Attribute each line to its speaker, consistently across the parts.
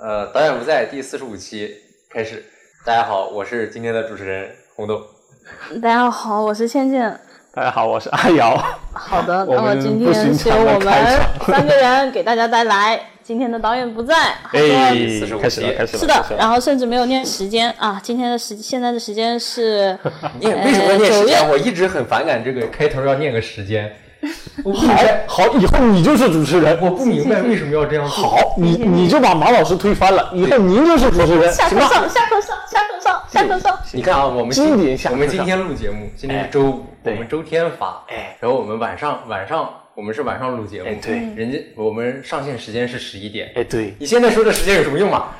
Speaker 1: 呃，导演不在第四十五期开始。大家好，我是今天的主持人红豆。
Speaker 2: 大家好，我是倩倩。
Speaker 3: 大家好，我是阿瑶。
Speaker 2: 好的，
Speaker 3: 我
Speaker 2: 那么
Speaker 3: 们
Speaker 2: 今
Speaker 3: 不寻
Speaker 2: 天是由
Speaker 3: 常
Speaker 2: 我
Speaker 3: 的开
Speaker 2: 们
Speaker 3: 场
Speaker 2: 三个人给大家带来今天的导演不在，好多
Speaker 3: 哎
Speaker 1: 45，
Speaker 3: 开始了，开始了。
Speaker 2: 是的
Speaker 3: 开始，了
Speaker 2: 然后甚至没有念时间啊，今天的时现在的时间是
Speaker 1: 你为什么要念
Speaker 2: 呃
Speaker 1: 时
Speaker 2: 九月
Speaker 1: 间？我一直很反感这个开头要念个时间，我不明白，
Speaker 3: 好，以后你就是主持人。
Speaker 1: 我不明白为什么要这样做。
Speaker 3: 好，你你就把马老师推翻了，以后您就是主持人，
Speaker 2: 下
Speaker 3: 行
Speaker 2: 课
Speaker 3: 吧？
Speaker 2: 上，下课上，下课上，下课上，
Speaker 1: 你看啊，我们
Speaker 3: 经
Speaker 1: 今
Speaker 3: 典下
Speaker 1: 我们
Speaker 3: 课
Speaker 1: 今
Speaker 3: 上
Speaker 1: 天录节目，今天是周五，我
Speaker 3: 对
Speaker 1: 们周天发，
Speaker 3: 哎，
Speaker 1: 然后我们晚上晚上我们是晚上录节目
Speaker 3: 哎，对，
Speaker 1: 人家我们上线时间是十一点，
Speaker 3: 哎，对，
Speaker 1: 你现在说的时间有什么用啊？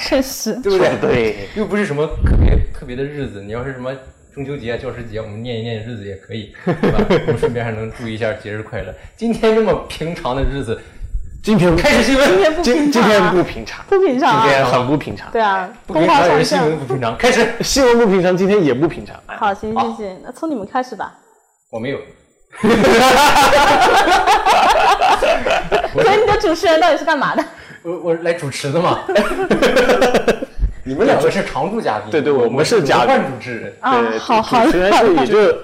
Speaker 2: 确实，
Speaker 1: 对不对？
Speaker 3: 对，
Speaker 1: 又不是什么特别特别的日子，你要是什么中秋节啊、教师节，我们念一念日子也可以，对吧？我们顺便还能祝一下节日快乐。今天这么平常的日子，
Speaker 3: 今天
Speaker 1: 开始新闻，
Speaker 2: 今天不
Speaker 3: 今
Speaker 2: 平
Speaker 3: 今
Speaker 2: 常
Speaker 3: 天
Speaker 2: 啊，
Speaker 3: 不平常，
Speaker 2: 不平常
Speaker 3: 今
Speaker 2: 啊，
Speaker 3: 天很不平常。
Speaker 2: 对，啊，
Speaker 1: 不
Speaker 2: 东
Speaker 1: 平
Speaker 2: 华
Speaker 1: 常也是
Speaker 2: 上
Speaker 1: 新闻
Speaker 2: 线。
Speaker 1: 不平常。开始，
Speaker 3: 新闻不平常，今天也不平常。哎
Speaker 2: 好，行行行，那从你们开始吧。
Speaker 1: 我没有，
Speaker 2: 所以你的主持人到底是干嘛的？
Speaker 1: 我我来主持的嘛。你们两个是常驻嘉宾，
Speaker 3: 对对我
Speaker 1: 我
Speaker 3: 们是嘉宾
Speaker 1: 我换主持人。
Speaker 2: 啊
Speaker 3: 对，
Speaker 2: 好
Speaker 3: 主
Speaker 2: 好
Speaker 3: 主持人
Speaker 2: 好
Speaker 3: 是也就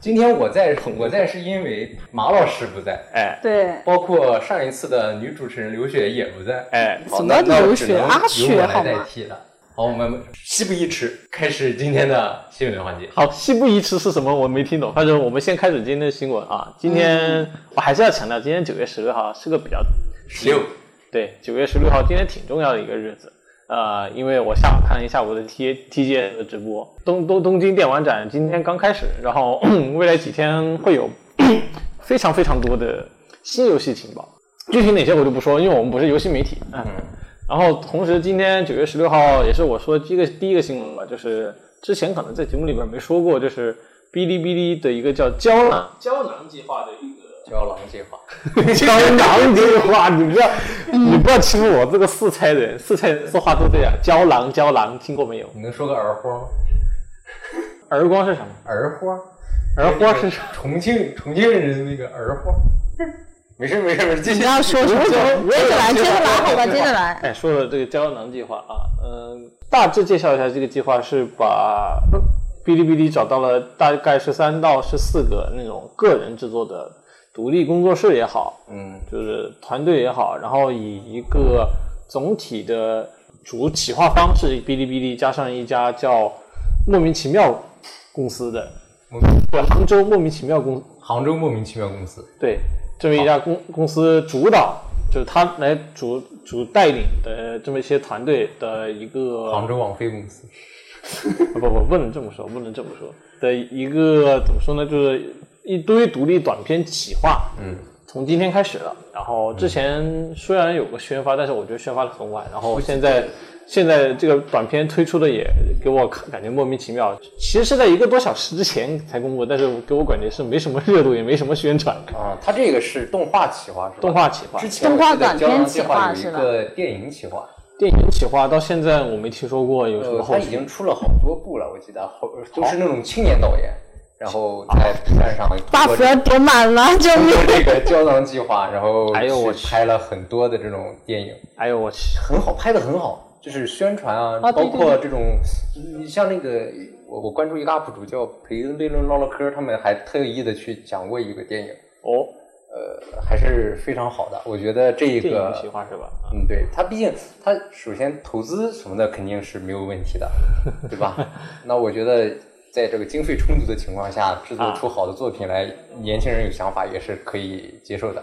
Speaker 1: 今天我在，我在是因为马老师不在，
Speaker 3: 哎
Speaker 2: 对，
Speaker 1: 包括上一次的女主持人刘雪也不在。
Speaker 3: 哎，
Speaker 1: 好，
Speaker 2: 什
Speaker 1: 那
Speaker 2: 么
Speaker 1: 那
Speaker 2: 留
Speaker 1: 只
Speaker 2: 学
Speaker 1: 能
Speaker 2: 阿
Speaker 1: 由
Speaker 2: 学
Speaker 1: 我来
Speaker 2: 好
Speaker 1: 代
Speaker 2: 吗
Speaker 1: 替了。好，我们事不宜迟，开始今天的新闻环节。
Speaker 3: 好，西部遗址是什么？我没听懂。反正我们先开始今天的新闻啊。今天、
Speaker 2: 嗯
Speaker 3: 我还是要强调，今天九月十六号是个比较
Speaker 1: 十六，
Speaker 3: 对，九月十六号，今天挺重要的一个日子。呃，因为我下午看了一下我的 T T G S 的直播，东东东京电玩展今天刚开始，然后 未来几天会有 非常非常多的新游戏情报，具体哪些我就不说，因为我们不是游戏媒体。嗯。然后同时，今天九月十六号也是我说这个第一个新闻吧，就是之前可能在节目里边没说过，就是哔哩哔哩的一个叫胶囊胶囊计划的一个
Speaker 1: 胶囊计划，
Speaker 3: 胶囊计划，你不要，你不要欺负我这个四川人，四川人说话都这样。胶囊，胶囊，听过没有？
Speaker 1: 你能说个儿豁吗？
Speaker 3: 儿光是什么？
Speaker 1: 儿豁，
Speaker 3: 儿豁是什么？
Speaker 1: 重庆重庆人那个儿豁。没事没事没事，继续
Speaker 2: 你。要说什么？
Speaker 3: 我
Speaker 2: 接着来，接着来，
Speaker 1: 我
Speaker 2: 好吧，接着来。
Speaker 3: 哎，说了这个胶囊计划啊，嗯，大致介绍一下这个计划是把哔哩哔哩找到了大概是三到十四个那种个人制作的独立工作室也好，
Speaker 1: 嗯，
Speaker 3: 就是团队也好，然后以一个总体的主企划方是哔哩哔哩加上一家叫莫名其妙公司的，
Speaker 1: 我
Speaker 3: 不杭州莫名其妙公
Speaker 1: 杭州莫名其妙公司，
Speaker 3: 对这么一家公公司主导，就是他来主主带领的这么一些团队的一个啊
Speaker 1: 杭州网飞公司，
Speaker 3: 不不不能这么说，不能这么说的一个怎么说呢，就是一堆独立短片企划，
Speaker 1: 嗯，
Speaker 3: 从今天开始了。然后之前虽然有个宣发，但是我觉得宣发的很晚。然后现在现在这个短片推出的也给我看感觉莫名其妙，其实是在一个多小时之前才公布，但是给我感觉是没什么热度，也没什么宣传。
Speaker 1: 啊，他这个是动画企划是吧？
Speaker 3: 动画企划
Speaker 1: 之前我
Speaker 2: 动画
Speaker 1: 记得
Speaker 2: 短
Speaker 1: 胶
Speaker 2: 片
Speaker 1: 囊
Speaker 2: 企
Speaker 1: 计
Speaker 2: 划
Speaker 1: 划有一
Speaker 2: 是吧
Speaker 1: 个电影企划，
Speaker 3: 电影企划到现在我没听说过有什么
Speaker 1: 呃，他
Speaker 3: 后
Speaker 1: 已
Speaker 3: 续。
Speaker 1: 经出了好多部了，我记得好都是那种青年导演，然后在 B 站上
Speaker 2: 把
Speaker 1: 做
Speaker 2: 不要点满了，救命！
Speaker 1: 这个胶囊计划，然后
Speaker 3: 哎呦我
Speaker 1: 去
Speaker 3: 去
Speaker 1: 拍了很多的这种电影，
Speaker 3: 哎呦我去！
Speaker 1: 很好，拍的很好，就是宣传啊，
Speaker 2: 啊对
Speaker 1: 包括这种，你像那个我我关注一个 UP 主叫裴立论唠唠嗑，他们还特意的去讲过一个电影，
Speaker 3: 哦，
Speaker 1: 呃，还是非常好的，我觉得这
Speaker 3: 电影企
Speaker 1: 个。
Speaker 3: 划是吧？啊
Speaker 1: 嗯，对他，毕竟他首先投资什么的肯定是没有问 题的，对吧？那我觉得在这个经费充足的情况下，制作
Speaker 3: 啊
Speaker 1: 出好的作品来，年轻人有想法也是可以接受的。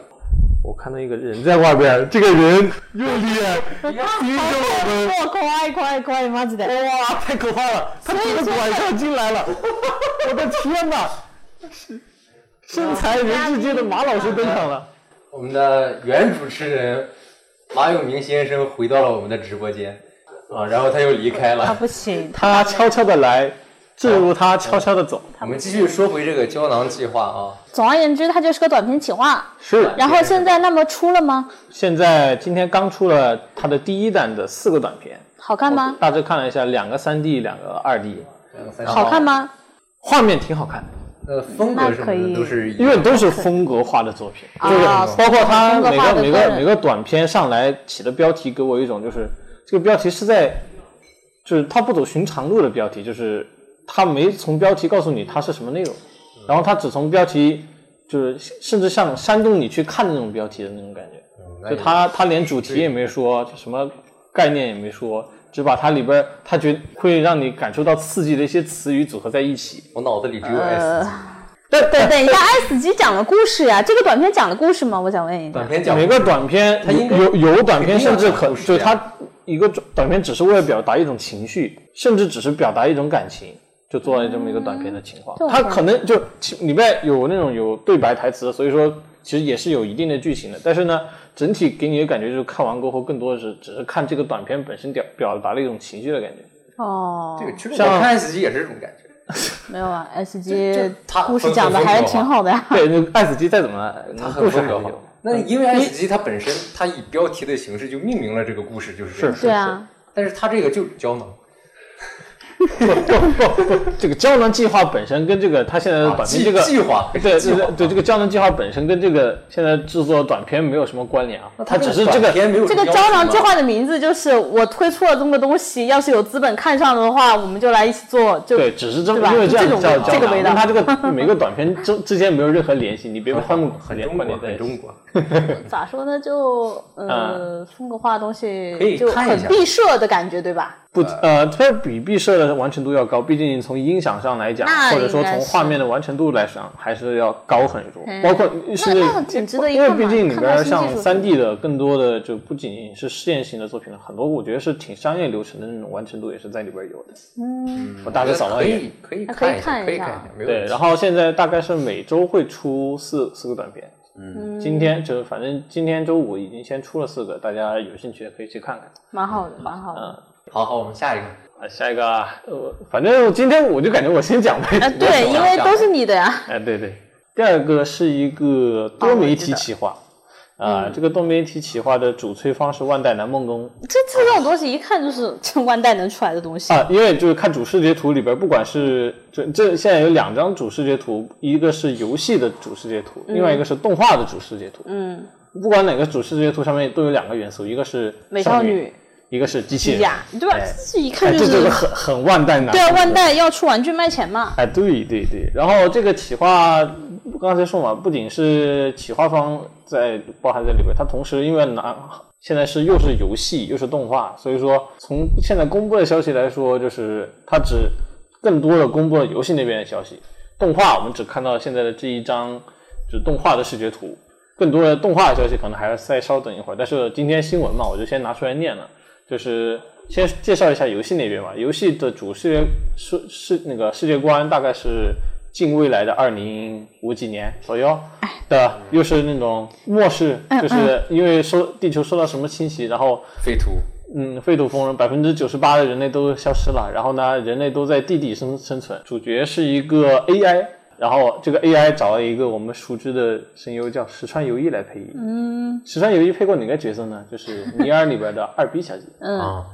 Speaker 3: 我看到一个人在外边，这个人又厉害，盯着我们，
Speaker 2: 哇，怖い怖い怖いマジで。
Speaker 3: 哇，太可怕了！他
Speaker 2: 以
Speaker 3: 拄着
Speaker 2: 说
Speaker 3: 拐杖进 来了，我的天哪！身材人至街的马老师登场了，
Speaker 1: 我们的原主持人马永明先生回到了我们的直播间，啊，然后他又离开
Speaker 2: 啊，
Speaker 1: 了。
Speaker 2: 不行，
Speaker 3: 他悄悄的来，正如他悄悄的走。
Speaker 1: 我们继续说回这个胶囊计划啊，
Speaker 2: 总而言之，它就是个短片企划。
Speaker 3: 是，
Speaker 2: 然后现在那么出了吗？
Speaker 3: 现在今天刚出了他的第一弹的四个短片，
Speaker 2: 好看吗？
Speaker 3: 大致看了一下，两个三 D，两个二 D，
Speaker 2: 好看？吗？
Speaker 3: 画面挺好看的。
Speaker 1: 呃，风格什
Speaker 2: 那可
Speaker 1: 么
Speaker 2: 以
Speaker 1: 的都是一
Speaker 3: 因为都是风格化的作品，
Speaker 2: 啊
Speaker 3: 就是包括他
Speaker 2: 风格
Speaker 3: 每
Speaker 2: 化
Speaker 3: 个
Speaker 2: 的
Speaker 3: 每
Speaker 2: 个
Speaker 3: 个
Speaker 2: 人
Speaker 3: 每个短片上来起的标题，给我一种就是这个标题是在，就是它不走寻常路的标题，就是它没从标题告诉你它是什么内容，然后它只从标题就是甚至像煽动你去看的那种标题的那种感觉。
Speaker 1: 嗯那
Speaker 3: 就
Speaker 1: 也
Speaker 3: 他他连主题也没说，就什么概念也没说，只把它里边儿他觉得会让你感受到刺激的一些词语组合在一起。
Speaker 1: 我脑子里只有
Speaker 2: 呃
Speaker 1: S 级。
Speaker 2: 对对，等一下，爱死机讲了故事呀、这个短片讲了故事吗？我想问一下。
Speaker 1: 短片讲
Speaker 3: 每个短片，
Speaker 1: 它应该
Speaker 3: 有有有短片甚至可
Speaker 1: 肯定要讲故事
Speaker 3: 就
Speaker 1: 呀
Speaker 3: 它一个短片只是为了表达一种情绪，甚至只是表达一种感情，就做了这么一个短片的情况
Speaker 2: 这。我
Speaker 3: 它
Speaker 2: 懂
Speaker 3: 可能就其里面有那种有对白台词，所以说其实也是有一定的剧情的。但是呢，整体给你的感觉就是看完过后，更多的是只是看这个短片本身表表达了一种情绪 的感觉。
Speaker 2: 哦，
Speaker 1: 这个其实我
Speaker 3: 像
Speaker 1: 看 S 级也是这种感觉。
Speaker 2: 没有啊，S
Speaker 1: 这
Speaker 2: 机
Speaker 1: 这他
Speaker 2: 故事讲的还是挺好的呀、
Speaker 3: 对，那个爱死机再怎么
Speaker 1: 它很
Speaker 3: 故事
Speaker 1: 温
Speaker 3: 还
Speaker 1: 柔
Speaker 3: 有，
Speaker 1: 那嗯因为 S 级它本身，它以标题的形式就命名了这个故事，就是这样
Speaker 3: 是
Speaker 2: 对啊，
Speaker 1: 但是它这个就是胶囊，
Speaker 3: 这个胶囊计划本身跟这个他现在的
Speaker 1: 啊
Speaker 3: 短片
Speaker 1: 计
Speaker 3: 呃这个、
Speaker 1: 计划
Speaker 3: 对对
Speaker 1: 计划
Speaker 3: 对对这个胶囊计划本身跟这个现在制作短片没有什么关联啊，它只 是这
Speaker 1: 短
Speaker 3: 个
Speaker 1: 片没有
Speaker 2: 这个
Speaker 1: 要求
Speaker 2: 胶囊
Speaker 1: 嘛
Speaker 2: 计划的名字就是我推出了这么个东西，要是有资本看上的话，我们就来一起做，就
Speaker 3: 对，只是这
Speaker 2: 对
Speaker 3: 么
Speaker 2: 吧
Speaker 3: 因为样
Speaker 2: 这种
Speaker 3: 叫
Speaker 2: 这
Speaker 3: 胶
Speaker 2: 个
Speaker 3: 囊，
Speaker 2: 味
Speaker 3: 因
Speaker 2: 道
Speaker 3: 为它这个每个短片之之间没有任何联系，你别把它们
Speaker 1: 嗯很
Speaker 3: 联
Speaker 1: 中
Speaker 3: 关
Speaker 1: 国，
Speaker 3: 联在
Speaker 1: 很
Speaker 3: 一起。
Speaker 1: 中国。
Speaker 3: 嗯
Speaker 2: 咋说呢？就
Speaker 3: 啊
Speaker 2: 呃，风格化的东
Speaker 1: 可以
Speaker 2: 西就
Speaker 1: 看一
Speaker 2: 很
Speaker 1: 下
Speaker 2: 闭塞的感觉，对吧？
Speaker 3: 不呃，它比毕设的完成度要高，毕竟从音响上来讲
Speaker 2: 那，
Speaker 3: 或者说
Speaker 2: 应该
Speaker 3: 从
Speaker 2: 是嗯
Speaker 3: 画面的完成度来讲，还是要高很多。包括甚至
Speaker 2: 那挺值得一
Speaker 3: 因为
Speaker 2: 看
Speaker 3: 毕
Speaker 2: 嘛
Speaker 3: 竟里
Speaker 2: 看
Speaker 3: 边
Speaker 2: 看新
Speaker 3: 儿
Speaker 2: 技
Speaker 3: 像
Speaker 2: 术
Speaker 3: 三 D 的更多的就不仅仅是试验性的作品了，很多我觉得是挺商业流程的那种完成度也是在里边有的。
Speaker 2: 嗯，
Speaker 3: 我大致扫
Speaker 1: 可
Speaker 3: 了一眼。
Speaker 1: 以可以
Speaker 2: 还
Speaker 1: 看一
Speaker 2: 啊可以看一
Speaker 1: 可以
Speaker 2: 下
Speaker 1: 看一下，没有
Speaker 3: 对，然后现在大概是每周会出四四个短片。嗯，今天就是反正今天周五已经先出了四个，大家有兴趣的可以去看看。
Speaker 2: 蛮好的，蛮
Speaker 3: 嗯
Speaker 2: 好的。
Speaker 1: 好好，我们下一个。
Speaker 3: 啊，下一个啊，呃，反正今天我就感觉我先讲呗。
Speaker 2: 啊，对，因为都是你的呀。
Speaker 3: 哎，对对。第二个是一个
Speaker 2: 哦
Speaker 3: 多媒体企划，
Speaker 2: 嗯
Speaker 3: 啊、这个多媒体企划的主催方是万代南梦宫
Speaker 2: 这这种东西一看就是 这万代能出来的东西。
Speaker 3: 啊，因为就是看主视觉图里边，不管是这这现在有两张主视觉图，一个是游戏的主视觉图，另外一个是动画的主视觉图。
Speaker 2: 嗯，
Speaker 3: 不管哪个主视觉图上面都有两个元素，一个是
Speaker 2: 美
Speaker 3: 少
Speaker 2: 少女
Speaker 3: 一个是机器人。
Speaker 2: 呀，对吧
Speaker 3: 哎？
Speaker 2: 这一
Speaker 3: 哎，
Speaker 2: 看
Speaker 3: 这
Speaker 2: 就
Speaker 3: 就是
Speaker 2: 是
Speaker 3: 很很万代南。
Speaker 2: 对啊，万。代要出玩具卖钱嘛。
Speaker 3: 哎，对对对，然后这个企划刚才说嘛，不仅是企划方在包含在里边，它同时因为拿现在是又是游戏又是动画，所以说从现在公布的消息来说，就是它只更多的公布了游戏那边的消息，动画我们只看到现在的这一张就是动画的视觉图，更多的动画的消息可能还要再稍等一会儿。但是今天新闻嘛，我就先拿出来念了。就是先介绍一下游戏那边吧。游戏的主世界世世那个世界观大概是近未来的二零五几年左右的，又是那种末世，就是因为受地球受到什么侵袭，然后
Speaker 1: 废图，
Speaker 3: 嗯，废土风人，百分之九十八的人类都消失了。然后呢，人类都在地底生生存。主角是一个 AI，然后这个 AI 找了一个我们熟知的声优叫石川由依来配音。嗯，石川由依配过哪个角色呢？就是《尼尔》里边的二 B 小姐。
Speaker 2: 嗯，
Speaker 1: 啊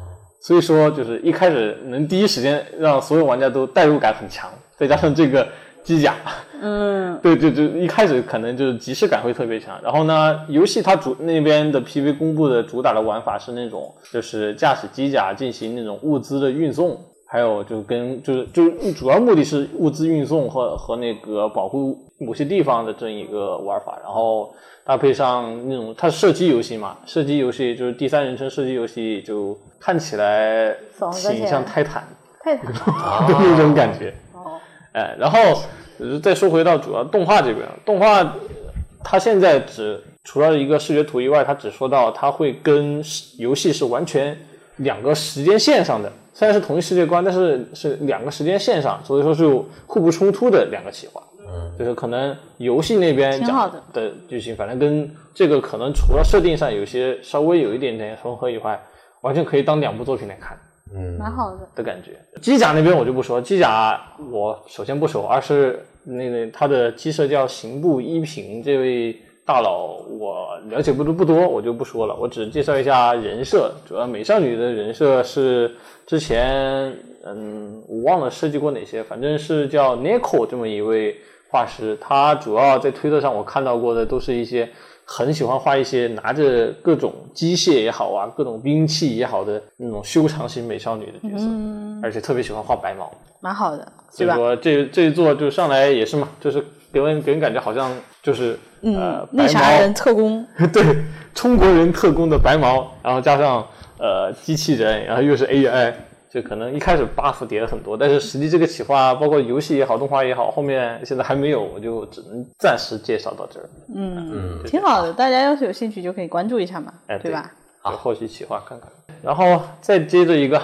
Speaker 3: 所以说，就是一开始能第一时间让所有玩家都代入感很强，再加上这个机甲，嗯，对对对，一开始可能就是即视感会特别强。然后呢，游戏它主那边的 PV 公布的主打的玩法是那种，就是驾驶机甲进行那种物资的运送，还有就跟就是就主要目的是物资运送和和那个保护某些地方的这一个玩法，然后搭配上那种它是射击游戏嘛，射击游戏就是第三人称射击游戏，就看起来
Speaker 2: 爽个
Speaker 3: 挺
Speaker 2: 钱
Speaker 3: 像泰坦
Speaker 2: 太惨了。
Speaker 3: 的那种感觉。
Speaker 2: 哦
Speaker 3: 哎，然后呃再说回到主要动画这边，啊动画它现在只除了一个视觉图以外，它只说到它会跟是游戏是完全两个时间线上的，虽然是同一世界观，但是是两个时间线上，所以说是有互不冲突的两个企划。嗯，就是可能游戏那边
Speaker 2: 挺
Speaker 3: 讲
Speaker 2: 好的
Speaker 3: 的剧情，反正跟这个可能除了设定上有些稍微有一点点重合以外，完全可以当两部作品来看。嗯
Speaker 2: 蛮好的。
Speaker 3: 的感觉。机甲那边我就不说，机甲我首先不熟，而是那个他的机设叫刑部一平这位大佬，我了解不多不多，我就不说了，我只介绍一下人设，主要美少女的人设是之前嗯我忘了设计过哪些，反正是叫 Nico 这么一位。画师，他主要在推特上我看到过的都是一些很喜欢画一些拿着各种机械也好啊，各种兵器也好的那种修长型美少女的角色，
Speaker 2: 嗯，
Speaker 3: 而且特别喜欢画白毛。
Speaker 2: 蛮好的，
Speaker 3: 所
Speaker 2: 是
Speaker 3: 以
Speaker 2: 吧？
Speaker 3: 说这这一座就上来也是嘛，就是给人给人感觉好像就是呃
Speaker 2: 嗯，
Speaker 3: 白
Speaker 2: 那啥
Speaker 3: 毛
Speaker 2: 人特工，
Speaker 3: 对，中国人特工的白毛，然后加上呃机器人，然后又是 AI，就可能一开始 buff 叠了很多，但是实际这个企划包括游戏也好，动画也好，后面现在还没有，我就只能暂时介绍到这儿。
Speaker 1: 嗯，
Speaker 2: 挺好的，大家要是有兴趣就可以关注一下嘛，
Speaker 3: 哎
Speaker 2: 对吧？
Speaker 3: 好，后续企划看看。然后再接着一个，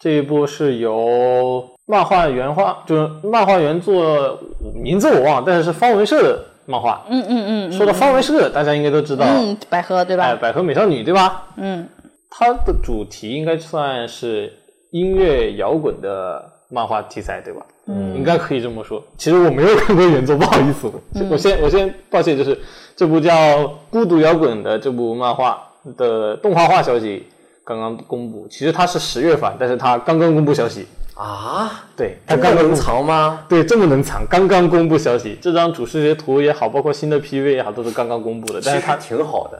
Speaker 3: 这一部是由漫画原画，就是漫画原作名字我忘了，但是是方文社的漫画。
Speaker 2: 嗯嗯嗯
Speaker 3: 说到方文社，大家应该都知道，
Speaker 2: 嗯，百合对
Speaker 3: 哎，
Speaker 2: 吧？
Speaker 3: 百合美少女对吧？
Speaker 2: 嗯
Speaker 3: 它的主题应该算是音乐摇滚的漫画题材，对吧？
Speaker 2: 嗯
Speaker 3: 应该可以这么说。其实我没有看过原作，不好意思，我、我先我先抱歉，就是这部叫《孤独摇滚》的这部漫画的动画化消息刚刚公布。其实它是十月份，但是它刚刚公布消息，
Speaker 1: 啊，
Speaker 3: 对，嗯它
Speaker 1: 这
Speaker 3: 刚
Speaker 1: 么
Speaker 3: 刚公
Speaker 1: 能
Speaker 3: 布。
Speaker 1: 藏吗？
Speaker 3: 对，这么能藏，刚刚公布消息，这张主视觉图也好，包括新的 PV 也好，都是刚刚公布的。但
Speaker 1: 其
Speaker 3: 是
Speaker 1: 实
Speaker 3: 它
Speaker 1: 挺好的，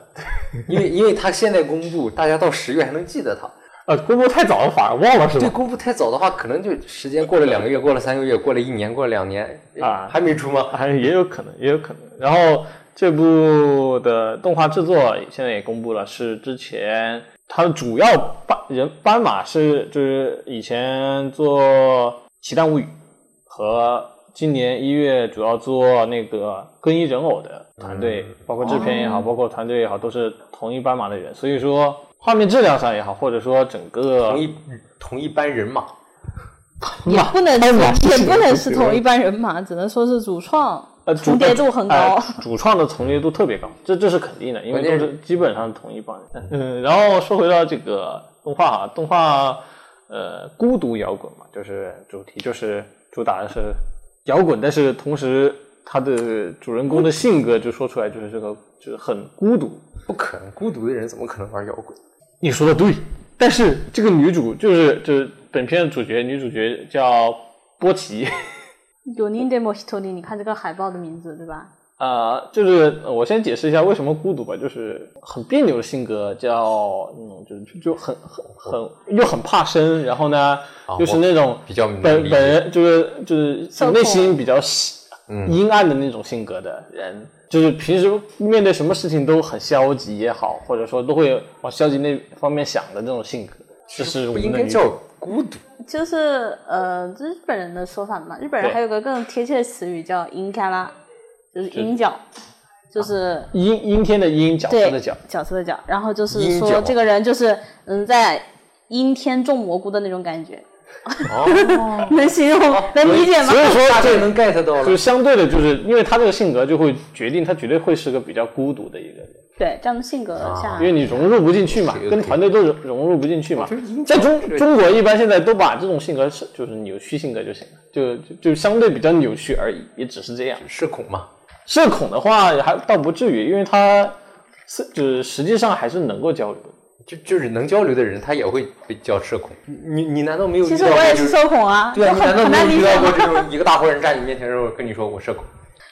Speaker 1: 因为因为他现在公布，大家到十月还能记得他。
Speaker 3: 呃，公布太早了，反而忘了是吧？
Speaker 1: 对，公布太早的话，可能就时间过了两个月，过了三个月，过了一年，过了两年
Speaker 3: 啊
Speaker 1: 还没出吗？
Speaker 3: 还也有可能，也有可能。然后这部的动画制作现在也公布了，是之前它的主要班人斑马是就是以前做《奇蛋物语》和今年一月主要做那个更衣人偶的团队，包括制片也好，包括团队也好，都是同一斑马的人，所以说画面质量上也好，或者说整个
Speaker 1: 同一同一班人嘛，
Speaker 2: 也不能
Speaker 3: 斑马
Speaker 2: 也不能
Speaker 3: 是
Speaker 2: 是同一般人马，只能说是主创
Speaker 3: 呃，主
Speaker 2: 重叠度很高
Speaker 3: 哎。主创的重叠度特别高，这这是肯定的，因为
Speaker 1: 关键
Speaker 3: 都
Speaker 1: 是
Speaker 3: 是基本上是同一帮人。嗯，然后说回到这个动画啊，动画呃，孤独摇滚嘛，就是主题就是主打的是摇滚，但是同时它的主人公的性格就说出来就是这个就是很孤独。
Speaker 1: 不可能，孤独的人怎么可能玩摇滚？
Speaker 3: 你说的对，但是这个女主就是就是本片的主角，女主角叫波奇。
Speaker 2: 有您的莫西托尼，你看这个海报的名字对吧？
Speaker 3: 啊，就是呃我先解释一下为什么孤独吧，就是很别扭的性格，叫嗯，就就就很很很又很怕生，然后呢，又是那种
Speaker 1: 啊比较能
Speaker 3: 本
Speaker 1: 理
Speaker 3: 本
Speaker 1: 解
Speaker 3: 人就是就是
Speaker 2: 受
Speaker 3: 内
Speaker 2: 控
Speaker 3: 心比较喜
Speaker 1: 嗯
Speaker 3: 阴暗的那种性格的人，就是平时面对什么事情都很消极也好，或者说都会往消极那方面想的那种性格，这是我
Speaker 1: 不
Speaker 3: 们
Speaker 1: 应
Speaker 3: 的
Speaker 1: 该
Speaker 3: 女
Speaker 1: 叫孤独，
Speaker 2: 就是呃，这是日本人的说法嘛。日本人
Speaker 3: 对
Speaker 2: 还有个更贴切的词语叫“阴卡拉”，就是阴角，就是
Speaker 3: 阴阴天的阴，角色
Speaker 2: 对
Speaker 3: 的角，
Speaker 2: 角色的角。然后就是
Speaker 1: 阴角
Speaker 2: 说这个人就是嗯，在阴天种蘑菇的那种感觉， 能形容能理解吗？
Speaker 3: 所以说
Speaker 1: 大
Speaker 3: 这
Speaker 1: 概能 get 到
Speaker 3: 就
Speaker 1: 了
Speaker 3: 是。相对的，就是因为他这个性格，就会决定他绝对会是个比较孤独的一个人，
Speaker 2: 对，这样的性格下来
Speaker 3: 啊因为你融入不进去嘛
Speaker 1: 这，个
Speaker 3: 跟
Speaker 1: 可以
Speaker 3: 团队都融融入不进去嘛
Speaker 1: 我觉得阴。
Speaker 3: 在中
Speaker 1: 这个
Speaker 3: 中国一般现在都把这种性格是就是扭曲性格就行了，就就就相对比较扭曲而已，也只是这样。
Speaker 1: 社恐嘛，
Speaker 3: 社恐的话还倒不至于，因为他是就是实际上还是能够交流的。
Speaker 1: 就就是能交流的人，他也会被叫社恐。你你难道没有遇
Speaker 2: 其
Speaker 1: 到
Speaker 2: 实
Speaker 1: 过？
Speaker 2: 我也
Speaker 1: 就是
Speaker 2: 社恐啊，就
Speaker 1: 对啊，你
Speaker 2: 很
Speaker 1: 难道
Speaker 2: 很
Speaker 1: 没
Speaker 2: 难
Speaker 1: 有
Speaker 2: 理
Speaker 1: 遇
Speaker 2: 解
Speaker 1: 到过
Speaker 2: 吗？
Speaker 1: 这种一个大活人站你面前的时候跟你说我社恐？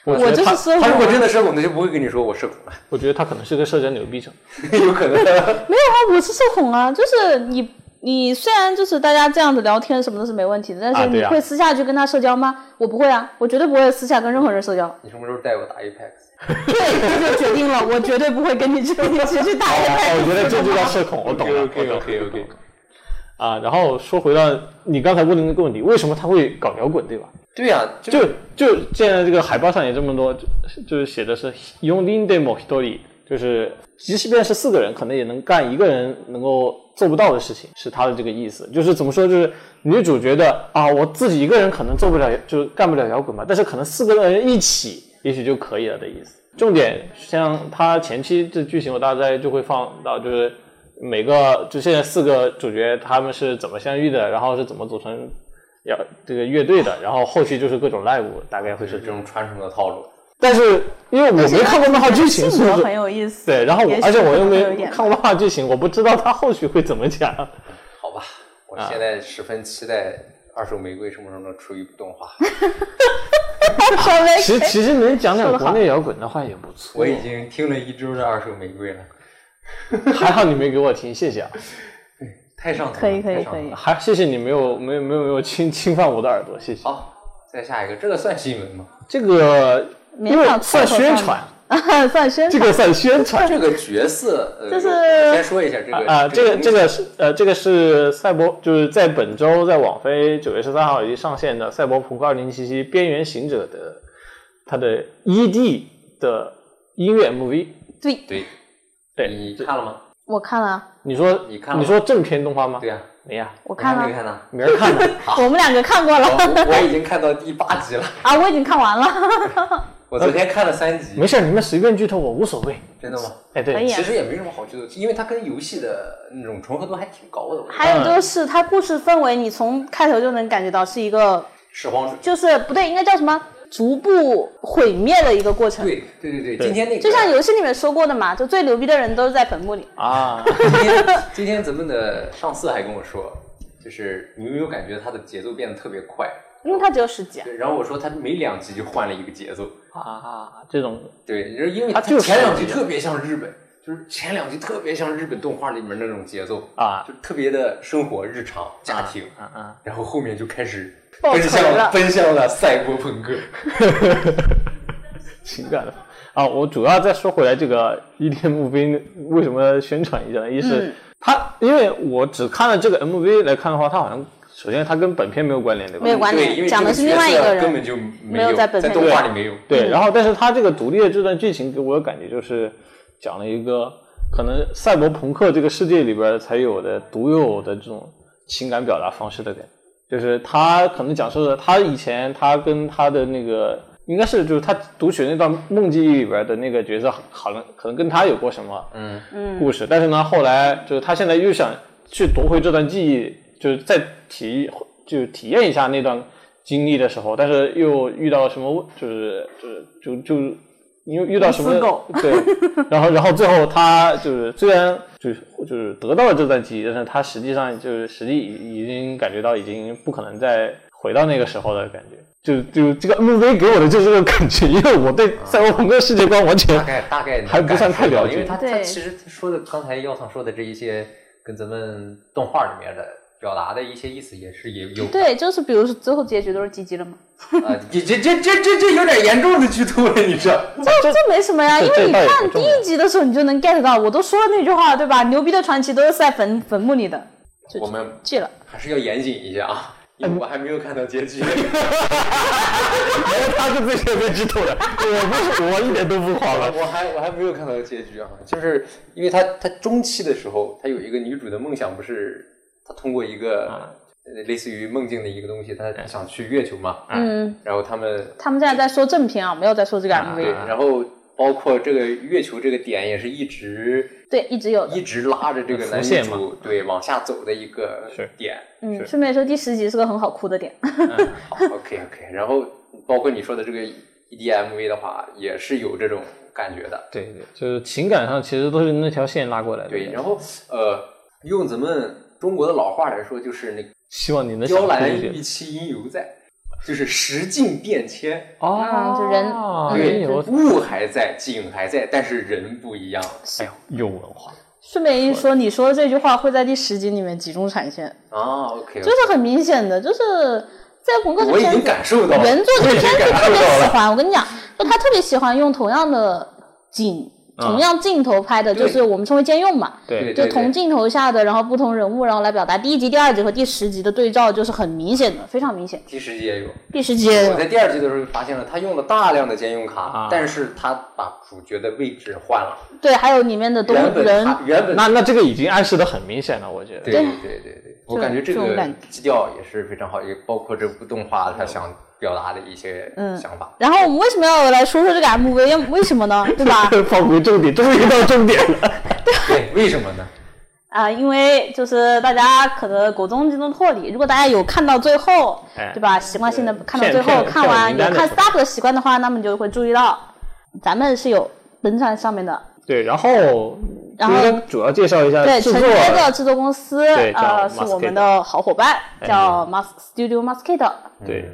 Speaker 3: 我觉
Speaker 2: 我
Speaker 3: 得
Speaker 2: 就是啊
Speaker 3: 他，
Speaker 2: 社
Speaker 1: 他
Speaker 2: 恐
Speaker 1: 如，果真的社恐，他就不会跟你说我社恐了，
Speaker 3: 我觉得他可能是个社交牛逼症。
Speaker 1: 有可能。
Speaker 2: 没有啊，我是社恐啊，就是你你虽然就是大家这样子聊天什么的是没问题的，但
Speaker 3: 啊
Speaker 2: 是
Speaker 3: 对
Speaker 2: 你
Speaker 3: 啊
Speaker 2: 会私下去跟他社交吗？我不会啊，我绝对不会私下跟任何人社交。
Speaker 1: 你什么时候带我打 Apex？
Speaker 2: 对，这就决定了，我绝对不会跟你去，你只去打一
Speaker 3: 哦，我觉得这就叫社 恐，我懂了，
Speaker 1: OK OK OK。
Speaker 3: 啊。然后说回到你刚才问的那个问题，为什么他会搞摇滚，对吧？
Speaker 1: 对呀，就
Speaker 3: 就就现在这个海报上也这么多，就就是写的是 y o n d i n demo h i t o r y 就是即便是四个人，可能也能干一个人能够做不到的事情，是他的这个意思。就是怎么说，就是女主觉得啊，我自己一个人可能做不了，就是干不了摇滚嘛，但是可能四个人一起，也许就可以了的意思。重点像他前期这剧情，我大概就会放到就是每个就现在四个主角他们是怎么相遇的，然后是怎么组成要这个乐队的，然后后期就是各种 live，大概会
Speaker 1: 就是是
Speaker 3: 这
Speaker 1: 这
Speaker 3: 样。
Speaker 1: 种传承的套路。
Speaker 3: 嗯但是因为我没看过漫画剧情，
Speaker 2: 性
Speaker 3: 所以
Speaker 2: 格
Speaker 3: 说
Speaker 2: 很有意思。
Speaker 3: 对，然后我
Speaker 2: 也许
Speaker 3: 而且我又
Speaker 2: 可能
Speaker 3: 没
Speaker 2: 有一点
Speaker 3: 看过漫画剧情，我不知道他后续会怎 么讲。
Speaker 2: 哎
Speaker 1: 好吧，
Speaker 3: 啊
Speaker 1: 我现在十分期待《二手玫瑰》什么时候能出一部动画。
Speaker 2: 稍微
Speaker 3: 其实其实能讲点国内摇滚的话也不错。
Speaker 1: 我已经听了一周的二手玫瑰了，
Speaker 3: 还好你没给我听，谢谢啊，
Speaker 1: 太上头了，
Speaker 2: 可以可以
Speaker 1: 太上头
Speaker 2: 可以
Speaker 1: 了。
Speaker 3: 还谢谢你没有没有没有没有侵侵犯我的耳朵，谢
Speaker 2: 哦
Speaker 3: 谢。
Speaker 1: 好，再下一个，这个算新闻吗？
Speaker 3: 这个
Speaker 2: 勉
Speaker 3: 因为
Speaker 2: 强
Speaker 3: 算
Speaker 2: 凑合
Speaker 3: 宣
Speaker 2: 上
Speaker 3: 传，
Speaker 2: 啊， 算宣
Speaker 3: 这
Speaker 2: 传。
Speaker 3: 个算宣 传。
Speaker 1: 这个角色，呃，
Speaker 2: 就是
Speaker 1: 我先说一下这个
Speaker 3: 啊，这个这
Speaker 1: 个
Speaker 3: 个是呃，这个是赛博，就是在本周在网飞九月十三号已经上线的《赛博朋克二零七七：边缘行者》的它的 ED 的音乐 MV。
Speaker 2: 对，
Speaker 1: 对，
Speaker 3: 对，
Speaker 1: 你
Speaker 3: 这
Speaker 1: 看了吗？
Speaker 2: 我看了，啊
Speaker 3: 你说
Speaker 1: 你看了吗
Speaker 3: 说正片动画吗？
Speaker 1: 对呀，啊
Speaker 3: 没呀，
Speaker 2: 我
Speaker 1: 我
Speaker 2: 看
Speaker 1: 还没
Speaker 2: 了，啊
Speaker 1: 看呢，
Speaker 3: 明儿看吧。
Speaker 2: 我们两个看过了
Speaker 3: 哦
Speaker 1: 我我我已经看到第八集了，
Speaker 2: 啊，我已经看完
Speaker 3: 嗯
Speaker 2: 了。
Speaker 1: 我 昨天看了三集
Speaker 3: 没，事儿，你们随便剧透我无所谓。
Speaker 1: 真的吗？
Speaker 3: 哎，
Speaker 2: 可
Speaker 3: 对
Speaker 2: 以，啊
Speaker 1: 其实也没什么好剧透，因为它跟游戏的那种重合度还挺高的。我觉得
Speaker 2: 还有就是它故事氛围，你从开头就能感觉到是一个，
Speaker 1: 拾荒者，
Speaker 2: 就是不对，应该叫什么？逐步毁灭的一个过程。
Speaker 1: 对对对对，
Speaker 3: 对
Speaker 1: 今天那个
Speaker 2: 就像游戏里面说过的嘛，就最牛逼的人都是在坟墓里。
Speaker 3: 啊，
Speaker 1: 今天今天咱们的上司还跟我说，就是你有没有感觉他的节奏变得特别快？
Speaker 2: 因为它只有十集啊，
Speaker 1: 对，然后我说他每两集就换了一个节奏，
Speaker 3: 啊，这种
Speaker 1: 对，因为
Speaker 3: 他
Speaker 1: 他
Speaker 3: 就是
Speaker 1: 前两集
Speaker 3: 这样
Speaker 1: 特别像日本，就是前两集特别像日本动画里面那种节奏，
Speaker 3: 啊
Speaker 1: 就特别的生活、日常、家庭，
Speaker 3: 啊啊，
Speaker 1: 然后后面就开始
Speaker 2: 爆
Speaker 1: 奔
Speaker 2: 锤了
Speaker 1: 向奔向了赛博朋克。
Speaker 3: 情感的啊，我主要再说回来这个 ED MV 为什么宣传一下呢？一是、
Speaker 2: 嗯
Speaker 3: 它，因为我只看了这个 MV 来看的话，它好像首先它跟本片没有关联，对吧？
Speaker 2: 没有关
Speaker 1: 对，因
Speaker 2: 联，
Speaker 1: 为
Speaker 2: 讲的是
Speaker 1: 这
Speaker 2: 另外一
Speaker 1: 角
Speaker 2: 个
Speaker 1: 色
Speaker 2: 人，
Speaker 1: 根本就没
Speaker 2: 没有在本
Speaker 1: 在
Speaker 2: 片
Speaker 1: 动画
Speaker 3: 里
Speaker 1: 里没有。
Speaker 2: 嗯
Speaker 3: 对，然后但是它这个独立的这段剧情给我的感觉就是讲了一个可能赛博朋克这个世界里边才有的独有的这种情感表达方式的感觉，就是他可能讲述的他以前他跟他的那个应该是就是他读取那段梦记忆里边的那个角色，好像可能跟他有过什么
Speaker 1: 嗯，
Speaker 3: 故事，但是呢，后来就是他现在又想去夺回这段记忆，就是再体就是体验一下那段经历的时候，但是又遇到什么问，就是就是就就因为遇到什么
Speaker 2: 无私狗
Speaker 3: 对，然后然后最后他就是虽然就是就是得到了这段记忆，但是他实际上就是实际已已经感觉到已经不可能再回到那个时候的感觉。就就这个 MV 给我的就是这个感觉，因为我对
Speaker 1: 嗯
Speaker 3: 赛博朋克世界观完全
Speaker 1: 大概大概能
Speaker 3: 还不算太了
Speaker 1: 感受
Speaker 3: 解
Speaker 1: 到因为他他
Speaker 2: 对
Speaker 1: 其实说的刚才耀堂说的这一些跟咱们动画里面的表达的一些意思也是也有
Speaker 2: 对，就是比如说最后结局都是吉吉了嘛，
Speaker 1: 啊，这这这这这这有点严重的剧透了，你这
Speaker 2: 这这没什么呀，
Speaker 3: 这
Speaker 2: 因为你
Speaker 3: 这倒也
Speaker 2: 看
Speaker 3: 不重
Speaker 2: 第
Speaker 3: 要
Speaker 2: 一集的时候你就能 get 到，我都说了那句话对吧？牛逼的传奇都是在坟坟墓里的，就
Speaker 1: 我们
Speaker 2: 记
Speaker 3: 嗯
Speaker 2: 了。
Speaker 1: 还是要严谨一下啊，因为我还没有看到结局。
Speaker 3: 他是最先被剧透的，我不是，我一点都不慌了。
Speaker 1: 我还我还没有看到结局啊，就是因为他他中期的时候，他有一个女主的梦想，不是她通过一个、
Speaker 3: 啊
Speaker 1: 呃类似于梦境的一个东西，她想去月球嘛，
Speaker 3: 啊
Speaker 2: 嗯，
Speaker 1: 然后他们
Speaker 2: 他们现在在说正片啊，没有在说这个
Speaker 1: 对，
Speaker 3: 啊
Speaker 2: MV。
Speaker 1: 然后包括这个月球这个点也是一直
Speaker 2: 对，一直有的。
Speaker 1: 一直拉着这个男
Speaker 3: 浮现
Speaker 1: 女
Speaker 3: 嘛
Speaker 1: 主对往下走的一个
Speaker 3: 是
Speaker 1: 点，
Speaker 2: 嗯，顺便说第十集是个很好哭的点，
Speaker 1: 好，OK OK，然后包括你说的这个 E EDMV 的话，也是有这种感觉的。
Speaker 3: 对对，就是情感上其实都是那条线拉过来的。
Speaker 1: 对，然后呃，用咱们中国的老话来说，就是那个
Speaker 3: 希望你能
Speaker 1: 雕栏
Speaker 3: 一
Speaker 1: 玉其因犹在，就是时境变迁，
Speaker 3: 哦
Speaker 2: 嗯，就人
Speaker 1: 啊对，
Speaker 3: 有
Speaker 1: 物还在，景还在，但是人不一样了
Speaker 3: 哎呦有文化，
Speaker 2: 顺便一说，你说的这句话会在第十集里面集中产现，
Speaker 1: 啊。OK，
Speaker 2: 就是很明显的，就是在朋克这
Speaker 1: 我已
Speaker 2: 片
Speaker 1: 经
Speaker 2: 子，
Speaker 1: 感受到了，
Speaker 2: 原作这
Speaker 1: 我已
Speaker 2: 片
Speaker 1: 经
Speaker 2: 子
Speaker 1: 感
Speaker 2: 特
Speaker 1: 受
Speaker 2: 别
Speaker 1: 到
Speaker 2: 喜
Speaker 1: 了。
Speaker 2: 欢，我跟你讲，就他特别喜欢用同样的景、同样镜头拍的，就是我们称为兼用嘛，
Speaker 1: 嗯对
Speaker 2: 就同镜头下的，然后不同人物，然后来表达第一集、第二集和第十集的对照，就是很明显的，非常明显。
Speaker 1: 第十集也有，
Speaker 2: 第十集也有
Speaker 1: 我在第二季的时候发现了，他用了大量的兼用卡，
Speaker 3: 啊
Speaker 1: 但是他把主角的位置换了。
Speaker 2: 对，还有里面的东
Speaker 1: 原本
Speaker 2: 人，
Speaker 1: 他原本
Speaker 3: 那那这个已经暗示的很明显了，我觉得。
Speaker 1: 对对对对对，我感觉这
Speaker 2: 这种
Speaker 1: 个
Speaker 2: 感觉
Speaker 1: 基调也是非常好，也包括这部动画他想表达的一些
Speaker 2: 嗯
Speaker 1: 想法。
Speaker 2: 然后我们为什么要来说说这个 MV？要为什么呢？对 吧？
Speaker 3: 放回重点，终于到重点了。
Speaker 1: 对，为什么呢？
Speaker 2: 啊、因为就是大家可能果中就能脱离。如果大家有看到最后，
Speaker 3: 哎
Speaker 2: 对吧？习惯性的看到
Speaker 3: 片
Speaker 2: 最后，
Speaker 3: 片
Speaker 2: 看
Speaker 3: 片
Speaker 2: 完
Speaker 3: 名
Speaker 2: 有
Speaker 3: 单的
Speaker 2: 看
Speaker 3: 时
Speaker 2: staff 的习惯的话，那么你就会注意到，咱们是有登上上面的，
Speaker 3: 对，然后
Speaker 2: 然后
Speaker 3: 就是主要介绍一下
Speaker 2: 对，
Speaker 3: 呃制
Speaker 2: 承
Speaker 3: 作，啊
Speaker 2: 接的制作公司，
Speaker 3: 对叫
Speaker 2: 呃，是我
Speaker 3: Mosquito
Speaker 2: 们的好伙伴，嗯
Speaker 3: 哎
Speaker 2: 叫 Mas Studio Mosquito。
Speaker 3: 对，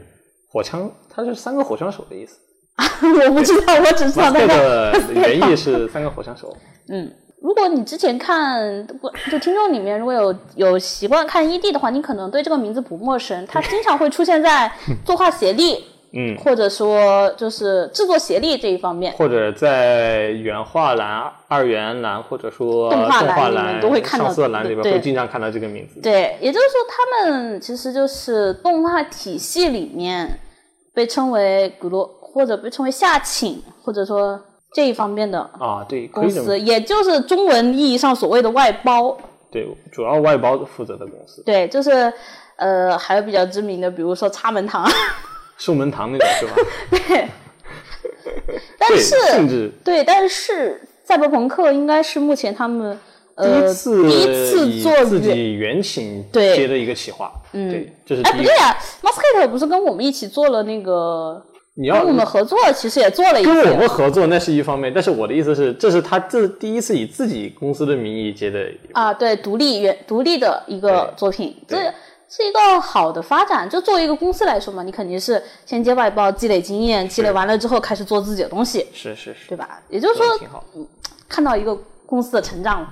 Speaker 3: 火枪，它是三个火枪手的 意思。
Speaker 2: 我不知道，我只知道那
Speaker 3: 这
Speaker 2: 个。
Speaker 3: 个原 意是三个火枪手。
Speaker 2: 嗯，如果你之前看，就听众里面如果有有习惯看 ED 的话，你可能对这个名字不陌生，它经常会出现 在作画协力，
Speaker 3: 嗯，
Speaker 2: 或者说就是制作协力这一方面。
Speaker 3: 或者在原画栏、二元栏，或者说
Speaker 2: 动
Speaker 3: 动
Speaker 2: 画栏
Speaker 3: 画
Speaker 2: 里面
Speaker 3: 栏、
Speaker 2: 都会看到
Speaker 3: 上色栏里边
Speaker 2: 对
Speaker 3: 会经常看到这个名字。
Speaker 2: 对，也就是说，他们其实就是动画体系里面被称为古罗，或者被称为下请，或者说这一方面的
Speaker 3: 啊，对，可
Speaker 2: 公
Speaker 3: 以这么
Speaker 2: 司，也就是中文意义上所谓的外包。
Speaker 3: 对，主要外包负责的公司，
Speaker 2: 对，就是呃，还有比较知名的，比如说插门堂。
Speaker 3: 寿门堂那种是吧？
Speaker 2: 但
Speaker 3: 对，
Speaker 2: 是
Speaker 3: 性质
Speaker 2: 对，但是赛博朋克应该是目前他们呃
Speaker 3: 第一次
Speaker 2: 第一次
Speaker 3: 以
Speaker 2: 做
Speaker 3: 自
Speaker 2: 原
Speaker 3: 己原请
Speaker 2: 对
Speaker 3: 接的一个企划，
Speaker 2: 嗯
Speaker 3: 对，这是
Speaker 2: 哎
Speaker 3: 第
Speaker 2: 不
Speaker 3: 一
Speaker 2: 对。呀、m a s k a t 不是跟我们一起做了那个
Speaker 3: 你
Speaker 2: 跟
Speaker 3: 要
Speaker 2: 我们合作，其实也做了一
Speaker 3: 跟我
Speaker 2: 次。
Speaker 3: 们合作那是一方面，但是我的意思是，这是他自第一次以自己公司的名义接的，
Speaker 2: 啊，对，独立原独立的一个
Speaker 3: 对
Speaker 2: 作品，这
Speaker 3: 对
Speaker 2: 是一个好的发展。就作为一个公司来说嘛，你肯定是先接外包，积累经验，积累完了之后开始做自己的东西，
Speaker 3: 是是是，
Speaker 2: 对吧？也就是
Speaker 3: 做得
Speaker 2: 说，
Speaker 3: 挺好。
Speaker 2: 看到一个公司的成长，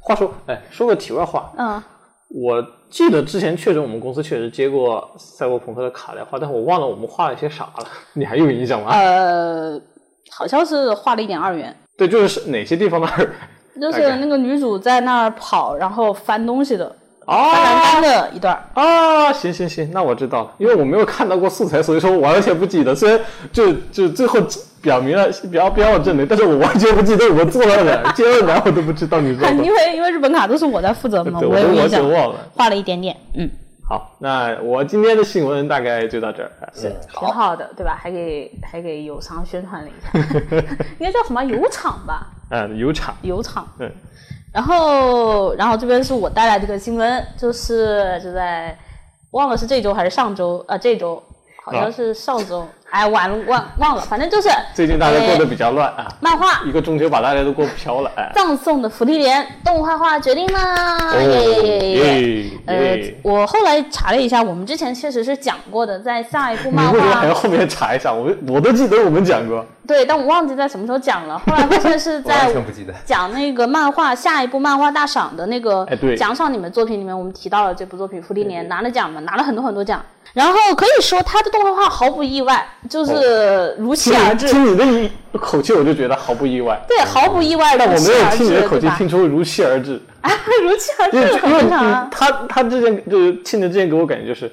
Speaker 3: 话说，哎，说个题外话，
Speaker 2: 嗯，
Speaker 3: 我记得之前确实我们公司确实接过赛博朋克的卡带画，但我忘了我们画了些啥了，你还有印象吗？
Speaker 2: 呃，好像是画了一点二元，
Speaker 3: 对，就是哪些地方的二
Speaker 2: 就
Speaker 3: 大
Speaker 2: 是
Speaker 3: 概
Speaker 2: 那个女主在那儿跑，然后翻东西的翻栏
Speaker 3: 啊
Speaker 2: 杆的一段儿。
Speaker 3: 啊，行行行，那我知道了，因为我没有看到过素材，所以说我完全不记得。虽然就就最后表明了表表我证明，但是我完全不记得我做了哪接了哪，我都不知道，你知道 吗？
Speaker 2: 因为因为日本卡都是我在负责嘛，
Speaker 3: 对，
Speaker 2: 有
Speaker 3: 都
Speaker 2: 印
Speaker 3: 完全
Speaker 2: 象，
Speaker 3: 忘了。
Speaker 2: 画了一点点，嗯，
Speaker 3: 好，那我今天的新闻大概就到这儿。行，
Speaker 2: 挺好的，对吧？还给还给友商宣传了一下， 应该叫什么油厂吧？
Speaker 3: 嗯，有场，
Speaker 2: 油厂。
Speaker 3: 嗯，
Speaker 2: 然后然后这边是我带来这个新闻，就是就在忘了是这周还是上周，呃，这周好像是上周，哎，完了忘忘了，反正就是
Speaker 3: 啊
Speaker 2: 哎
Speaker 3: 最近大家过得比较乱啊，
Speaker 2: 漫画
Speaker 3: 一个中秋把大家都过飘了，哎。
Speaker 2: 葬送的福利莲动画化决定啦！
Speaker 3: 哦
Speaker 2: 啊耶耶耶耶！
Speaker 3: 耶
Speaker 2: 呃
Speaker 3: 耶，
Speaker 2: 我后来查了一下，我们之前确实是讲过的，在下一部漫
Speaker 3: 你为什么还要
Speaker 2: 画，
Speaker 3: 后面查一下？我们我都记得我们讲过，
Speaker 2: 对，但我忘记在什么时候讲了。后来好像是
Speaker 1: 我 完
Speaker 2: 在
Speaker 1: 全不记得。
Speaker 2: 讲那个漫画下一部漫画大赏的那个
Speaker 3: 哎对
Speaker 2: 奖赏里面作品里面，我们提到了这部作品《福利莲》拿了奖嘛，拿了很多很多奖。然后可以说他的动画化毫不意外，就是如期
Speaker 3: 听
Speaker 2: 而
Speaker 3: 你
Speaker 2: 至。
Speaker 3: 听你的一口气，我就觉得毫不意外。
Speaker 2: 对，毫不意外，
Speaker 3: 但我
Speaker 2: 如期
Speaker 3: 没有
Speaker 2: 而
Speaker 3: 听你
Speaker 2: 至，
Speaker 3: 的口
Speaker 2: 啊对
Speaker 3: 气
Speaker 2: 吧？
Speaker 3: 听出如期而至，
Speaker 2: 如期而至
Speaker 3: 因为
Speaker 2: 很
Speaker 3: 因为
Speaker 2: 正常啊。
Speaker 3: 他他之前就是庆的之前给我感觉就是，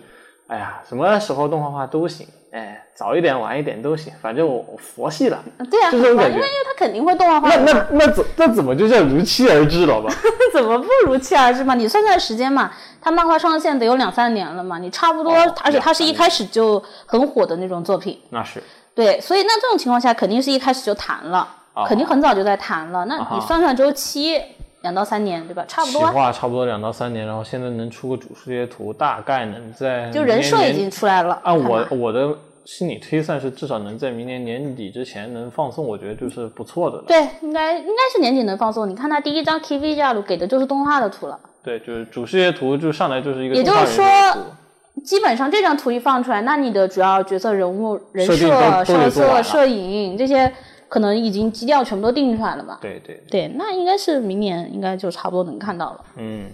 Speaker 3: 哎呀，什么时候动画化都行，哎，早一点晚一点都行，反正我我佛系了。
Speaker 2: 对啊，
Speaker 3: 就这种感觉
Speaker 2: 因为因为他肯定会动画化
Speaker 3: 那
Speaker 2: 的嘛，
Speaker 3: 那那怎那怎么就叫如期而至了吧？
Speaker 2: 那怎么不如期而至嘛？你算算时间嘛，他漫画上线得有两三年了嘛，你差不多，
Speaker 3: 哦
Speaker 2: 而且他是一
Speaker 3: 两三
Speaker 2: 开
Speaker 3: 年
Speaker 2: 始就很火的那种作品，
Speaker 3: 那是
Speaker 2: 对，所以那这种情况下肯定是一开始就谈了，
Speaker 3: 哦
Speaker 2: 肯定很早就在谈了。那
Speaker 3: 啊哈
Speaker 2: 你算算周期，两到三年，对吧？差不
Speaker 3: 企
Speaker 2: 多啊，
Speaker 3: 划差不多两到三年，然后现在能出个主视觉图，大概能在
Speaker 2: 就人设
Speaker 3: 明
Speaker 2: 已
Speaker 3: 年
Speaker 2: 经出来了。
Speaker 3: 按
Speaker 2: 看
Speaker 3: 我
Speaker 2: 吧
Speaker 3: 我的心理推算是至少能在明年年底之前能放送，我觉得就是不错的了。
Speaker 2: 对，应该应该是年底能放送。你看他第一张 KV 加入给的就是动画的图了，
Speaker 3: 对，就是主视觉图就上来就是一个
Speaker 2: 也
Speaker 3: 动
Speaker 2: 就是
Speaker 3: 画人
Speaker 2: 说
Speaker 3: 的图
Speaker 2: 基本上这张图一放出来，那你的主要角色人物、人
Speaker 3: 设定
Speaker 2: 设、
Speaker 3: 都都
Speaker 2: 上
Speaker 3: 得做完
Speaker 2: 色、
Speaker 3: 了
Speaker 2: 摄影这些，可能已经基调全部都定出来了吧？
Speaker 3: 对对，
Speaker 2: 对，那应该是明年应该就差不多能看到了，
Speaker 3: 嗯，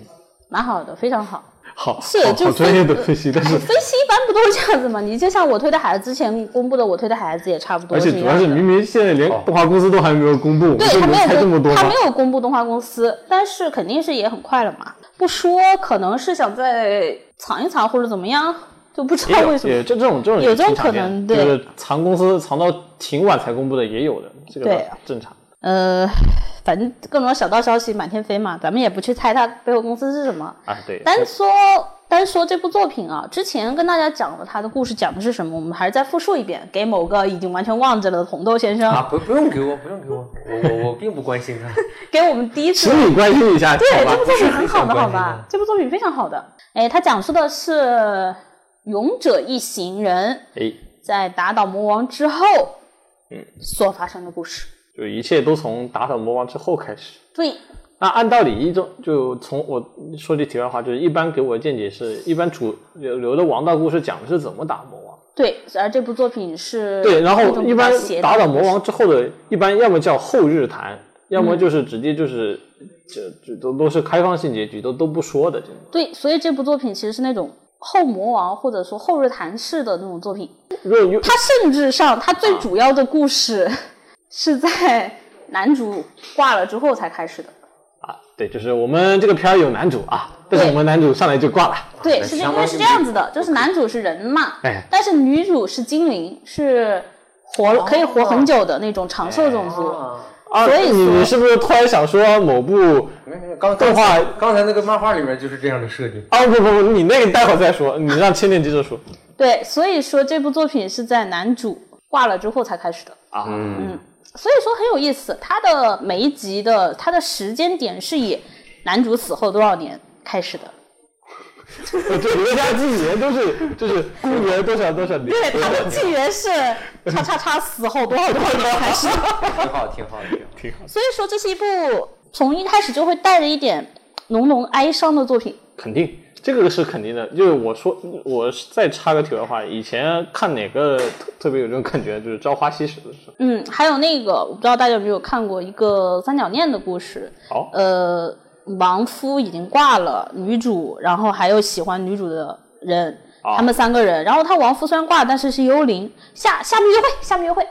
Speaker 2: 蛮好的，非常好。
Speaker 3: 好，
Speaker 2: 是
Speaker 3: 好
Speaker 2: 就
Speaker 3: 好
Speaker 2: 是
Speaker 3: 专业的分析，但是
Speaker 2: 分析一般不都是这样子吗？你就像我推的孩子之前公布的，我推的孩子也差不多
Speaker 3: 而且
Speaker 2: 一
Speaker 3: 主
Speaker 2: 样
Speaker 3: 要
Speaker 2: 的。
Speaker 3: 是明明现在连
Speaker 1: 哦
Speaker 3: 动画公司都还没有公布，我们
Speaker 2: 对
Speaker 3: 就
Speaker 2: 他
Speaker 3: 能
Speaker 2: 没
Speaker 3: 猜这
Speaker 2: 有
Speaker 3: 么
Speaker 2: 公
Speaker 3: 多
Speaker 2: 他
Speaker 3: 吗
Speaker 2: 没？有公布动画公司，但是肯定是也很快了嘛。不说，可能是想再藏一藏或者怎么样，就不知道为什么
Speaker 3: 也。这这种这种
Speaker 2: 有这种
Speaker 3: 也挺常
Speaker 2: 可能
Speaker 3: 见
Speaker 2: 对
Speaker 3: 就是藏公司藏到挺晚才公布的也有的，这个
Speaker 2: 对
Speaker 3: 正常。
Speaker 2: 呃，反正各种小道消息满天飞嘛，咱们也不去猜它背后公司是什么。
Speaker 3: 啊，对，
Speaker 2: 单说单说这部作品啊，之前跟大家讲了它的故事讲的是什么，我们还是再复述一遍，给某个已经完全忘记了的红豆先生，
Speaker 1: 啊，不不用给我，不用给我，我我我并不关心他。
Speaker 2: 给我们第一次
Speaker 3: 请你关心一 下，
Speaker 2: 对，
Speaker 3: 好
Speaker 2: 这
Speaker 3: 吧
Speaker 2: 部？作品很好的，
Speaker 1: 关
Speaker 2: 好
Speaker 1: 系
Speaker 2: 吧
Speaker 1: 的？
Speaker 2: 这部作品非常好的。哎，它讲述的是勇者一行人
Speaker 3: 哎，
Speaker 2: 在打倒魔王之后，
Speaker 3: 嗯，
Speaker 2: 所发生的故事。
Speaker 3: 就一切都从打倒魔王之后开始。
Speaker 2: 对，
Speaker 3: 那按道理，一种就从我说句题外话，就是一般给我的见解是，一般主流流的王道故事讲的是怎么打魔王，
Speaker 2: 对，而这部作品是
Speaker 3: 对，然
Speaker 2: 各
Speaker 3: 后
Speaker 2: 种
Speaker 3: 一般
Speaker 2: 比较邪的
Speaker 3: 打倒魔王之后的，一般要么叫后日谈，要
Speaker 2: 嗯
Speaker 3: 么就是直接就是这这都都是开放性结局，都都不说的这种。
Speaker 2: 对，所以这部作品其实是那种后魔王或者说后日谈式的那种作品。
Speaker 3: 如果有
Speaker 2: 它甚至上，它
Speaker 3: 啊
Speaker 2: 最主要的故事 是在男主挂了之后才开始的。
Speaker 3: 啊，对，就是我们这个片儿有男主啊，但是
Speaker 2: 对
Speaker 3: 我们男主上来就挂了，
Speaker 2: 对，是这
Speaker 1: 相
Speaker 2: 因为
Speaker 1: 当
Speaker 2: 是
Speaker 1: 于
Speaker 2: 这样子的，就是男主是人嘛，
Speaker 3: 哎
Speaker 2: 但是女主是精灵，是活了可以活很久的那种长寿种族。
Speaker 3: 啊，
Speaker 2: 所以
Speaker 3: 你
Speaker 2: 说
Speaker 3: 你是不是突然想说某部
Speaker 1: 没有没有，刚
Speaker 3: 动画
Speaker 1: 刚才那个漫画里面就是这样的设定。
Speaker 3: 啊？不不不，你那个待会儿再说，你让千年接着说
Speaker 2: 对，所以说这部作品是在男主挂了之后才开始的。
Speaker 3: 啊。
Speaker 1: 嗯，
Speaker 2: 所以说很有意思，它的每一集的它的时间点是以男主死后多少年开始的。
Speaker 3: 我这人家纪年都是就是故园多少多少年，
Speaker 2: 对，它的纪元是叉叉叉死后多少多少年开始的。
Speaker 1: 挺好，挺好，挺好。
Speaker 3: 挺 好，
Speaker 2: 所以说这是一部从一开始就会带着一点浓浓哀伤的作品。
Speaker 3: 肯定。这个是肯定的，就是我说，我再插个题外话，以前看哪个特特别有这种感觉，就是《朝花夕拾》的时候，
Speaker 2: 嗯，还有那个我不知道大家有没有看过一个三角恋的故事，
Speaker 3: 好、
Speaker 2: 呃，亡夫已经挂了，女主，然后还有喜欢女主的人，
Speaker 3: 啊
Speaker 2: 他们三个人，然后他亡夫虽然挂了，但是是幽灵，下下面约会，下面约会，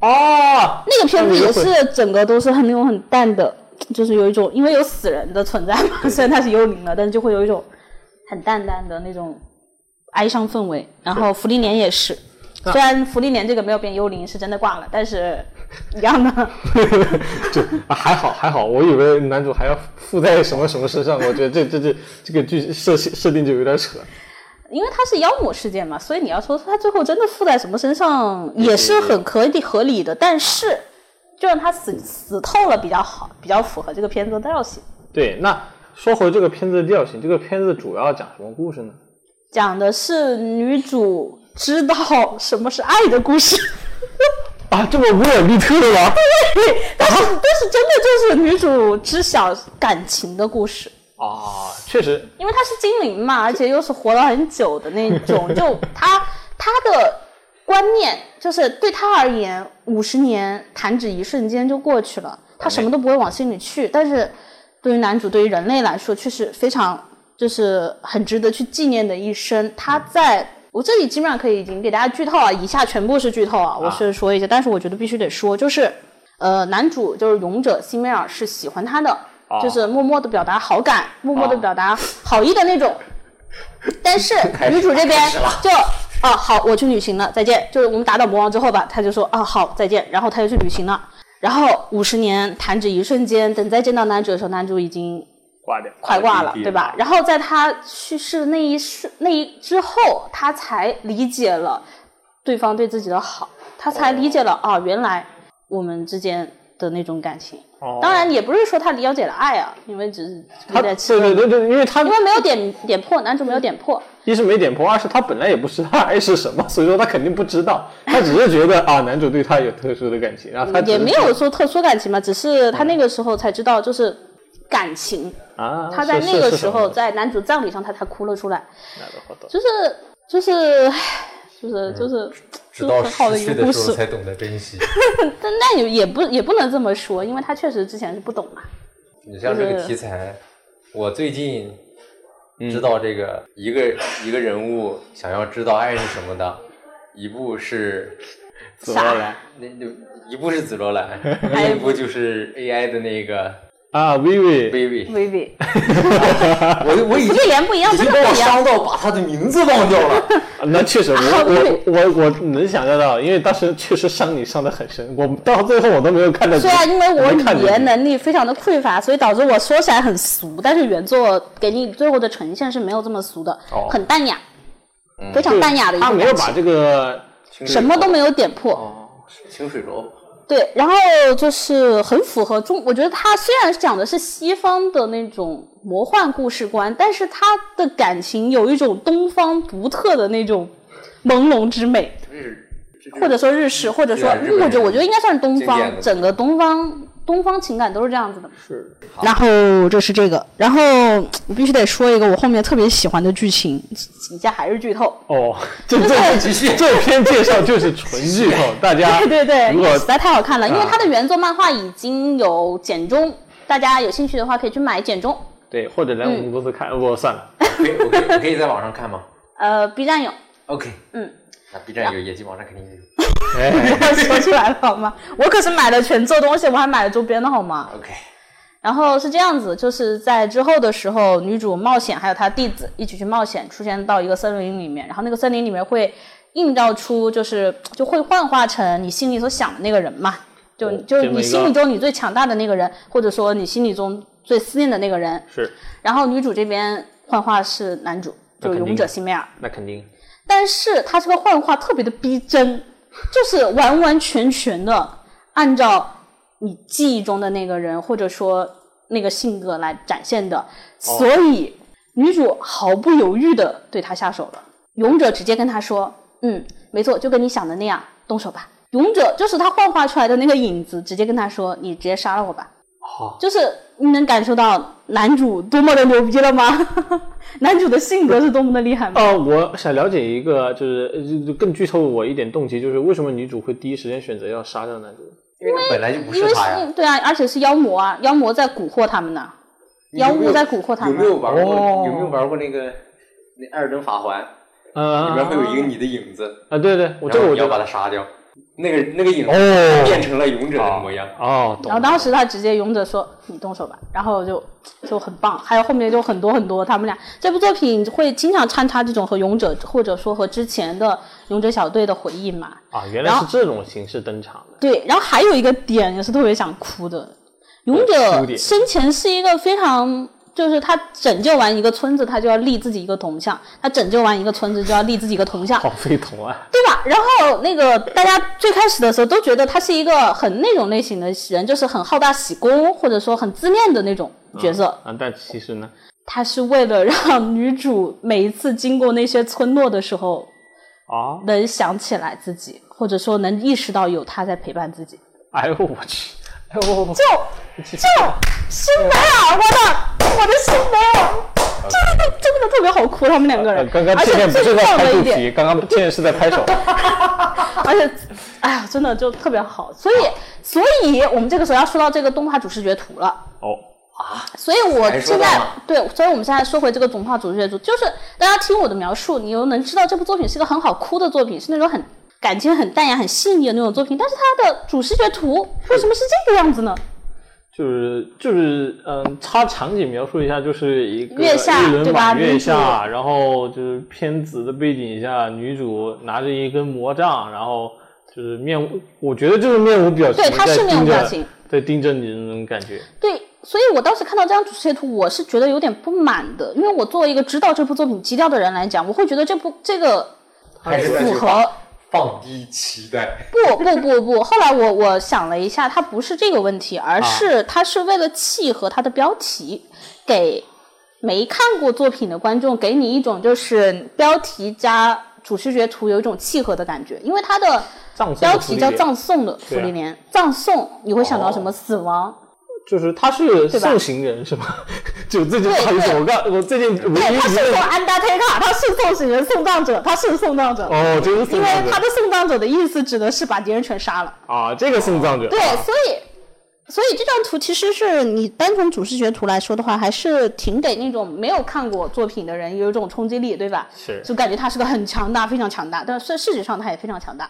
Speaker 3: 啊，
Speaker 2: 那个片子
Speaker 3: 下
Speaker 2: 也
Speaker 3: 面约会
Speaker 2: 是整个都是很那种很淡的，就是有一种因为有死人的存在嘛，虽然他是幽灵了，但是就会有一种很淡淡的那种哀伤氛围。然后福利莲也是，虽然福利莲这个没有变幽灵，是真的挂了，但是一样的。
Speaker 3: 就啊还好还好，我以为男主还要附在什么什么身上，我觉得这这这这个剧设设定就有点扯。
Speaker 2: 因为它是妖魔事件嘛，所以你要说它最后真的附在什么身上也是很合理合理的，但是就让他死死透了比较好，比较符合这个片子的调性。
Speaker 3: 对，那说回这个片子的调性，这个片子主要讲什么故事呢？
Speaker 2: 讲的是女主知道什么是爱的故事，
Speaker 3: 啊，这么威尔利特吗？
Speaker 2: 但是、但是真的就是女主知晓感情的故事，
Speaker 3: 啊，确实，
Speaker 2: 因为她是精灵嘛，而且又是活了很久的那种，就她她的观念就是对她而言，五十年弹指一瞬间就过去了，她什么都不会往心里去。但是对于男主，对于人类来说，却是非常就是很值得去纪念的一生。他在我这里基本上可以已经给大家剧透啊，以下全部是剧透啊，我是说一下，但是我觉得必须得说，就是呃，男主就是勇者辛梅尔是喜欢他的，就是默默的表达好感，默默的表达好意的那种。但是女主这边就啊好，我去旅行了，再见。就是我们打倒魔王之后吧，他就说啊好，再见，然后他就去旅行了。然后五十年弹指一瞬间，等再见到男主的时候，男主已经
Speaker 3: 挂掉，
Speaker 2: 快挂了，
Speaker 1: 地
Speaker 2: 对吧？然后在他去世那一瞬那一之后，他才理解了对方对自己的好，他才理解了
Speaker 1: 哦
Speaker 2: 啊，原来我们之间的那种感情。
Speaker 3: 哦
Speaker 2: 当然，也不是说他了解了爱啊，因为只是有
Speaker 3: 他
Speaker 2: 点
Speaker 3: 对
Speaker 2: 气愤
Speaker 3: 对对对，因为他
Speaker 2: 因为没有点点破，男主没有点破，
Speaker 3: 一是没点破，二是他本来也不知道爱是什么，所以说他肯定不知道，他只是觉得啊，男主对他有特殊的感情，然后他只
Speaker 2: 也
Speaker 3: 是
Speaker 2: 没有说特殊感情嘛，只是他那个时候才知道，就是感情。
Speaker 3: 啊，
Speaker 2: 他在
Speaker 3: 是
Speaker 2: 那个
Speaker 3: 是是
Speaker 2: 时候，
Speaker 3: 是是
Speaker 2: 在男主葬礼上，他才哭了出来，
Speaker 3: 那个活动
Speaker 2: 就是就是唉就是就是
Speaker 1: 嗯直
Speaker 2: 就是
Speaker 1: 到
Speaker 2: 很
Speaker 1: 十
Speaker 2: 好的一
Speaker 1: 岁
Speaker 2: 个
Speaker 1: 的
Speaker 2: 故
Speaker 1: 时候
Speaker 2: 事。
Speaker 1: 才懂得珍惜。
Speaker 2: 但但也也不也不能这么说，因为他确实之前是不懂嘛。
Speaker 1: 你像这
Speaker 2: 嗯
Speaker 1: 个题材，我最近知道这个一个一个人物想要知道爱是什么的，一部是
Speaker 3: 怎么来
Speaker 1: 那就一部是紫罗 兰，
Speaker 2: 有
Speaker 1: 另一部就是 AI 的那个
Speaker 3: 啊？Vivi，
Speaker 1: Baby。
Speaker 2: 薇薇，
Speaker 1: 我我已
Speaker 2: 福
Speaker 1: 经
Speaker 2: 利莲不一 样，
Speaker 1: 已
Speaker 2: 真
Speaker 1: 经
Speaker 2: 的
Speaker 1: 把我
Speaker 2: 不一样。
Speaker 1: 伤到把他的名字忘掉 了。
Speaker 3: 啊那确实，我
Speaker 2: 啊
Speaker 3: 我我我能想象到，因为当时确实伤你伤得很深，我到最后我都没有看到。
Speaker 2: 虽然因为我
Speaker 3: 没看
Speaker 2: 语
Speaker 3: 进去
Speaker 2: 言能力非常的匮乏，所以导致我说起来很俗，但是原作给你最后的呈现是没有这么俗的，
Speaker 3: 哦
Speaker 2: 很淡雅，非常
Speaker 3: 就
Speaker 2: 淡雅的一个
Speaker 3: 他没有
Speaker 2: 感情
Speaker 3: 把这个哦
Speaker 2: 什么都没有点破。
Speaker 1: 清水楼，
Speaker 2: 对，然后就是很符合中，我觉得它虽然讲的是西方的那种魔幻故事观，但是它的感情有一种东方独特的那种朦胧之美，
Speaker 1: 这是这就是
Speaker 2: 或者说日式，或者说
Speaker 1: 对啊日本
Speaker 2: 我觉得
Speaker 1: 人
Speaker 2: 我觉得应该算是东
Speaker 1: 经
Speaker 2: 方
Speaker 1: 典的
Speaker 2: 整个东方东方情感都是这样子的嘛。
Speaker 3: 是
Speaker 4: 然后这是这个，然后我必须得说一个我后面特别喜欢的剧情，
Speaker 2: 以下还是剧透，
Speaker 3: 哦，这这
Speaker 1: 继续
Speaker 3: 这篇介绍就是纯剧透，大
Speaker 1: 啊
Speaker 3: 家
Speaker 2: 对对对，
Speaker 3: 如
Speaker 2: 因
Speaker 3: 果
Speaker 2: 为实在太好看了，因为
Speaker 3: 啊
Speaker 2: 它的原作漫画已经有简中，大家有兴趣的话可以去买简中，
Speaker 3: 对或者来我们公司看，我算了，
Speaker 1: 可以我可以我可以在网上看吗
Speaker 2: 呃，B 站 有，
Speaker 1: ？OK，
Speaker 2: 嗯，
Speaker 1: 那 B 站有，野鸡网站肯定也有。
Speaker 3: 哎，
Speaker 2: 不要说出来了好吗？我可是买了全做东西，我还买了周边的好吗？
Speaker 1: OK，
Speaker 2: 然后是这样子，就是在之后的时候，女主冒险还有她弟子一起去冒险，出现到一个森林里面，然后那个森林里面会映照出，就是就会幻化成你心里所想的那个人嘛，就
Speaker 3: 哦
Speaker 2: 就是
Speaker 3: 这
Speaker 2: 你
Speaker 3: 么一个
Speaker 2: 心里中你最强大的那个人，或者说你心里中最思念的那个人。
Speaker 3: 是
Speaker 2: 然后女主这边幻化是男主，
Speaker 3: 那
Speaker 2: 就是
Speaker 3: 肯定
Speaker 2: 勇者辛梅尔，
Speaker 3: 那肯定
Speaker 2: 但是他这个幻化特别的逼真，就是完完全全的按照你记忆中的那个人或者说那个性格来展现的，所以女主毫不犹豫的对他下手了。勇者直接跟他说：“嗯，没错，就跟你想的那样，动手吧。”勇者就是他幻化出来的那个影子，直接跟他说：“你直接杀了我吧。”
Speaker 3: 好，
Speaker 2: 就是你能感受到男主多么的牛逼了吗？ 男主的性格是多么的厉害吗？
Speaker 3: 呃，我想了解一个，就是呃就就更剧透我一点动机，就是为什么女主会第一时间选择要杀掉男主？
Speaker 1: 因为本来就不
Speaker 2: 因
Speaker 1: 是
Speaker 2: 为
Speaker 1: 他呀。
Speaker 2: 是对啊，而且是妖魔啊，妖魔在蛊惑他们呢，
Speaker 1: 你有
Speaker 2: 妖
Speaker 1: 没有
Speaker 2: 物在蛊惑他
Speaker 1: 有
Speaker 2: 们
Speaker 1: 没有啊玩过？
Speaker 3: 哦
Speaker 1: 有没有玩过那个那《艾尔登法环》里
Speaker 3: 呃
Speaker 1: 面会有一个你的影子，
Speaker 3: 啊，对对，我
Speaker 1: 然
Speaker 3: 这
Speaker 1: 后
Speaker 3: 个我
Speaker 1: 你要
Speaker 3: 就
Speaker 1: 把它杀掉。那个那个影子
Speaker 3: 哦
Speaker 1: 变成了勇者的模样。
Speaker 3: 哦，懂
Speaker 2: 然后
Speaker 3: 了。
Speaker 2: 当时他直接勇者说：“你动手吧。”然后就就很棒，还有后面就很多很多，他们俩这部作品会经常穿插这种和勇者或者说和之前的勇者小队的回忆嘛。
Speaker 3: 啊，原来
Speaker 2: 然
Speaker 3: 是
Speaker 2: 后
Speaker 3: 这种形式登场的。
Speaker 2: 对，然后还有一个点也是特别想哭的，勇
Speaker 3: 哭
Speaker 2: 者
Speaker 3: 点
Speaker 2: 生前是一个非常。就是他拯救完一个村子，他就要立自己一个铜像；他拯救完一个村子，就要立自己一个铜像。
Speaker 3: 好非同啊！
Speaker 2: 对吧？然后那个大家最开始的时候都觉得他是一个很那种类型的人，就是很好大喜功，或者说很自恋的那种角色。
Speaker 3: 啊，但其实呢，
Speaker 2: 他是为了让女主每一次经过那些村落的时候，
Speaker 3: 啊，
Speaker 2: 能想起来自己，或者说能意识到有他在陪伴自己。
Speaker 3: 哎呦我去，哎呦我
Speaker 2: 就就辛梅尔，我的我的辛梅尔，真的真的特别好哭，他们两个
Speaker 3: 呃
Speaker 2: 人。
Speaker 3: 刚刚
Speaker 2: 而
Speaker 3: 倩
Speaker 2: 且
Speaker 3: 倩不
Speaker 2: 最
Speaker 3: 是在
Speaker 2: 棒
Speaker 3: 拍
Speaker 2: 的
Speaker 3: 肚
Speaker 2: 一点，
Speaker 3: 皮，刚刚倩倩是在 拍手。
Speaker 2: 而且，哎呀，真的就特别好。所以，所以我们这个时候要说到这个动画主视觉图了。
Speaker 3: 哦，
Speaker 2: 所以我
Speaker 1: 还说
Speaker 2: 现
Speaker 1: 到
Speaker 2: 在
Speaker 1: 吗
Speaker 2: 对，所以我们现在说回这个动画主视觉图，就是大家听我的描述，你又能知道这部作品是一个很好哭的作品，是那种很感情很淡雅、很细腻的那种作品。但是它的主视觉图为什么是这个样子呢？
Speaker 3: 就是就是，嗯，插场景描述一下，就是一个
Speaker 2: 月下
Speaker 3: 一轮
Speaker 2: 对吧
Speaker 3: 满月
Speaker 2: 女主
Speaker 3: 下，然后就是偏紫的背景下，女主拿着一根魔杖，然后就是面无，我觉得就是面无表情，
Speaker 2: 对她是
Speaker 3: 在盯
Speaker 2: 面无表
Speaker 3: 着
Speaker 2: 情，
Speaker 3: 在盯着你的那种感觉。
Speaker 2: 对，所以我当时看到这张主视觉图，我是觉得有点不满的，因为我作为一个知道这部作品基调的人来讲，我会觉得这部这个
Speaker 1: 还是那
Speaker 2: 符
Speaker 1: 句
Speaker 2: 合
Speaker 1: 话，放低期待。
Speaker 2: 不不不不，后来我我想了一下，它不是这个问题，
Speaker 3: 啊
Speaker 2: 而是它是为了契合它的标题，给没看过作品的观众给你一种就是标题加主视觉图有一种契合的感觉，因为它的
Speaker 3: 葬送的
Speaker 2: 标
Speaker 3: 芙
Speaker 2: 题
Speaker 3: 莉
Speaker 2: 叫
Speaker 3: 莲
Speaker 2: 葬送的芙
Speaker 3: 对啊哦
Speaker 2: 莉莲，葬送你会想到什么死亡，
Speaker 3: 就是他是
Speaker 2: 吧
Speaker 3: 送行人是吧？ 就最近
Speaker 2: 对
Speaker 3: 不好意思，
Speaker 2: 对
Speaker 3: 我刚我最近唯
Speaker 2: 对，
Speaker 3: 一
Speaker 2: 他
Speaker 3: 一
Speaker 2: 是
Speaker 3: 个
Speaker 2: 从安达泰卡，他是送死人送葬者，他是送葬者，
Speaker 3: 哦，这个是
Speaker 2: 因
Speaker 3: 送
Speaker 2: 为
Speaker 3: 葬者
Speaker 2: 他的送葬者的意思指的是把敌人全杀了。
Speaker 3: 啊，这个送葬者
Speaker 2: 对，所以
Speaker 4: 所以这张图其实是你单从主视觉图来说的话，还是挺
Speaker 2: 挺给那种没有看过作品的人有一种冲击力，对吧？
Speaker 3: 是
Speaker 2: 就感觉他是个很强大，非常强大，但是事实上他也非常强大。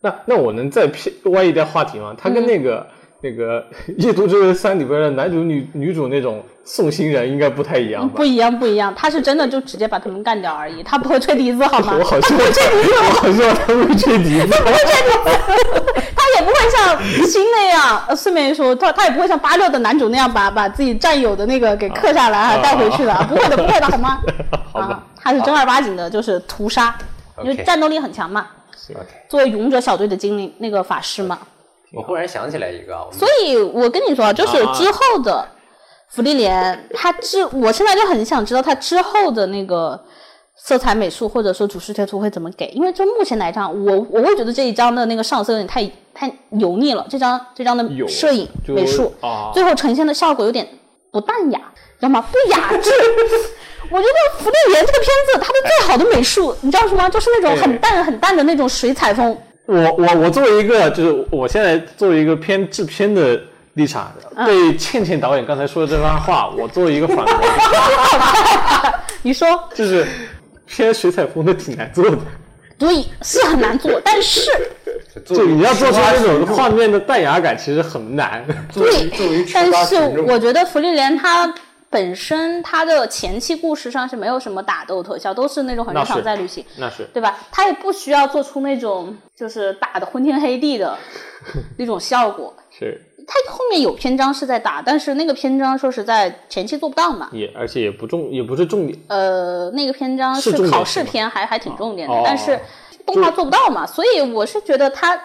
Speaker 3: 那那我能再偏歪一点话题吗？他
Speaker 2: 嗯
Speaker 3: 跟那个、那个《夜读之人三》里边的男主女女主那种送行人应该不太一样吧？
Speaker 2: 不一样，不一样，他是真的就直接把他们干掉而已，他不会吹笛子好吗？
Speaker 3: 我好希
Speaker 2: 他不
Speaker 3: 望
Speaker 2: 会吹笛子，
Speaker 3: 我好希望他会吹笛子。
Speaker 2: 他也不会像新那样。呃，顺便一说，他他也不会像八六的男主那样把把自己战友的那个给刻下来还带回去的，啊不会的，不会的，好吗？
Speaker 3: 好吧
Speaker 2: 啊，他是正儿八经的，就是屠杀，因
Speaker 1: OK
Speaker 2: 为战斗力很强嘛。
Speaker 1: OK，
Speaker 2: 作为勇者小队的精灵，那个法师嘛，
Speaker 1: 我忽然想起来一个，啊，我们
Speaker 2: 所以我跟你说，啊，就是之后
Speaker 3: 啊
Speaker 2: 的芙莉莲，它之我现在就很想知道它之后的那个色彩美术或者说主视觉图会怎么给，因为就目前来看，我我会觉得这一张的那个上色有点太太油腻了，这张这张
Speaker 3: 有
Speaker 2: 的摄影
Speaker 3: 就
Speaker 2: 美术，
Speaker 3: 啊，
Speaker 2: 最后呈现的效果有点不淡雅，知道吗？不雅 致。我觉得《福利莲》这个片子，它的最好的美术，你知道什么？就是那种很淡很淡的那种水彩风。
Speaker 3: 我我我作为一个就是我现在作为一个偏制片的立场，
Speaker 2: 嗯
Speaker 3: 对倩倩导演刚才说的这番话，我作为一个反驳，
Speaker 2: 你说
Speaker 3: 就是偏水彩风的挺难 做的，
Speaker 2: 对，是很难做，但是
Speaker 3: 就你要做出那种
Speaker 1: 话，
Speaker 3: 画面的淡雅感，其实很难。
Speaker 1: 作为作为吃
Speaker 2: 但
Speaker 1: 瓜
Speaker 2: 是
Speaker 1: 群众
Speaker 2: 我觉得《福利莲》它本身它的前期故事上是没有什么打斗特效，都是那种很日
Speaker 3: 那
Speaker 2: 常
Speaker 3: 是
Speaker 2: 在旅行，
Speaker 3: 那是
Speaker 2: 对吧？它也不需要做出那种就是打的昏天黑 地的那种效果。
Speaker 3: 是
Speaker 2: 它后面有篇章是在打，但是那个篇章说实在前期做不到嘛。
Speaker 3: 也而且也不重也不是重点，
Speaker 2: 呃，那个篇章
Speaker 3: 是重点
Speaker 2: 考试
Speaker 3: 是吗
Speaker 2: 篇还，还挺重点的，
Speaker 3: 哦
Speaker 2: 但是动画做不到嘛，所以我是觉得它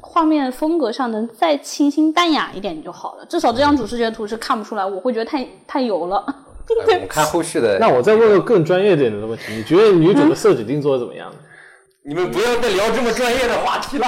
Speaker 2: 画面风格上能再清新淡雅一点就好了。至少这张主视觉图是看不出来，我会觉得太太油了。
Speaker 1: 哎我们看后续的。
Speaker 3: 那我再问个更专业点的问题，你觉得女主的色指定做的怎么样呢？
Speaker 1: 你们不要再聊这么专业的话题了。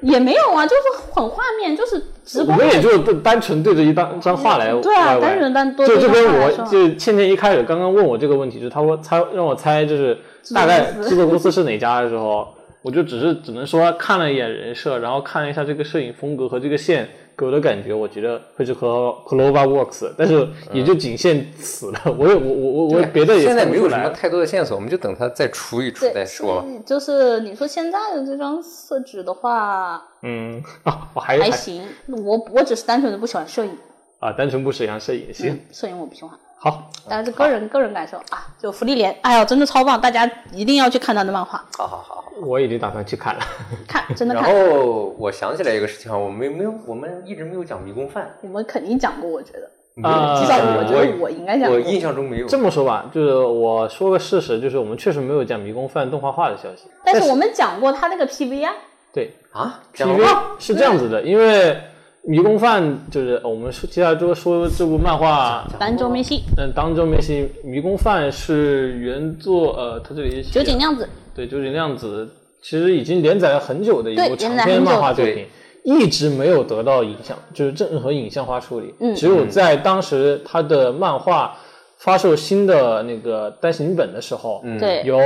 Speaker 2: 也没有啊，就是很画面，就是直
Speaker 3: 我
Speaker 2: 观
Speaker 3: 们。也就单纯对着一张张画来
Speaker 2: 嗯对啊
Speaker 3: 歪歪
Speaker 2: 单纯单多
Speaker 3: 就这
Speaker 2: 对
Speaker 3: 边
Speaker 2: 着画
Speaker 3: 我
Speaker 2: 来说
Speaker 3: 就倩倩一开始刚刚问我这个问题，就是她说猜让我猜就是大概
Speaker 2: 公司
Speaker 3: 制作公司是哪家的时候，我就只是只能说看了一眼人设，然后看了一下这个摄影风格和这个线给我的感觉，我觉得会是和 Clover Works，但是也就仅限此了。我也我我我我别的也
Speaker 1: 现在
Speaker 3: 猜不
Speaker 1: 没
Speaker 3: 出
Speaker 1: 有什么
Speaker 3: 来。
Speaker 1: 太多的线索，我们就等它再出一出
Speaker 2: 对
Speaker 1: 再说吧。
Speaker 2: 就是你说现在的这张色纸的话
Speaker 3: 嗯 啊，我还
Speaker 2: 还行，我我只是单纯的不喜欢摄影，
Speaker 3: 啊，单纯不是一样摄影行、
Speaker 2: 摄影我不喜欢。
Speaker 3: 好，
Speaker 2: 但是个人个人感受啊，就福利莲，哎呀，真的超棒，大家一定要去看他的漫画，
Speaker 1: 好好好。
Speaker 3: 我已经打算去看了。
Speaker 2: 看真的
Speaker 1: 然
Speaker 2: 看。
Speaker 1: 后我想起来一个事情啊，我们没有，我们一直没有讲迷宫饭，
Speaker 2: 我们肯定讲过，我觉得，
Speaker 1: 没有
Speaker 3: 呃
Speaker 2: 至
Speaker 1: 记
Speaker 2: 少
Speaker 1: 得
Speaker 2: 我觉得我应该讲
Speaker 1: 我
Speaker 2: 过。
Speaker 1: 印象中没有。
Speaker 3: 这么说吧，就是我说个事实，就是我们确实没有讲《迷宫饭》动画化的消息。
Speaker 2: 但是我们讲过他那个 PV 啊，
Speaker 3: 对，
Speaker 1: 啊？这
Speaker 3: 因
Speaker 1: 样
Speaker 3: 为
Speaker 1: 吗
Speaker 3: 是这样子的，因为《迷宫饭》就是我们说接下来就说这部漫画，
Speaker 2: 兰州梅西，
Speaker 3: 嗯，当中没戏，《迷宫饭》是原作，呃，它这里
Speaker 2: 酒
Speaker 3: 写
Speaker 2: 井亮子，
Speaker 3: 对酒井亮子，其实已经连载了很久的一部
Speaker 2: 对
Speaker 3: 长
Speaker 2: 连载
Speaker 3: 篇
Speaker 2: 很久
Speaker 3: 漫画作品
Speaker 1: 对。
Speaker 3: 一直没有得到影像，就是任何影像化处理。
Speaker 2: 嗯
Speaker 3: 只有在当时他的漫画发售新的那个单行本的时候，嗯，
Speaker 2: 对，
Speaker 3: 由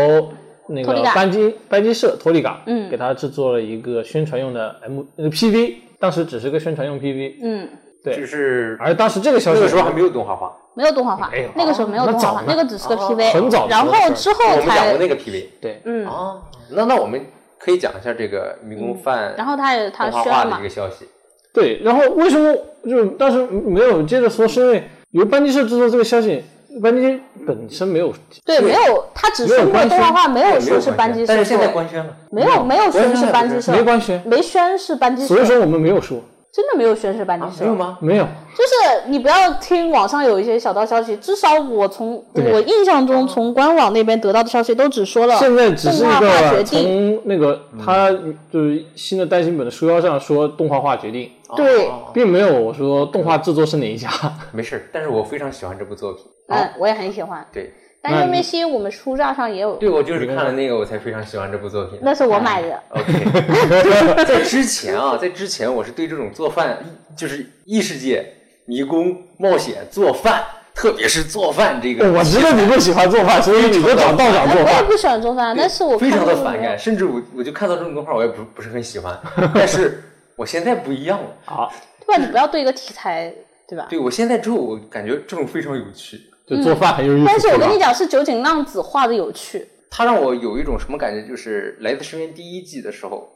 Speaker 3: 那
Speaker 2: 托
Speaker 3: 个
Speaker 2: 利嘎
Speaker 3: 班基班基社托利嘎，
Speaker 2: 嗯
Speaker 3: 给他制作了一个宣传用的 M 那个 PV，当时只是个宣传用 PV，
Speaker 2: 嗯，
Speaker 3: 对
Speaker 1: 就是
Speaker 3: 而当时这个消
Speaker 1: 那
Speaker 3: 息
Speaker 1: 个时候还没有动画化，
Speaker 2: 没有动画化
Speaker 3: 没有，
Speaker 2: 那个时候没有
Speaker 3: 那
Speaker 2: 动画
Speaker 3: 早
Speaker 2: 化
Speaker 3: 呢，
Speaker 2: 那个只是个
Speaker 3: 很
Speaker 2: PV，
Speaker 3: 早的时
Speaker 2: 然
Speaker 3: 候的事儿，
Speaker 2: 后之
Speaker 1: 我
Speaker 2: 后
Speaker 1: 们讲过
Speaker 2: 哦才，
Speaker 1: 那个 PV
Speaker 3: 对，
Speaker 2: 嗯，
Speaker 1: 啊。那那我们可以讲一下这个迷宫饭
Speaker 2: 然后他也他
Speaker 1: 动画
Speaker 2: 宣
Speaker 1: 化
Speaker 2: 了
Speaker 1: 的
Speaker 2: 嘛
Speaker 1: 一，个消息。
Speaker 3: 对，然后为什么就是当时没有接着说，是因为由班基社制作这个消息，班基本身没有
Speaker 2: 对，没有，他只
Speaker 3: 没有
Speaker 2: 说过
Speaker 3: 官宣
Speaker 2: 动画化，没有说是
Speaker 1: 官
Speaker 2: 班
Speaker 1: 宣
Speaker 2: 级
Speaker 1: 但
Speaker 2: 社
Speaker 1: 是现在
Speaker 2: 做，
Speaker 1: 官宣了，
Speaker 2: 没有没有宣是啊班级社
Speaker 3: 没，官宣，
Speaker 2: 没宣是班级社
Speaker 3: 所以，说我们没有说，
Speaker 2: 真的没有啊宣是班级社，
Speaker 1: 没有吗？
Speaker 3: 没有，
Speaker 2: 就是你不要听网上有一些小道消息，至少我从
Speaker 3: 对
Speaker 2: 我印象中从官网那边得到的消息都只说了
Speaker 3: 现在只是
Speaker 2: 啊动
Speaker 3: 一
Speaker 2: 画化决
Speaker 3: 个
Speaker 2: 定，
Speaker 3: 从那个他就是新的单行本的书腰上说动画化决定，
Speaker 2: 对，
Speaker 1: 哦
Speaker 3: 并没有说动画制作是哪一家。
Speaker 1: 没事儿。但是我非常喜欢这部作品。
Speaker 2: 嗯，我也很喜欢。
Speaker 1: 对，
Speaker 2: 但是梅西我们书架上也有，
Speaker 1: 对我就是看了那个，我才非常喜欢这部作品。
Speaker 2: 那是我买的，
Speaker 1: OK，在 之前啊，在之前我是对这种做饭，就是异世界、迷宫、冒险、做饭，特别是做饭这个，
Speaker 3: 哦我知道你不喜欢做饭，所以你就找道长
Speaker 2: 哎，
Speaker 3: 做
Speaker 2: 我也
Speaker 3: 饭。
Speaker 2: 不喜欢做饭，但是我
Speaker 1: 非
Speaker 2: 看
Speaker 1: 常的
Speaker 2: 到啊那个
Speaker 1: 反感，甚至我我就看到这种动画，我也不不是很喜欢。但是我现在不一样了，
Speaker 3: 好，
Speaker 2: 对吧？你不要对一个题材，对吧？
Speaker 1: 对我现在之后，我感觉这种非常有趣，
Speaker 3: 就做饭很有意思。
Speaker 2: 但是我跟你
Speaker 3: 对吧，
Speaker 2: 讲，是酒井浪子画的有趣，
Speaker 1: 它让我有一种什么感觉？就是《来自深渊》第一季的时候，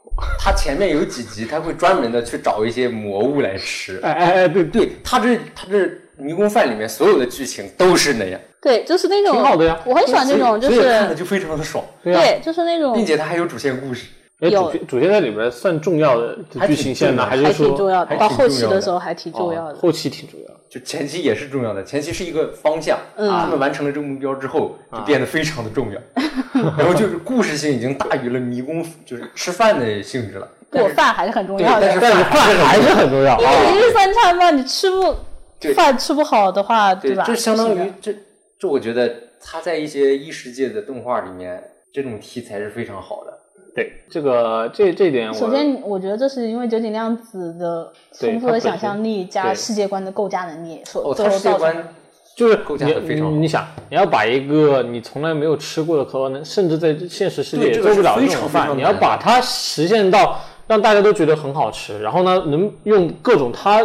Speaker 1: 它前面有几集，它会专门的去找一些魔物来吃。
Speaker 3: 哎哎哎，对，
Speaker 1: 对，它这它这迷宫饭里面所有的剧情都是那样。
Speaker 2: 对，就是那种
Speaker 3: 挺好的呀
Speaker 2: 我很喜欢这种，就
Speaker 1: 所以看着
Speaker 2: 是
Speaker 1: 就非常的爽，
Speaker 3: 对啊
Speaker 2: 对，就是那种
Speaker 1: 并且它还有主线故事，
Speaker 3: 哎，
Speaker 2: 有
Speaker 3: 主线主线在里边算重要的
Speaker 1: 还
Speaker 3: 剧
Speaker 1: 挺
Speaker 3: 情线呢，
Speaker 1: 重要的
Speaker 2: 还
Speaker 3: 是
Speaker 2: 挺重
Speaker 3: 说
Speaker 2: 要
Speaker 1: 还
Speaker 2: 的，到
Speaker 1: 挺
Speaker 2: 后
Speaker 1: 重
Speaker 2: 期
Speaker 1: 要
Speaker 2: 的
Speaker 1: 的
Speaker 2: 时候还
Speaker 3: 哦
Speaker 2: 挺重要的。
Speaker 3: 后期挺重要的？
Speaker 1: 就前期也是重要的，前期是一个方向。他们完成了这个目标之后，就变得非常的重要， 然后就是故事性已经大于了迷宫，就是吃饭的性质了。
Speaker 2: 做饭还是很重
Speaker 1: 对，
Speaker 2: 要的
Speaker 1: 但。是
Speaker 3: 但是饭还是很重要
Speaker 2: 因
Speaker 3: 啊。
Speaker 2: 为一日三餐嘛，你吃不
Speaker 1: 哦对
Speaker 2: 饭吃不好的话，
Speaker 1: 对，
Speaker 2: 吧？
Speaker 1: 这相当
Speaker 2: 不行
Speaker 1: 于
Speaker 2: 的
Speaker 1: 这这，我觉得他在一些异世界的动画里面，这种题材是非常好的。
Speaker 3: 对这个这这一点我，
Speaker 2: 首先，我觉得这是因为酒井亮子的
Speaker 3: 对
Speaker 2: 丰富的
Speaker 3: 他本身
Speaker 2: 想象力加
Speaker 3: 对
Speaker 2: 世界观的构架能力所
Speaker 1: 哦，
Speaker 2: 最
Speaker 1: 他
Speaker 2: 后
Speaker 1: 世界
Speaker 2: 造成。
Speaker 1: 观
Speaker 3: 就是
Speaker 1: 构架
Speaker 3: 你
Speaker 1: 得非常好
Speaker 3: 你想，你要把一个你从来没有吃过的可乐，能甚至在现实世界
Speaker 1: 对
Speaker 3: 也
Speaker 1: 这个
Speaker 3: 做不
Speaker 1: 是
Speaker 3: 了
Speaker 1: 非
Speaker 3: 这种
Speaker 1: 常非
Speaker 3: 饭，
Speaker 1: 常
Speaker 3: 你要
Speaker 1: 难
Speaker 3: 把它实现到让大家都觉得很好吃，然后呢，能用各种它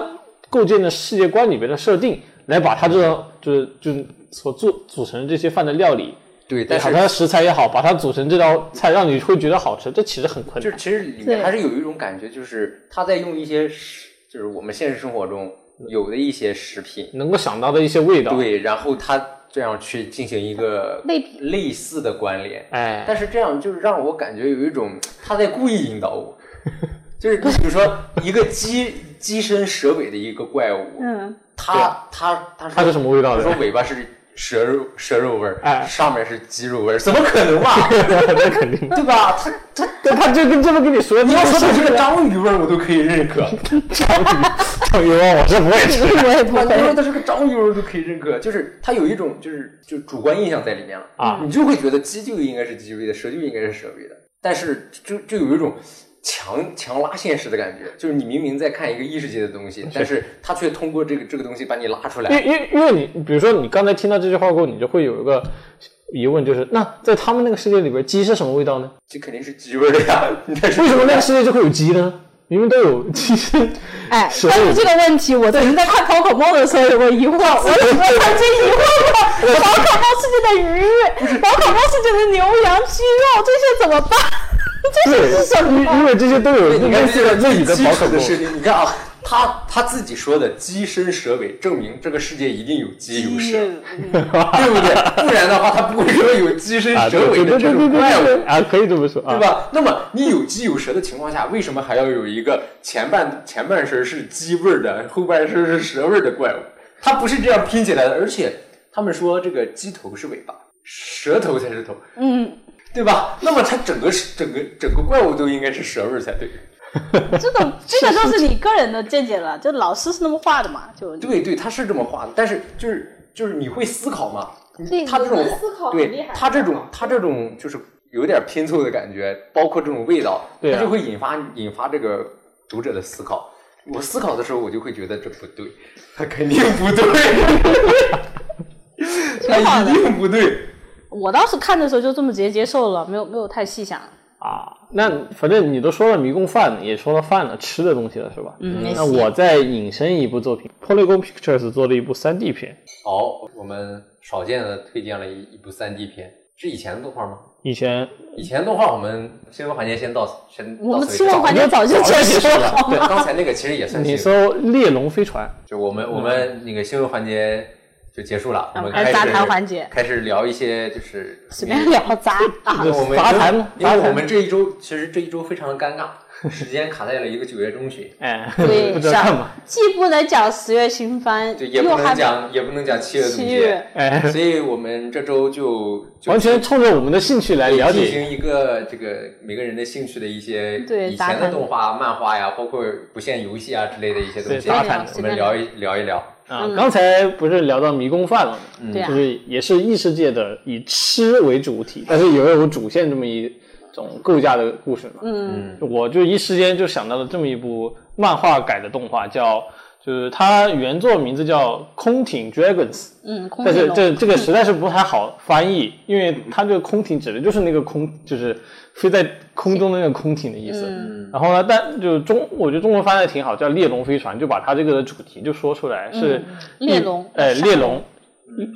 Speaker 3: 构建的世界观里面的设定来把它这个就是就是所做组成这些饭的料理，
Speaker 1: 对，但
Speaker 3: 把
Speaker 1: 是
Speaker 3: 它的食材也好，把它组成这道菜，让你会觉得好吃，这其实很困
Speaker 1: 就
Speaker 3: 难
Speaker 1: 是。其实里
Speaker 2: 对
Speaker 1: 面还是有一种感觉，就是他在用一些食，就是我们现实生活中有的一些食品，
Speaker 3: 能够想到的一些味道，，
Speaker 1: 对，然后他这样去进行一个
Speaker 2: 类比
Speaker 1: 类似的关联，
Speaker 3: 哎，
Speaker 1: 但是这样就是让我感觉有一种他在故意引导 我，就是比如说一个鸡鸡身蛇尾的一个怪物，
Speaker 2: 嗯，
Speaker 3: 对
Speaker 1: 它它它
Speaker 3: 它是什么味道
Speaker 1: 他
Speaker 3: 的
Speaker 1: 说？尾巴是蛇肉蛇肉味儿，
Speaker 3: 哎
Speaker 1: 上面是鸡肉味儿，怎么可能 嘛？
Speaker 3: 那肯定，
Speaker 1: 对吧？他他
Speaker 3: 但他就跟这么跟你说，
Speaker 1: 你
Speaker 3: 你
Speaker 1: 要说它是个章鱼味儿，我都可以认可。
Speaker 3: 章鱼吗？我是不会吃的
Speaker 4: 我也不
Speaker 1: 我
Speaker 4: 会。
Speaker 1: 因为它是个章鱼味儿都可以认可，就是它有一种就是就主观印象在里面了
Speaker 3: 啊
Speaker 1: 你就会觉得鸡就应该是鸡味的，蛇就应该是蛇味的，但是就就有一种强强拉现实的感觉，就是你明明在看一个异世界的东西，但是它却通过这个这个东西把你拉出来
Speaker 3: 因。因因为你，比如说你刚才听到这句话过后，你就会有一个疑问，就是那在他们那个世界里边，鸡是什么味道呢？
Speaker 1: 这肯定是鸡味儿的呀！ 你这是
Speaker 3: 为什么那个世界就会有鸡呢？明明都有鸡，
Speaker 4: 哎，
Speaker 3: 蛇
Speaker 4: 关于这个问题，我曾经在看宝可梦的时候有过疑 惑，我怎么曾经疑惑过宝可梦世界的鱼、宝可梦世界的牛羊鸡肉这些怎么 办？这
Speaker 3: 对
Speaker 4: 些是什，
Speaker 3: 因
Speaker 4: 么？
Speaker 3: 因为这些都有
Speaker 1: 你
Speaker 3: 类
Speaker 1: 看
Speaker 3: 似
Speaker 1: 这
Speaker 3: 的
Speaker 1: 个
Speaker 3: 自己的
Speaker 1: 基
Speaker 3: 宝
Speaker 1: 础
Speaker 3: 可
Speaker 1: 的
Speaker 3: 梦，
Speaker 1: 设定，你看啊，他他自己说的鸡身蛇尾，证明这个世界一定有鸡有 蛇，对不对？不然的话，他不会说有鸡身
Speaker 3: 啊，对
Speaker 1: 蛇
Speaker 3: 对
Speaker 1: 尾
Speaker 3: 对
Speaker 1: 的
Speaker 3: 对
Speaker 1: 这
Speaker 3: 对
Speaker 1: 种怪物，
Speaker 3: 对啊，可以这么说啊，
Speaker 1: 对？吧？那么你有鸡有蛇的情况下，为什么还要有一个前半前半身是鸡味儿的，后半身是蛇味儿的怪物？它不是这样拼起来的，而且他们说这个鸡头是尾巴，蛇头才是头，
Speaker 2: 嗯，
Speaker 1: 对吧？那么它整个整个整个怪物都应该是蛇味儿才对。
Speaker 2: 这个这个就是你个人的见解了，就老师是那么画的嘛，就
Speaker 1: 对对，他是这么画的，但是就是就是你会思考吗？
Speaker 2: 对
Speaker 1: 他这种
Speaker 5: 思考很厉
Speaker 1: 对
Speaker 5: 害
Speaker 1: 他这种他这种就是有点拼凑的感觉，包括这种味道，
Speaker 3: 对啊
Speaker 1: 他就会引发引发这个读者的思考。我思考的时候，我就会觉得这不对，他肯定不对，他一定不对。
Speaker 2: 我当时看的时候就这么直接接受了，没有没有太细想。
Speaker 3: 啊，那反正你都说了迷宫饭，也说了饭了，吃的东西了是吧？
Speaker 2: 嗯也
Speaker 3: 那我再引申一部作品，Polygon Pictures 做了一部 3D 片，
Speaker 1: 好，我们少见的推荐了一一部三 D 片，是以前的动画吗？
Speaker 3: 以前
Speaker 1: 以前动画我们新闻环节先到先
Speaker 2: 我
Speaker 1: 到
Speaker 2: 们
Speaker 1: 此为
Speaker 2: 期望
Speaker 1: 止
Speaker 2: 环节早就
Speaker 3: 早
Speaker 2: 结
Speaker 3: 就
Speaker 2: 束
Speaker 3: 结束了
Speaker 2: 了，
Speaker 1: 对，刚才那个其实也算是
Speaker 3: 你
Speaker 1: 一个
Speaker 3: 搜《猎龙飞船》，
Speaker 1: 就我
Speaker 3: 嗯
Speaker 1: 们我们那个新闻环节就结束了，我们
Speaker 2: 开
Speaker 1: 开
Speaker 2: 始
Speaker 1: 始
Speaker 2: 啊杂谈环节
Speaker 1: 开始聊一些就是
Speaker 2: 随便聊砸 啊！
Speaker 1: 因为我们
Speaker 3: 杂谈嘛
Speaker 1: 因为
Speaker 3: 杂
Speaker 1: 因
Speaker 3: 谈
Speaker 1: 为我们这一周其实这一周非常的尴尬，时间卡在了一个九月中旬，
Speaker 3: 哎，
Speaker 2: 对
Speaker 3: 不知道干嘛，
Speaker 2: 既不能讲十月新番，
Speaker 1: 就也不
Speaker 2: 又还
Speaker 1: 能讲也不能讲七月总
Speaker 2: 七
Speaker 1: 结，
Speaker 2: 月，
Speaker 3: 哎，
Speaker 1: 所以我们这周就就
Speaker 3: 完全冲着我们的兴趣来了
Speaker 1: 进
Speaker 3: 解。
Speaker 1: 行一个这个每个人的兴趣的一些
Speaker 2: 对
Speaker 1: 以
Speaker 2: 杂
Speaker 1: 前
Speaker 2: 谈
Speaker 1: 的动画、漫画呀，包括不限游戏啊之类的一些东
Speaker 3: 对
Speaker 1: 西，
Speaker 3: 杂谈
Speaker 1: 我们聊一聊一聊。
Speaker 3: 啊，刚才不是聊到迷宫饭了吗？嗯
Speaker 2: 对啊
Speaker 3: 就是也是异世界的以吃为主体，但是也有主线这么一种构架的故事嘛。
Speaker 2: 嗯，
Speaker 1: 嗯，
Speaker 3: 我就一时间就想到了这么一部漫画改的动画，叫就是它原作名字叫《空挺 Dragons》，
Speaker 2: 嗯，空
Speaker 3: 但
Speaker 2: 间
Speaker 3: 是
Speaker 2: 龙
Speaker 3: 这这个实在是不太好翻译，因为它这个空艇指的就是那个空，就是飞在空中的那个空艇的意思。
Speaker 2: 嗯
Speaker 3: 然后呢，但就中，我觉得中文翻的挺好，叫《猎龙飞船》，就把它这个的主题就说出来是
Speaker 2: 嗯猎龙
Speaker 3: 哎，
Speaker 2: 杀
Speaker 3: 猎龙，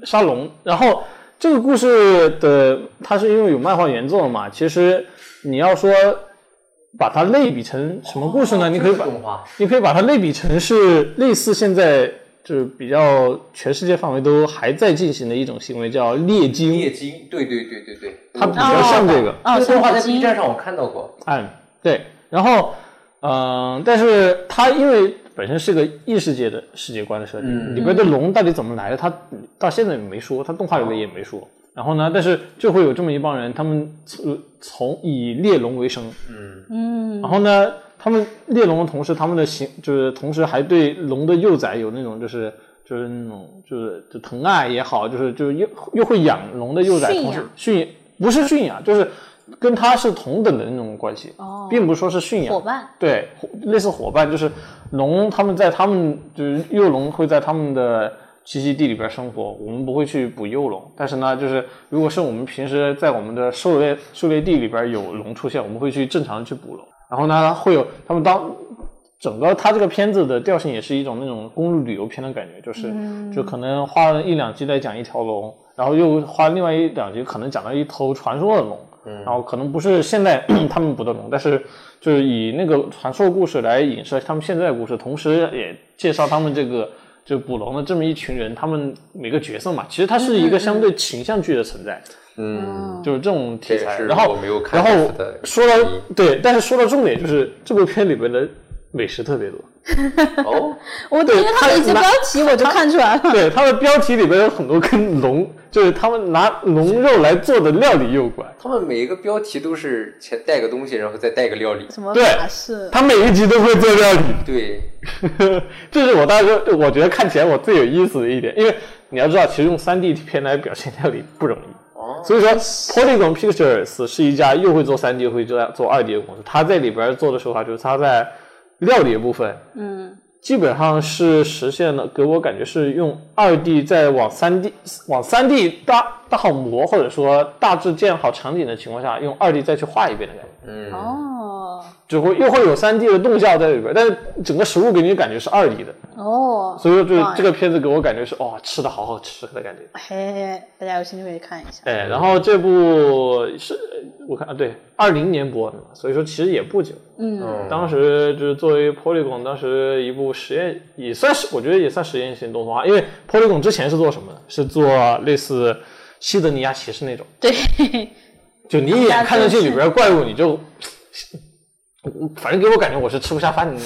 Speaker 3: 沙龙。然后这个故事的，它是因为有漫画原作嘛，其实你要说把它类比成什么故事
Speaker 1: 哦
Speaker 3: 呢？你可以把
Speaker 1: 动画
Speaker 3: 你可以把它类比成是类似现在就是比较全世界范围都还在进行的一种行为，叫猎
Speaker 1: 猎
Speaker 3: 鲸，
Speaker 1: 鲸，对对对对对，
Speaker 3: 它比较像这个。
Speaker 2: 哦，
Speaker 1: 这个动画在
Speaker 2: 神
Speaker 1: B
Speaker 2: 经
Speaker 1: 站上我看到过，
Speaker 3: 嗯，对。然后，嗯、但是它因为本身是个异世界的世界观的设定，
Speaker 1: 嗯
Speaker 3: 里边的龙到底怎么来的，它到现在也没说，它动画里面也没说。然后呢，但是就会有这么一帮人，他们从呃从以猎龙为生，
Speaker 1: 嗯。
Speaker 2: 嗯，
Speaker 3: 然后呢，他们猎龙的同时，他们的行就是同时还对龙的幼崽有那种就是就是那种就是就疼爱也好，就是就是又又会养龙的幼崽，
Speaker 2: 驯养
Speaker 3: 同时驯不是驯养，就是跟他是同等的那种关系，
Speaker 2: 哦
Speaker 3: 并不是说是驯养
Speaker 2: 伙伴，
Speaker 3: 对，伙类似伙伴，就是龙，他们在他们就是幼龙会在他们的栖息地里边生活，我们不会去捕幼龙，但是呢，就是如果是我们平时在我们的狩猎狩猎地里边有龙出现，我们会去正常地去捕龙，然后呢，会有他们当。整个它这个片子的调性也是一种那种公路旅游片的感觉，就是、就可能花了一两集来讲一条龙，然后又花另外一两集可能讲到一头传说的龙，然后可能不是现在 他们捕的龙，但是就是以那个传说故事来影射他们现在的故事，同时也介绍他们这个就捕龙的这么一群人，他们每个角色嘛，其实它是一个相对形象剧的存在，
Speaker 1: 嗯，
Speaker 3: 就是这种
Speaker 1: 这
Speaker 3: 题
Speaker 1: 也
Speaker 3: 材。
Speaker 1: 是
Speaker 3: 然后
Speaker 1: 我没有看
Speaker 3: 然
Speaker 1: 过
Speaker 3: 后
Speaker 1: 的
Speaker 3: 说到
Speaker 1: 原因
Speaker 3: 对，但是说到重点就是这部片里边的美食特别多，
Speaker 1: 哦，
Speaker 2: 我
Speaker 3: 对
Speaker 2: 听着他
Speaker 3: 他
Speaker 2: 的一集
Speaker 3: 拿
Speaker 2: 标题我就看出来了。
Speaker 3: 对，它的标题里边有很多跟龙，就是他们拿龙肉来做的料理有关。
Speaker 1: 他们每一个标题都是前带个东西，然后再带个料理。
Speaker 2: 什么
Speaker 3: 对
Speaker 2: 法式？
Speaker 3: 他每一集都会做料理，
Speaker 1: 对，
Speaker 3: 这是我当时我觉得看起来我最有意思的一点，因为你要知道，其实用3 D 片来表现料理不容易。
Speaker 1: 哦
Speaker 3: 所以说，Polygon Pictures 是一家又会做3 D 又会做做2 D 的公司。它在里边做的手法就是它在料理的部分，嗯，基本上是实现了，给我感觉是用2 D 再往3 D 往3 D 大大好模或者说大致建好场景的情况下，用2 D 再去画一遍的感觉。
Speaker 1: 嗯，
Speaker 2: 哦
Speaker 3: 就会又会有3 D 的动效在里边，但是整个食物给你的感觉是2 D 的，
Speaker 2: 哦，
Speaker 3: 所以说这
Speaker 2: 棒呀
Speaker 3: 这个片子给我感觉是哇、吃的好好吃的感觉。
Speaker 2: 嘿，大家有兴趣可以看一下。
Speaker 3: 哎，然后这部是呃我看啊，对，二零年播的嘛，所以说其实也不久。
Speaker 2: 嗯，
Speaker 1: 嗯
Speaker 3: 当时就是作为 Polygon 当时一部实验，也算是我觉得也算实验性动啊画，因为 Polygon 之前是做什么的？是做类似西德尼亚骑士那种，
Speaker 2: 对，
Speaker 3: 就你一眼看上去里边儿怪物，你 就，反正给我感觉我是吃不下饭的。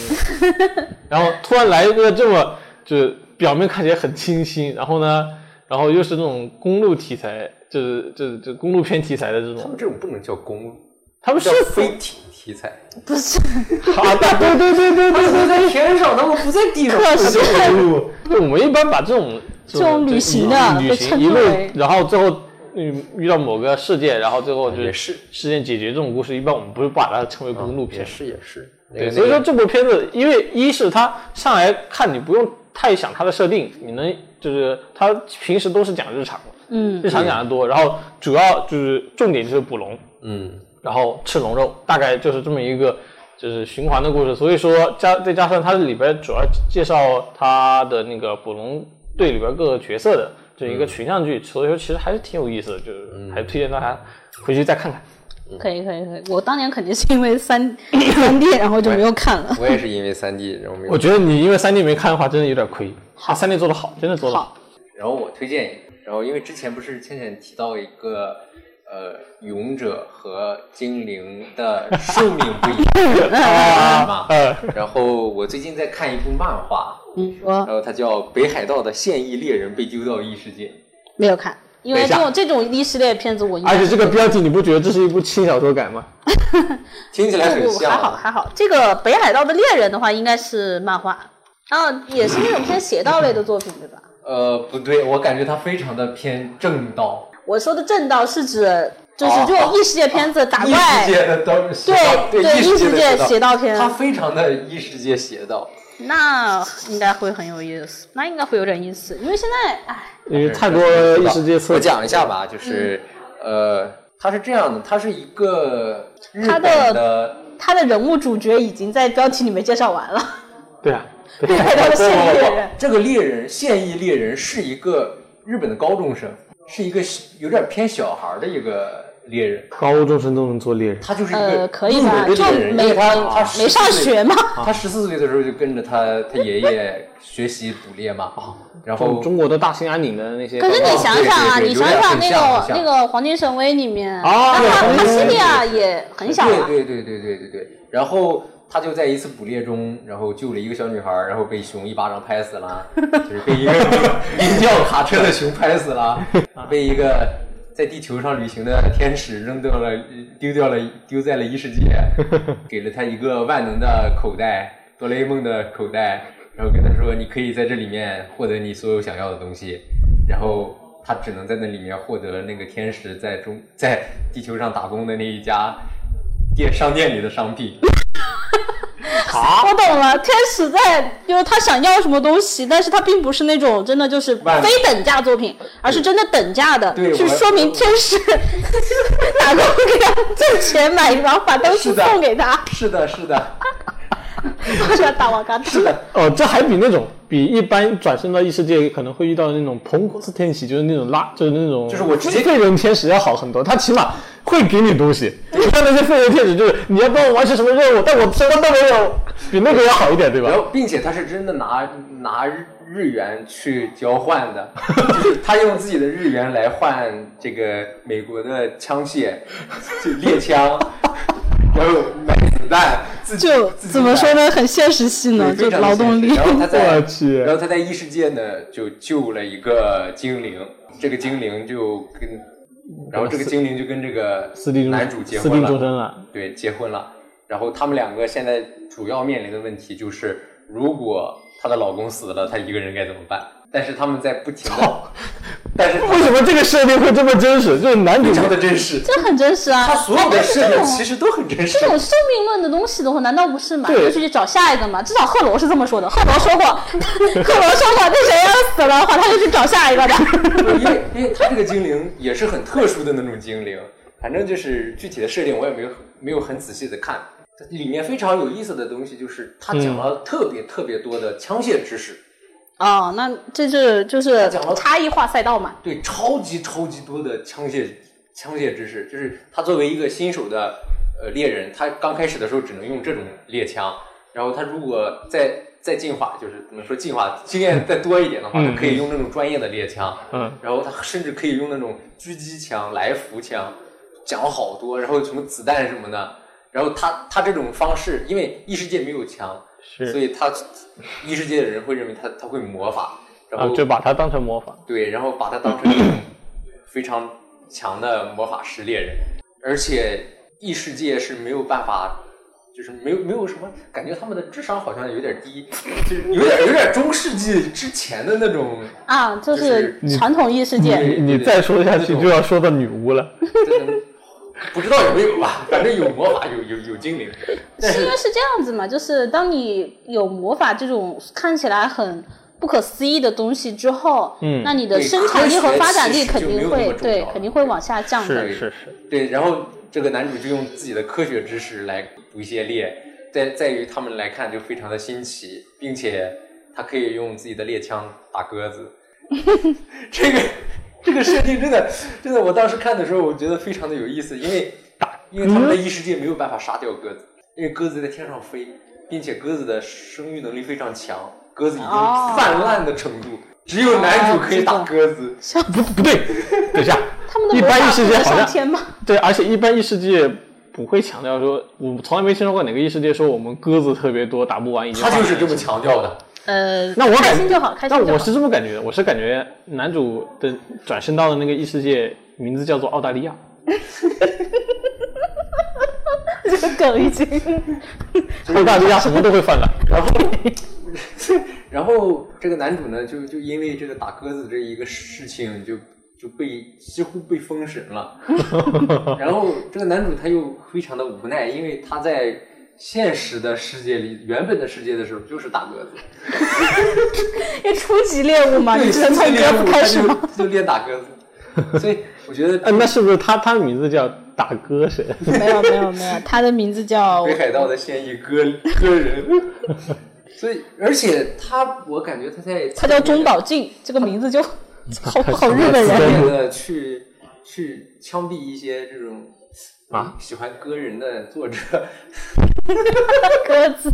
Speaker 3: 然后突然来一个这么，就是表面看起来很清新，然后呢，然后又是那种公路题材，就是就是就公路片题材的这
Speaker 1: 他
Speaker 3: 种
Speaker 1: 们，这种不能叫公路，
Speaker 3: 他们是
Speaker 1: 叫
Speaker 3: 非
Speaker 1: 飞艇题材。
Speaker 2: 不是，
Speaker 3: 啊，对对对对对对对，
Speaker 1: 天上，他们不在 地上。
Speaker 2: 可是
Speaker 3: 对，我们一般把这种
Speaker 2: 这种旅行的
Speaker 3: 旅
Speaker 2: 被
Speaker 3: 行
Speaker 2: 称
Speaker 3: 一
Speaker 2: 之
Speaker 3: 路
Speaker 2: 为，
Speaker 3: 然后最后。嗯，遇到某个事件，然后最后就
Speaker 1: 啊也是
Speaker 3: 事件解决这种故事，一般我们不是把它称为公路片
Speaker 1: 也，是也是，那
Speaker 3: 对，
Speaker 1: 个
Speaker 3: 所以说
Speaker 1: 那个
Speaker 3: 这部片子，因为一是它上来看你不用太想它的设定，你能就是它平时都是讲日常嘛，
Speaker 2: 嗯
Speaker 3: 日常讲的多，然后主要就是重点就是捕龙，
Speaker 1: 嗯，
Speaker 3: 然后吃龙肉，大概就是这么一个就是循环的故事。所以说加再加上它里边主要介绍它的那个捕龙队里边各个角色的这一个群像剧，所以说其实还是挺有意思的，就是
Speaker 1: 嗯
Speaker 3: 还推荐大家回去再看看。
Speaker 2: 可以可以可以，我当年肯定是因为三三 D，然后就没有看了。
Speaker 1: 我也是因为三 D，然后没有
Speaker 3: 我觉得你因为三 D 没看的话，真的有点亏。好，三 D 做的好，真的做的好。
Speaker 1: 然后我推荐一个，然后因为之前不是倩倩提到一个呃勇者和精灵的寿命不一样嘛，
Speaker 3: 呃，
Speaker 1: 然后我最近在看一部漫画，
Speaker 2: 你说
Speaker 1: 然后它叫《北海道的现役猎人被丢到异世界》，
Speaker 2: 没有看，因为
Speaker 3: 等一
Speaker 2: 这
Speaker 3: 下
Speaker 2: 种这种历史类的片子我应该
Speaker 3: 而且这个标题你不觉得这是一部轻小说改吗？
Speaker 1: 听起来很
Speaker 2: 不不还好
Speaker 1: 像，啊
Speaker 2: 还好。这个北海道的猎人的话，应该是漫画，啊，也是那种偏邪道类的作品，对吧？
Speaker 1: 呃，不对，我感觉它非常的偏正道，
Speaker 2: 我说的正道是指就是这种异世界片子打
Speaker 1: 异世
Speaker 2: 怪，
Speaker 1: 界的都是
Speaker 2: 对
Speaker 1: 对
Speaker 2: 对
Speaker 1: 异
Speaker 2: 异世界
Speaker 1: 的
Speaker 2: 邪道片
Speaker 1: 它非常的异世界邪道，
Speaker 2: 那应该会很有意思，那应该会有点意思，因为现在哎唉，
Speaker 3: 因为太多异世界色
Speaker 1: 哎我
Speaker 3: 彩。
Speaker 1: 讲一下吧，就是、
Speaker 2: 嗯
Speaker 1: 呃，它是这样的，它是一个日
Speaker 2: 它
Speaker 1: 本
Speaker 2: 的
Speaker 1: 的
Speaker 2: 他的人物主角已经在标题里面介绍完了，
Speaker 3: 对啊，
Speaker 1: 不
Speaker 3: 对
Speaker 1: 不
Speaker 3: 啊，
Speaker 2: 他的
Speaker 1: 不
Speaker 2: 现役猎
Speaker 1: 不
Speaker 2: 人，
Speaker 1: 这个猎人现役猎人是一个日本的高中生，是一个有点偏小孩的一个猎人，
Speaker 3: 高中生都能做猎人。
Speaker 1: 他就是一个
Speaker 2: 呃，可以
Speaker 1: 入
Speaker 2: 吧？
Speaker 1: 门
Speaker 2: 就
Speaker 1: 的猎人，因
Speaker 2: 没
Speaker 1: 为他他
Speaker 2: 没上
Speaker 1: 14岁
Speaker 2: 学吗？
Speaker 1: 他十四岁的时候就跟着他他爷爷学习捕猎 嘛，然后
Speaker 3: 中国的大兴安岭的那些，
Speaker 2: 可是你
Speaker 1: 哦
Speaker 2: 想
Speaker 1: 对对
Speaker 2: 想啊，
Speaker 1: 对
Speaker 2: 你
Speaker 1: 有
Speaker 2: 想
Speaker 1: 点
Speaker 2: 想
Speaker 1: 很像
Speaker 2: 那个
Speaker 1: 很像
Speaker 2: 那个《黄金神威》里面，
Speaker 3: 啊
Speaker 2: 那
Speaker 3: 对
Speaker 2: 他
Speaker 3: 黄
Speaker 2: 他
Speaker 3: 金
Speaker 2: 西
Speaker 3: 神
Speaker 2: 利
Speaker 3: 威
Speaker 2: 亚也很小啊，
Speaker 1: 对对对对对对对。然后他就在一次捕猎中，然后救了一个小女孩，然后被熊一巴掌拍死了，就是被一个冰窖卡 车的熊拍死了，啊被一个在地球上旅行的天使扔掉了，丢掉了，丢在了异世界，给了他一个万能的口袋，哆啦 A 梦的口袋，然后跟他说你可以在这里面获得你所有想要的东西，然后他只能在那里面获得那个天使在中在地球上打工的那一家店商店里的商品。
Speaker 2: 我懂了，天使在，就是他想要什么东西，但是他并不是那种真的就是
Speaker 1: 万
Speaker 2: 非等价作品，而是真的等价的，
Speaker 1: 对
Speaker 2: 去
Speaker 1: 我
Speaker 2: 说明天 使打工给他挣钱买房，把东西
Speaker 1: 是的
Speaker 2: 送 给他，
Speaker 1: 是的，是的，
Speaker 2: 他喜欢打瓦干达。
Speaker 1: 是的，
Speaker 3: 哦，这还比那种比一般转身到异世界可能会遇到的那种彭斯天使，就是那种拉，就是那种
Speaker 1: 就是我直接
Speaker 3: 废人天使要好很多，他起码会给你东西。你看那些废人天使，就是你要帮我完成什么任务，但我什么都没有，比那个要好一点，对吧
Speaker 1: 然？后并且他是真的拿拿日元去交换的， 就是他用自己的日元来换这个美国的枪械，就猎 枪，然后买子弹，自己
Speaker 2: 就
Speaker 1: 自己
Speaker 2: 怎么说
Speaker 1: 买
Speaker 2: 呢，很现实性呢，
Speaker 1: 对，
Speaker 2: 就
Speaker 1: 非常
Speaker 2: 劳动
Speaker 1: 现
Speaker 2: 力
Speaker 1: 实。然后他在，
Speaker 3: 我去
Speaker 1: 然后他在异世界呢，就救了一个精灵，这个精灵就跟，然后这个精灵就跟这个
Speaker 3: 私定终
Speaker 1: 男主结
Speaker 3: 私
Speaker 1: 婚
Speaker 3: 定终身
Speaker 1: 了，
Speaker 3: 了，
Speaker 1: 对，结婚了。然后他们两个现在主要面临的问题就是，如果她的老公死了，她一个人该怎么办？但是他们在不停的，但是
Speaker 3: 为什么这个设定会这么真实？就是男主
Speaker 1: 非常的真实，
Speaker 2: 这很真实啊！
Speaker 1: 他所有的事
Speaker 2: 这
Speaker 1: 情
Speaker 2: 种
Speaker 1: 其实都很真实
Speaker 2: 这。种宿命论的东西的话，难道不是嘛？
Speaker 3: 对
Speaker 2: 就去找下一个嘛。至少赫罗是这么说的，赫罗说过， 赫罗说过，那谁要死了的话，他就去找下一 个的。
Speaker 1: 对 因为因为他这个精灵也是很特殊的那种精灵，反正就是具体的设定我也没有没有很仔细的看。里面非常有意思的东西就是他讲了特别特别多的枪械知识，
Speaker 2: 哦，那这是就是
Speaker 1: 讲了
Speaker 2: 差异化赛道嘛？
Speaker 1: 对，超级超级多的枪械枪械知识，就是他作为一个新手的呃猎人，他刚开始的时候只能用这种猎枪，然后他如果再再进化，就是怎么说进化经验再多一点的话，
Speaker 3: 嗯
Speaker 1: 他可以用那种专业的猎枪，
Speaker 3: 嗯，
Speaker 1: 然后他甚至可以用那种狙击枪、来福枪，讲了好多，然后什么子弹什么的，然后他他这种方式，因为异世界没有枪，所
Speaker 3: 是
Speaker 1: 以他异世界的人会认为他他会魔法，然
Speaker 3: 啊，
Speaker 1: 后
Speaker 3: 就把它当成魔法。
Speaker 1: 对，然后把他当成一种非常强的魔法师猎人，而且异世界是没有办法，就是没有没有什么感觉，他们的智商好像有点低，就是有点有点中世纪之前的那种，
Speaker 2: 啊，
Speaker 1: 就
Speaker 2: 就
Speaker 1: 是
Speaker 2: 是传统异世
Speaker 1: 对
Speaker 2: 界。
Speaker 1: 对
Speaker 3: 你
Speaker 1: 对
Speaker 3: 再说下
Speaker 1: 这
Speaker 3: 去
Speaker 1: 种
Speaker 3: 就要说到女巫了。
Speaker 1: 真的不知道有没有吧，反正有魔法，有有有精灵，但
Speaker 2: 是因
Speaker 1: 是
Speaker 2: 为是这样子嘛，就是当你有魔法这种看起来很不可思议的东西之后，
Speaker 3: 嗯
Speaker 2: 那你的
Speaker 1: 对
Speaker 2: 生产
Speaker 1: 科
Speaker 2: 力
Speaker 1: 学
Speaker 2: 和发展力
Speaker 1: 其实
Speaker 2: 肯
Speaker 1: 就没有
Speaker 2: 定
Speaker 1: 那么重
Speaker 2: 会
Speaker 1: 要
Speaker 2: 对
Speaker 1: 了
Speaker 2: 肯定会往下降的。
Speaker 3: 是是是，
Speaker 1: 对，然后这个男主就用自己的科学知识来捕一些猎，在在于他们来看就非常的新奇，并且他可以用自己的猎枪打鸽子。 这个这个设定真的真的，我当时看的时候我觉得非常的有意思，因为因为他们在异世界没有办法杀掉鸽子，因为鸽子在天上飞，并且鸽子的生育能力非常强，鸽子已经
Speaker 2: 哦
Speaker 1: 泛滥的程度，只有男主可以打
Speaker 2: 哦
Speaker 1: 鸽子。
Speaker 3: 不不对，等一下，
Speaker 2: 他们的
Speaker 3: 一
Speaker 2: 魔
Speaker 3: 般
Speaker 2: 法
Speaker 3: 异世
Speaker 2: 不
Speaker 3: 界
Speaker 2: 能
Speaker 3: 好
Speaker 2: 上
Speaker 3: 像
Speaker 2: 天吗？
Speaker 3: 对，而且一般异世界不会强调说，我从来没听说过哪个异世界说我们鸽子特别多，打不完已经。
Speaker 1: 他就是这么。强调的，
Speaker 2: 呃，
Speaker 3: 那我
Speaker 2: 开
Speaker 3: 感
Speaker 2: 心就好，开心就好。
Speaker 3: 那我是这么感觉的，我是感觉男主的转身到的那个异世界名字叫做澳大利亚，
Speaker 2: 这个梗已经
Speaker 3: 澳大利亚什么都会犯了。
Speaker 1: 然后，然后这个男主呢，就就因为这个打鸽子这一个事情就，就被几乎被封神了。然后这个男主他又非常的无奈，因为他在现实的世界里，原本的世界的时候就是打 鸽子，
Speaker 2: 因为初级猎物嘛，啊你只能从
Speaker 1: 猎
Speaker 2: 鸽子开始吗？
Speaker 1: 就就练打鸽子。所以我觉得
Speaker 3: 嗯，那是不是他他名字叫打鸽神？
Speaker 2: 没有没有没有，他的名 字叫
Speaker 1: 北海道的现役鸽鸽人，所以而且他，我感觉他在
Speaker 2: 他叫中岛静，这个名字就好好日本人。
Speaker 3: 对
Speaker 1: 变的去去枪毙一些这种啊喜欢割人的作者，
Speaker 2: 鸽子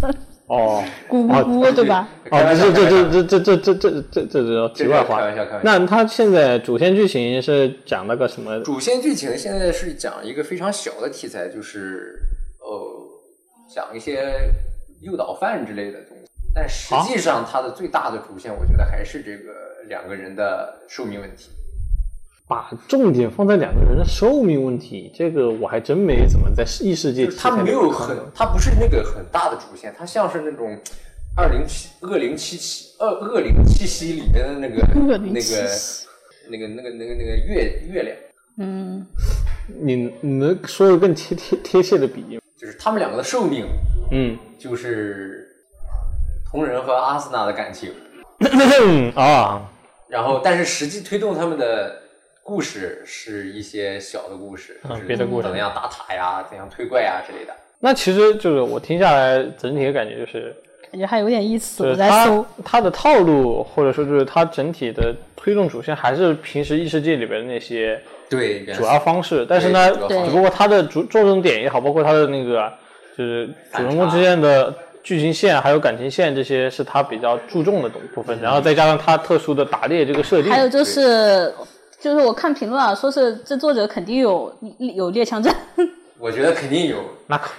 Speaker 3: 哦
Speaker 2: 咕咕
Speaker 3: 哦
Speaker 2: 咕，对吧？
Speaker 1: 开
Speaker 3: 哦，
Speaker 1: 玩笑
Speaker 3: 这
Speaker 1: 开玩笑
Speaker 3: 这这这这这这这这这题外话
Speaker 1: 开玩笑开玩笑。
Speaker 3: 那他现在主线剧情是讲那个什么？
Speaker 1: 主线剧情现在是讲一个非常小的题材，就是呃讲一些诱导犯之类的东西，但实际上它的最大的主线，我觉得还是这个两个人的寿命问题。
Speaker 3: 把重点放在两个人的寿命问题，这个我还真没怎么在异世界
Speaker 1: 就
Speaker 3: 题
Speaker 1: 是
Speaker 3: 材
Speaker 1: 它
Speaker 3: 里面
Speaker 1: 没有
Speaker 3: 看
Speaker 1: 很
Speaker 3: 到，
Speaker 1: 它不是那个很大的主线，它像是那种二零七恶灵七七恶恶灵七夕里面的那个
Speaker 2: 恶灵
Speaker 1: 那
Speaker 2: 七
Speaker 1: 个
Speaker 2: 夕
Speaker 1: 那个那个那个那个月月亮，
Speaker 2: 嗯，
Speaker 3: 你你能说个更贴贴贴切的比喻吗？
Speaker 1: 就是他们两个的寿命
Speaker 3: 嗯，
Speaker 1: 就是同人和阿斯纳的感情，
Speaker 3: 啊，
Speaker 1: 然后但是实际推动他们的故事是一些小的故事，
Speaker 3: 嗯
Speaker 1: 就是
Speaker 3: 别的故事
Speaker 1: 怎么样打塔呀，怎样推怪呀之类的。
Speaker 3: 那其实就是我听下来整体的感觉就是，
Speaker 4: 感觉还有点意思。
Speaker 3: 就
Speaker 4: 我
Speaker 3: 是
Speaker 4: 在
Speaker 3: 它
Speaker 4: 搜，
Speaker 3: 它的套路或者说就是它整体的推动主线还是平时异世界里边的那些
Speaker 1: 对，原来
Speaker 3: 主要方式，但是呢，
Speaker 1: 主要
Speaker 2: 方式
Speaker 3: 只不过它的着着重点也好，包括它的那个就是主人公之间的剧情线还有感情线这些是它比较注重的东部分，然后再加上它特殊的打猎这个设定，
Speaker 2: 还有就是就是我看评论啊，说是这作者肯定有有猎枪战，
Speaker 1: 我觉得肯定有，
Speaker 3: 那可，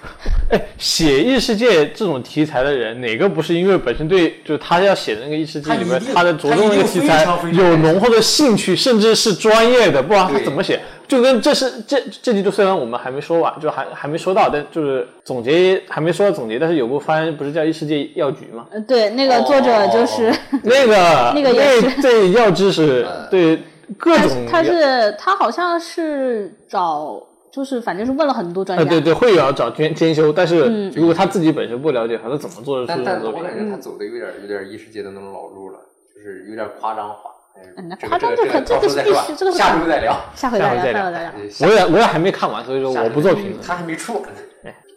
Speaker 3: 哎，写异世界这种题材的人，哪个不是因为本身对就是他要写的那个异世界里
Speaker 1: 他
Speaker 3: 面
Speaker 1: 一定
Speaker 3: 他的着重那个题
Speaker 1: 他一定非
Speaker 3: 材
Speaker 1: 常非常
Speaker 3: 有浓厚的兴趣，甚至是专业的，不然他
Speaker 1: 对
Speaker 3: 怎么写？就跟这是这这季度虽然我们还没说完，就还还没说到，但就是总结还没说到总结，但是有部番不是叫《异世界药局》吗？
Speaker 2: 呃对，那个作
Speaker 1: 哦
Speaker 2: 者就是。
Speaker 3: 那个
Speaker 2: 那个也是
Speaker 3: 对药知 识对各
Speaker 2: 他
Speaker 3: 种
Speaker 2: 是他是他好像是找，就是反正是问了很多专
Speaker 1: 啊
Speaker 3: 呃
Speaker 2: 家，
Speaker 3: 对对会有要找兼兼修，但
Speaker 2: 嗯
Speaker 3: 是如果他自己本身不了解，他是怎么做得出
Speaker 1: 但但
Speaker 3: 这种作
Speaker 1: 我
Speaker 3: 品？
Speaker 1: 感觉他走的有点有点异世界的那种老路了，就是有点夸张化。哎
Speaker 2: 嗯那
Speaker 1: 这个
Speaker 2: 夸张
Speaker 1: 这
Speaker 2: 这
Speaker 1: 个
Speaker 2: 可
Speaker 1: 这个到时候再
Speaker 2: 这个
Speaker 1: 说
Speaker 2: 是必
Speaker 1: 吧
Speaker 2: 须这个嗯是
Speaker 1: 下周再聊。
Speaker 2: 下回再聊，
Speaker 3: 下回再
Speaker 2: 下
Speaker 3: 聊
Speaker 2: 回再聊。
Speaker 3: 我也我也还没看完，所以说
Speaker 1: 下
Speaker 3: 我不做评论。
Speaker 1: 他还没出完呢。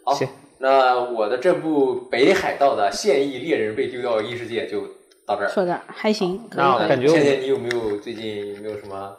Speaker 1: 好
Speaker 3: 哎行，
Speaker 1: 那我的这部《北海道的现役猎人被丢到异世界》就到
Speaker 3: 哎
Speaker 1: 这儿。
Speaker 2: 说的还行，可以
Speaker 3: 那
Speaker 2: 可以
Speaker 3: 感觉我
Speaker 1: 倩倩，你有没有最近有没有什么？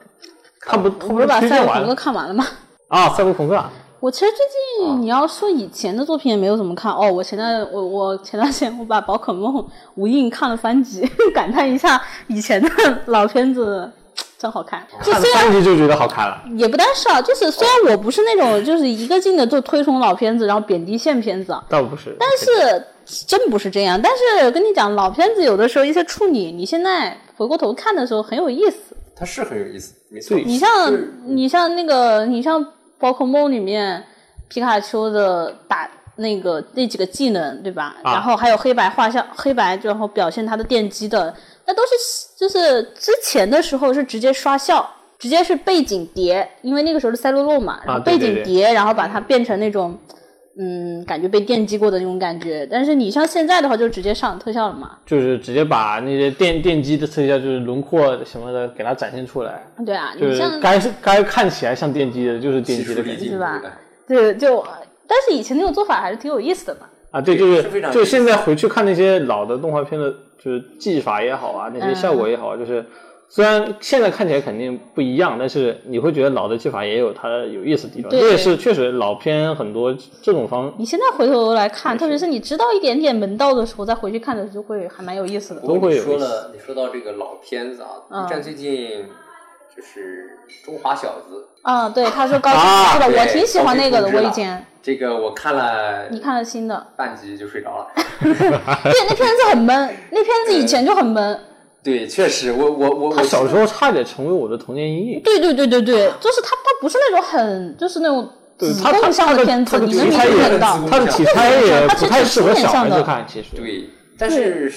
Speaker 3: 他不
Speaker 2: 我不是把
Speaker 3: 推
Speaker 2: 赛
Speaker 3: 荐
Speaker 2: 博
Speaker 3: 完
Speaker 2: 朋克
Speaker 3: 了
Speaker 2: 看完了吗？
Speaker 3: 啊，赛博朋克啊，
Speaker 2: 我其实最近你要说以前的作品也没有怎么看哦。我前段我我前段时间我把宝可梦无印看了三集， 感叹一下以前的老片子真好看。就
Speaker 3: 看
Speaker 2: 虽然
Speaker 3: 三集就觉得好看了。
Speaker 2: 也不单是啊，就是虽然我不是那种就是一个劲的就推崇老片子，然后贬低现片子啊，
Speaker 3: 倒不是，但
Speaker 2: 但是真不是这样。但是跟你讲，老片子有的时候一些处理，你现在回过头看的时候很有意思。
Speaker 1: 它是很有意思，没错。
Speaker 3: 对
Speaker 2: 你像
Speaker 1: 是
Speaker 2: 你像那个你像宝可梦里面皮卡丘的打那个那几个技能对吧？
Speaker 3: 啊
Speaker 2: 然后还有黑白画像黑白，然后表现它的电击的，那都是就是之前的时候是直接刷效。直接是背景叠，因为那个时候是赛璐珞嘛，然后
Speaker 3: 啊对
Speaker 2: 背
Speaker 3: 对
Speaker 2: 景
Speaker 3: 对
Speaker 2: 叠，然后把它变成那种，嗯，感觉被电击过的那种感觉。但是你像现在的话，就直接上特效了嘛。
Speaker 3: 就是直接把那些电电机的特效，就是轮廓什么的给它展现出来，
Speaker 2: 对啊，
Speaker 3: 就
Speaker 2: 你像
Speaker 3: 是该是该看起来像电机的，就是电
Speaker 1: 技
Speaker 3: 机
Speaker 1: 术
Speaker 3: 的
Speaker 1: 力
Speaker 3: 感觉
Speaker 1: 进步
Speaker 2: 是吧
Speaker 1: 的，
Speaker 2: 对就，但是以前那种做法还是挺有意思的嘛。
Speaker 3: 啊。对，就是
Speaker 1: 是非常
Speaker 3: 就是现在回去看那些老的动画片的，就是技法也好啊，那些
Speaker 2: 嗯
Speaker 3: 效果也好啊，就是虽然现在看起来肯定不一样，但是你会觉得老的技法也有它有意思的地方。
Speaker 2: 对
Speaker 3: 这也是确实老片很多这种方
Speaker 2: 你现在回头来看，特别是你知道一点点门道的时候，再回去看的时候，就会还蛮有意思的。
Speaker 1: 不
Speaker 3: 都
Speaker 1: 过
Speaker 3: 会
Speaker 1: 你
Speaker 3: 有
Speaker 1: 说
Speaker 3: 意思
Speaker 1: 了，你说到这个老片子啊
Speaker 2: 嗯
Speaker 1: ，B 站最近就是《中华小子
Speaker 2: 啊，对，他说高
Speaker 3: 啊
Speaker 2: 清复制
Speaker 1: 对
Speaker 2: 的，我挺喜欢那个的，
Speaker 1: 高清复
Speaker 2: 我
Speaker 1: 制
Speaker 2: 以
Speaker 1: 了
Speaker 2: 前》，
Speaker 1: 这个我看了
Speaker 2: 你看了新的，
Speaker 1: 半集就睡着了。
Speaker 2: 对，那片子很闷，那片子以前就很闷。
Speaker 1: 对，确实，我我我
Speaker 3: 他
Speaker 1: 我
Speaker 3: 小时候差点成为我的童年阴影。
Speaker 2: 对对对对对，就是他，他不是那种很，就是那种
Speaker 3: 对
Speaker 2: 子
Speaker 3: 他他
Speaker 2: 宫
Speaker 3: 他
Speaker 2: 向
Speaker 3: 的
Speaker 2: 的片
Speaker 3: 他
Speaker 2: 子，
Speaker 3: 的
Speaker 2: 你
Speaker 3: 题
Speaker 2: 能明
Speaker 3: 材
Speaker 1: 也
Speaker 2: 显
Speaker 1: 很
Speaker 2: 得到
Speaker 1: 子。宫
Speaker 3: 他的题材也不太适合小孩
Speaker 2: 它
Speaker 3: 子
Speaker 2: 是
Speaker 3: 看，其实。
Speaker 1: 对，但是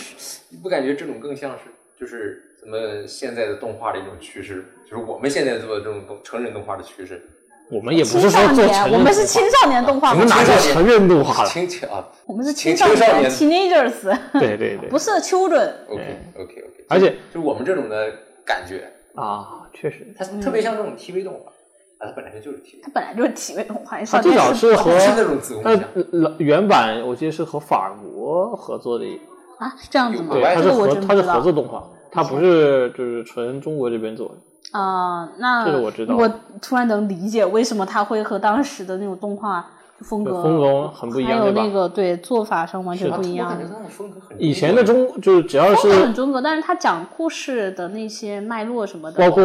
Speaker 1: 你不感觉这种更像是就是咱们现在的动画的一种趋势，就是我们现在做的这种动成人动画的趋势。
Speaker 3: 我们也不
Speaker 2: 青
Speaker 3: 是说
Speaker 2: 少
Speaker 3: 做成人
Speaker 2: 年，我们是
Speaker 3: 动画
Speaker 2: 青少年动画，
Speaker 3: 我们哪
Speaker 1: 青
Speaker 3: 叫
Speaker 1: 少年
Speaker 3: 成人动画了？
Speaker 1: 青青啊，
Speaker 2: 我们是
Speaker 1: 青
Speaker 2: 少
Speaker 1: 青少年
Speaker 2: teenagers，
Speaker 3: 对对对
Speaker 2: 不，是 children。
Speaker 1: OK OK OK，
Speaker 3: 而且
Speaker 1: 就是我们这种的感觉，
Speaker 3: 啊，确实，
Speaker 1: 它特别像这种 TV 动画，啊，它本来就是 TV，
Speaker 2: 它本来就是体位动画，
Speaker 3: 他最早是和
Speaker 1: 它是那种子宫
Speaker 3: 他
Speaker 1: 像。
Speaker 3: 原版我记得是和法国合作的，
Speaker 2: 啊，是这样子吗？
Speaker 3: 对，
Speaker 1: 国外
Speaker 3: 他
Speaker 2: 这
Speaker 3: 是
Speaker 2: 个我
Speaker 3: 合
Speaker 2: 真
Speaker 3: 他
Speaker 2: 不知
Speaker 3: 是合
Speaker 2: 道
Speaker 3: 作动画，他不是就是纯中国这边做的。
Speaker 2: 啊。那
Speaker 3: 这个我知道
Speaker 2: 我突然能理解为什么它会和当时的那种动画风格、
Speaker 3: 对风格很不一
Speaker 2: 还
Speaker 3: 样
Speaker 2: 有
Speaker 3: 对吧
Speaker 2: 那个对做法上完全
Speaker 3: 是的
Speaker 2: 不一
Speaker 1: 我
Speaker 2: 样
Speaker 1: 感。觉它的风格很
Speaker 3: 以前的中就是只要
Speaker 2: 风格很
Speaker 3: 是
Speaker 2: 中国，但是它讲故事的那些脉络什么的，
Speaker 3: 包括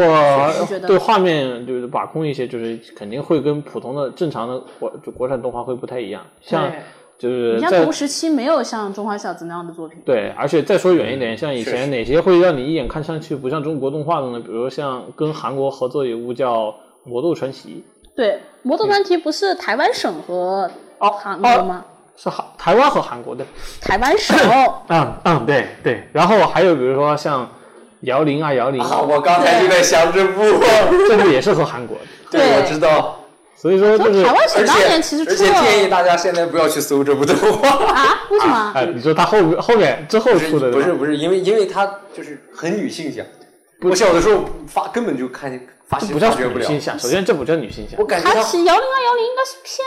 Speaker 2: 是觉得
Speaker 3: 对画面就是把控一些，就是肯定会跟普通的正常的国就国产动画会不太一样，像
Speaker 2: 对
Speaker 3: 就是
Speaker 2: 你像
Speaker 3: 在
Speaker 2: 同时期没有像《中华小子》那样的作品。
Speaker 3: 对，而且再说远一点，像以
Speaker 1: 确
Speaker 3: 前
Speaker 1: 实
Speaker 3: 哪些会让你一眼看上去不像中国动画的呢？比如像跟韩国合作有一部叫《魔斗传奇
Speaker 2: 对，《魔斗传奇》不是台湾省和
Speaker 3: 哦
Speaker 2: 韩国吗？》，
Speaker 3: 是韩台湾和韩国的。
Speaker 2: 台湾省哦
Speaker 3: 嗯嗯，对对。然后还有比如说像摇铃啊摇铃，
Speaker 2: 哦
Speaker 1: 啊，我刚才就在想这部，
Speaker 3: 这部也是和韩国的，
Speaker 1: 对，我知道。
Speaker 3: 所以说这
Speaker 2: 台
Speaker 3: 个
Speaker 2: 湾
Speaker 1: 而
Speaker 2: 省当年其
Speaker 1: 且
Speaker 2: 实
Speaker 1: 而
Speaker 2: 出
Speaker 1: 且建议
Speaker 2: 了
Speaker 1: 大家现在不要去搜这部动画，
Speaker 2: 啊？为什么？
Speaker 3: 哎，你说他后后面之后
Speaker 1: 不
Speaker 3: 出
Speaker 1: 是
Speaker 3: 的
Speaker 1: 不是不是，因为因为它就是很女性向。我小的时候发根本就看发现
Speaker 3: 不叫
Speaker 1: 发觉不
Speaker 3: 女
Speaker 1: 了，
Speaker 3: 性向，首先这不叫女性向
Speaker 1: 我，感觉
Speaker 2: 它
Speaker 1: 它
Speaker 2: 其实摇铃啊摇铃应该是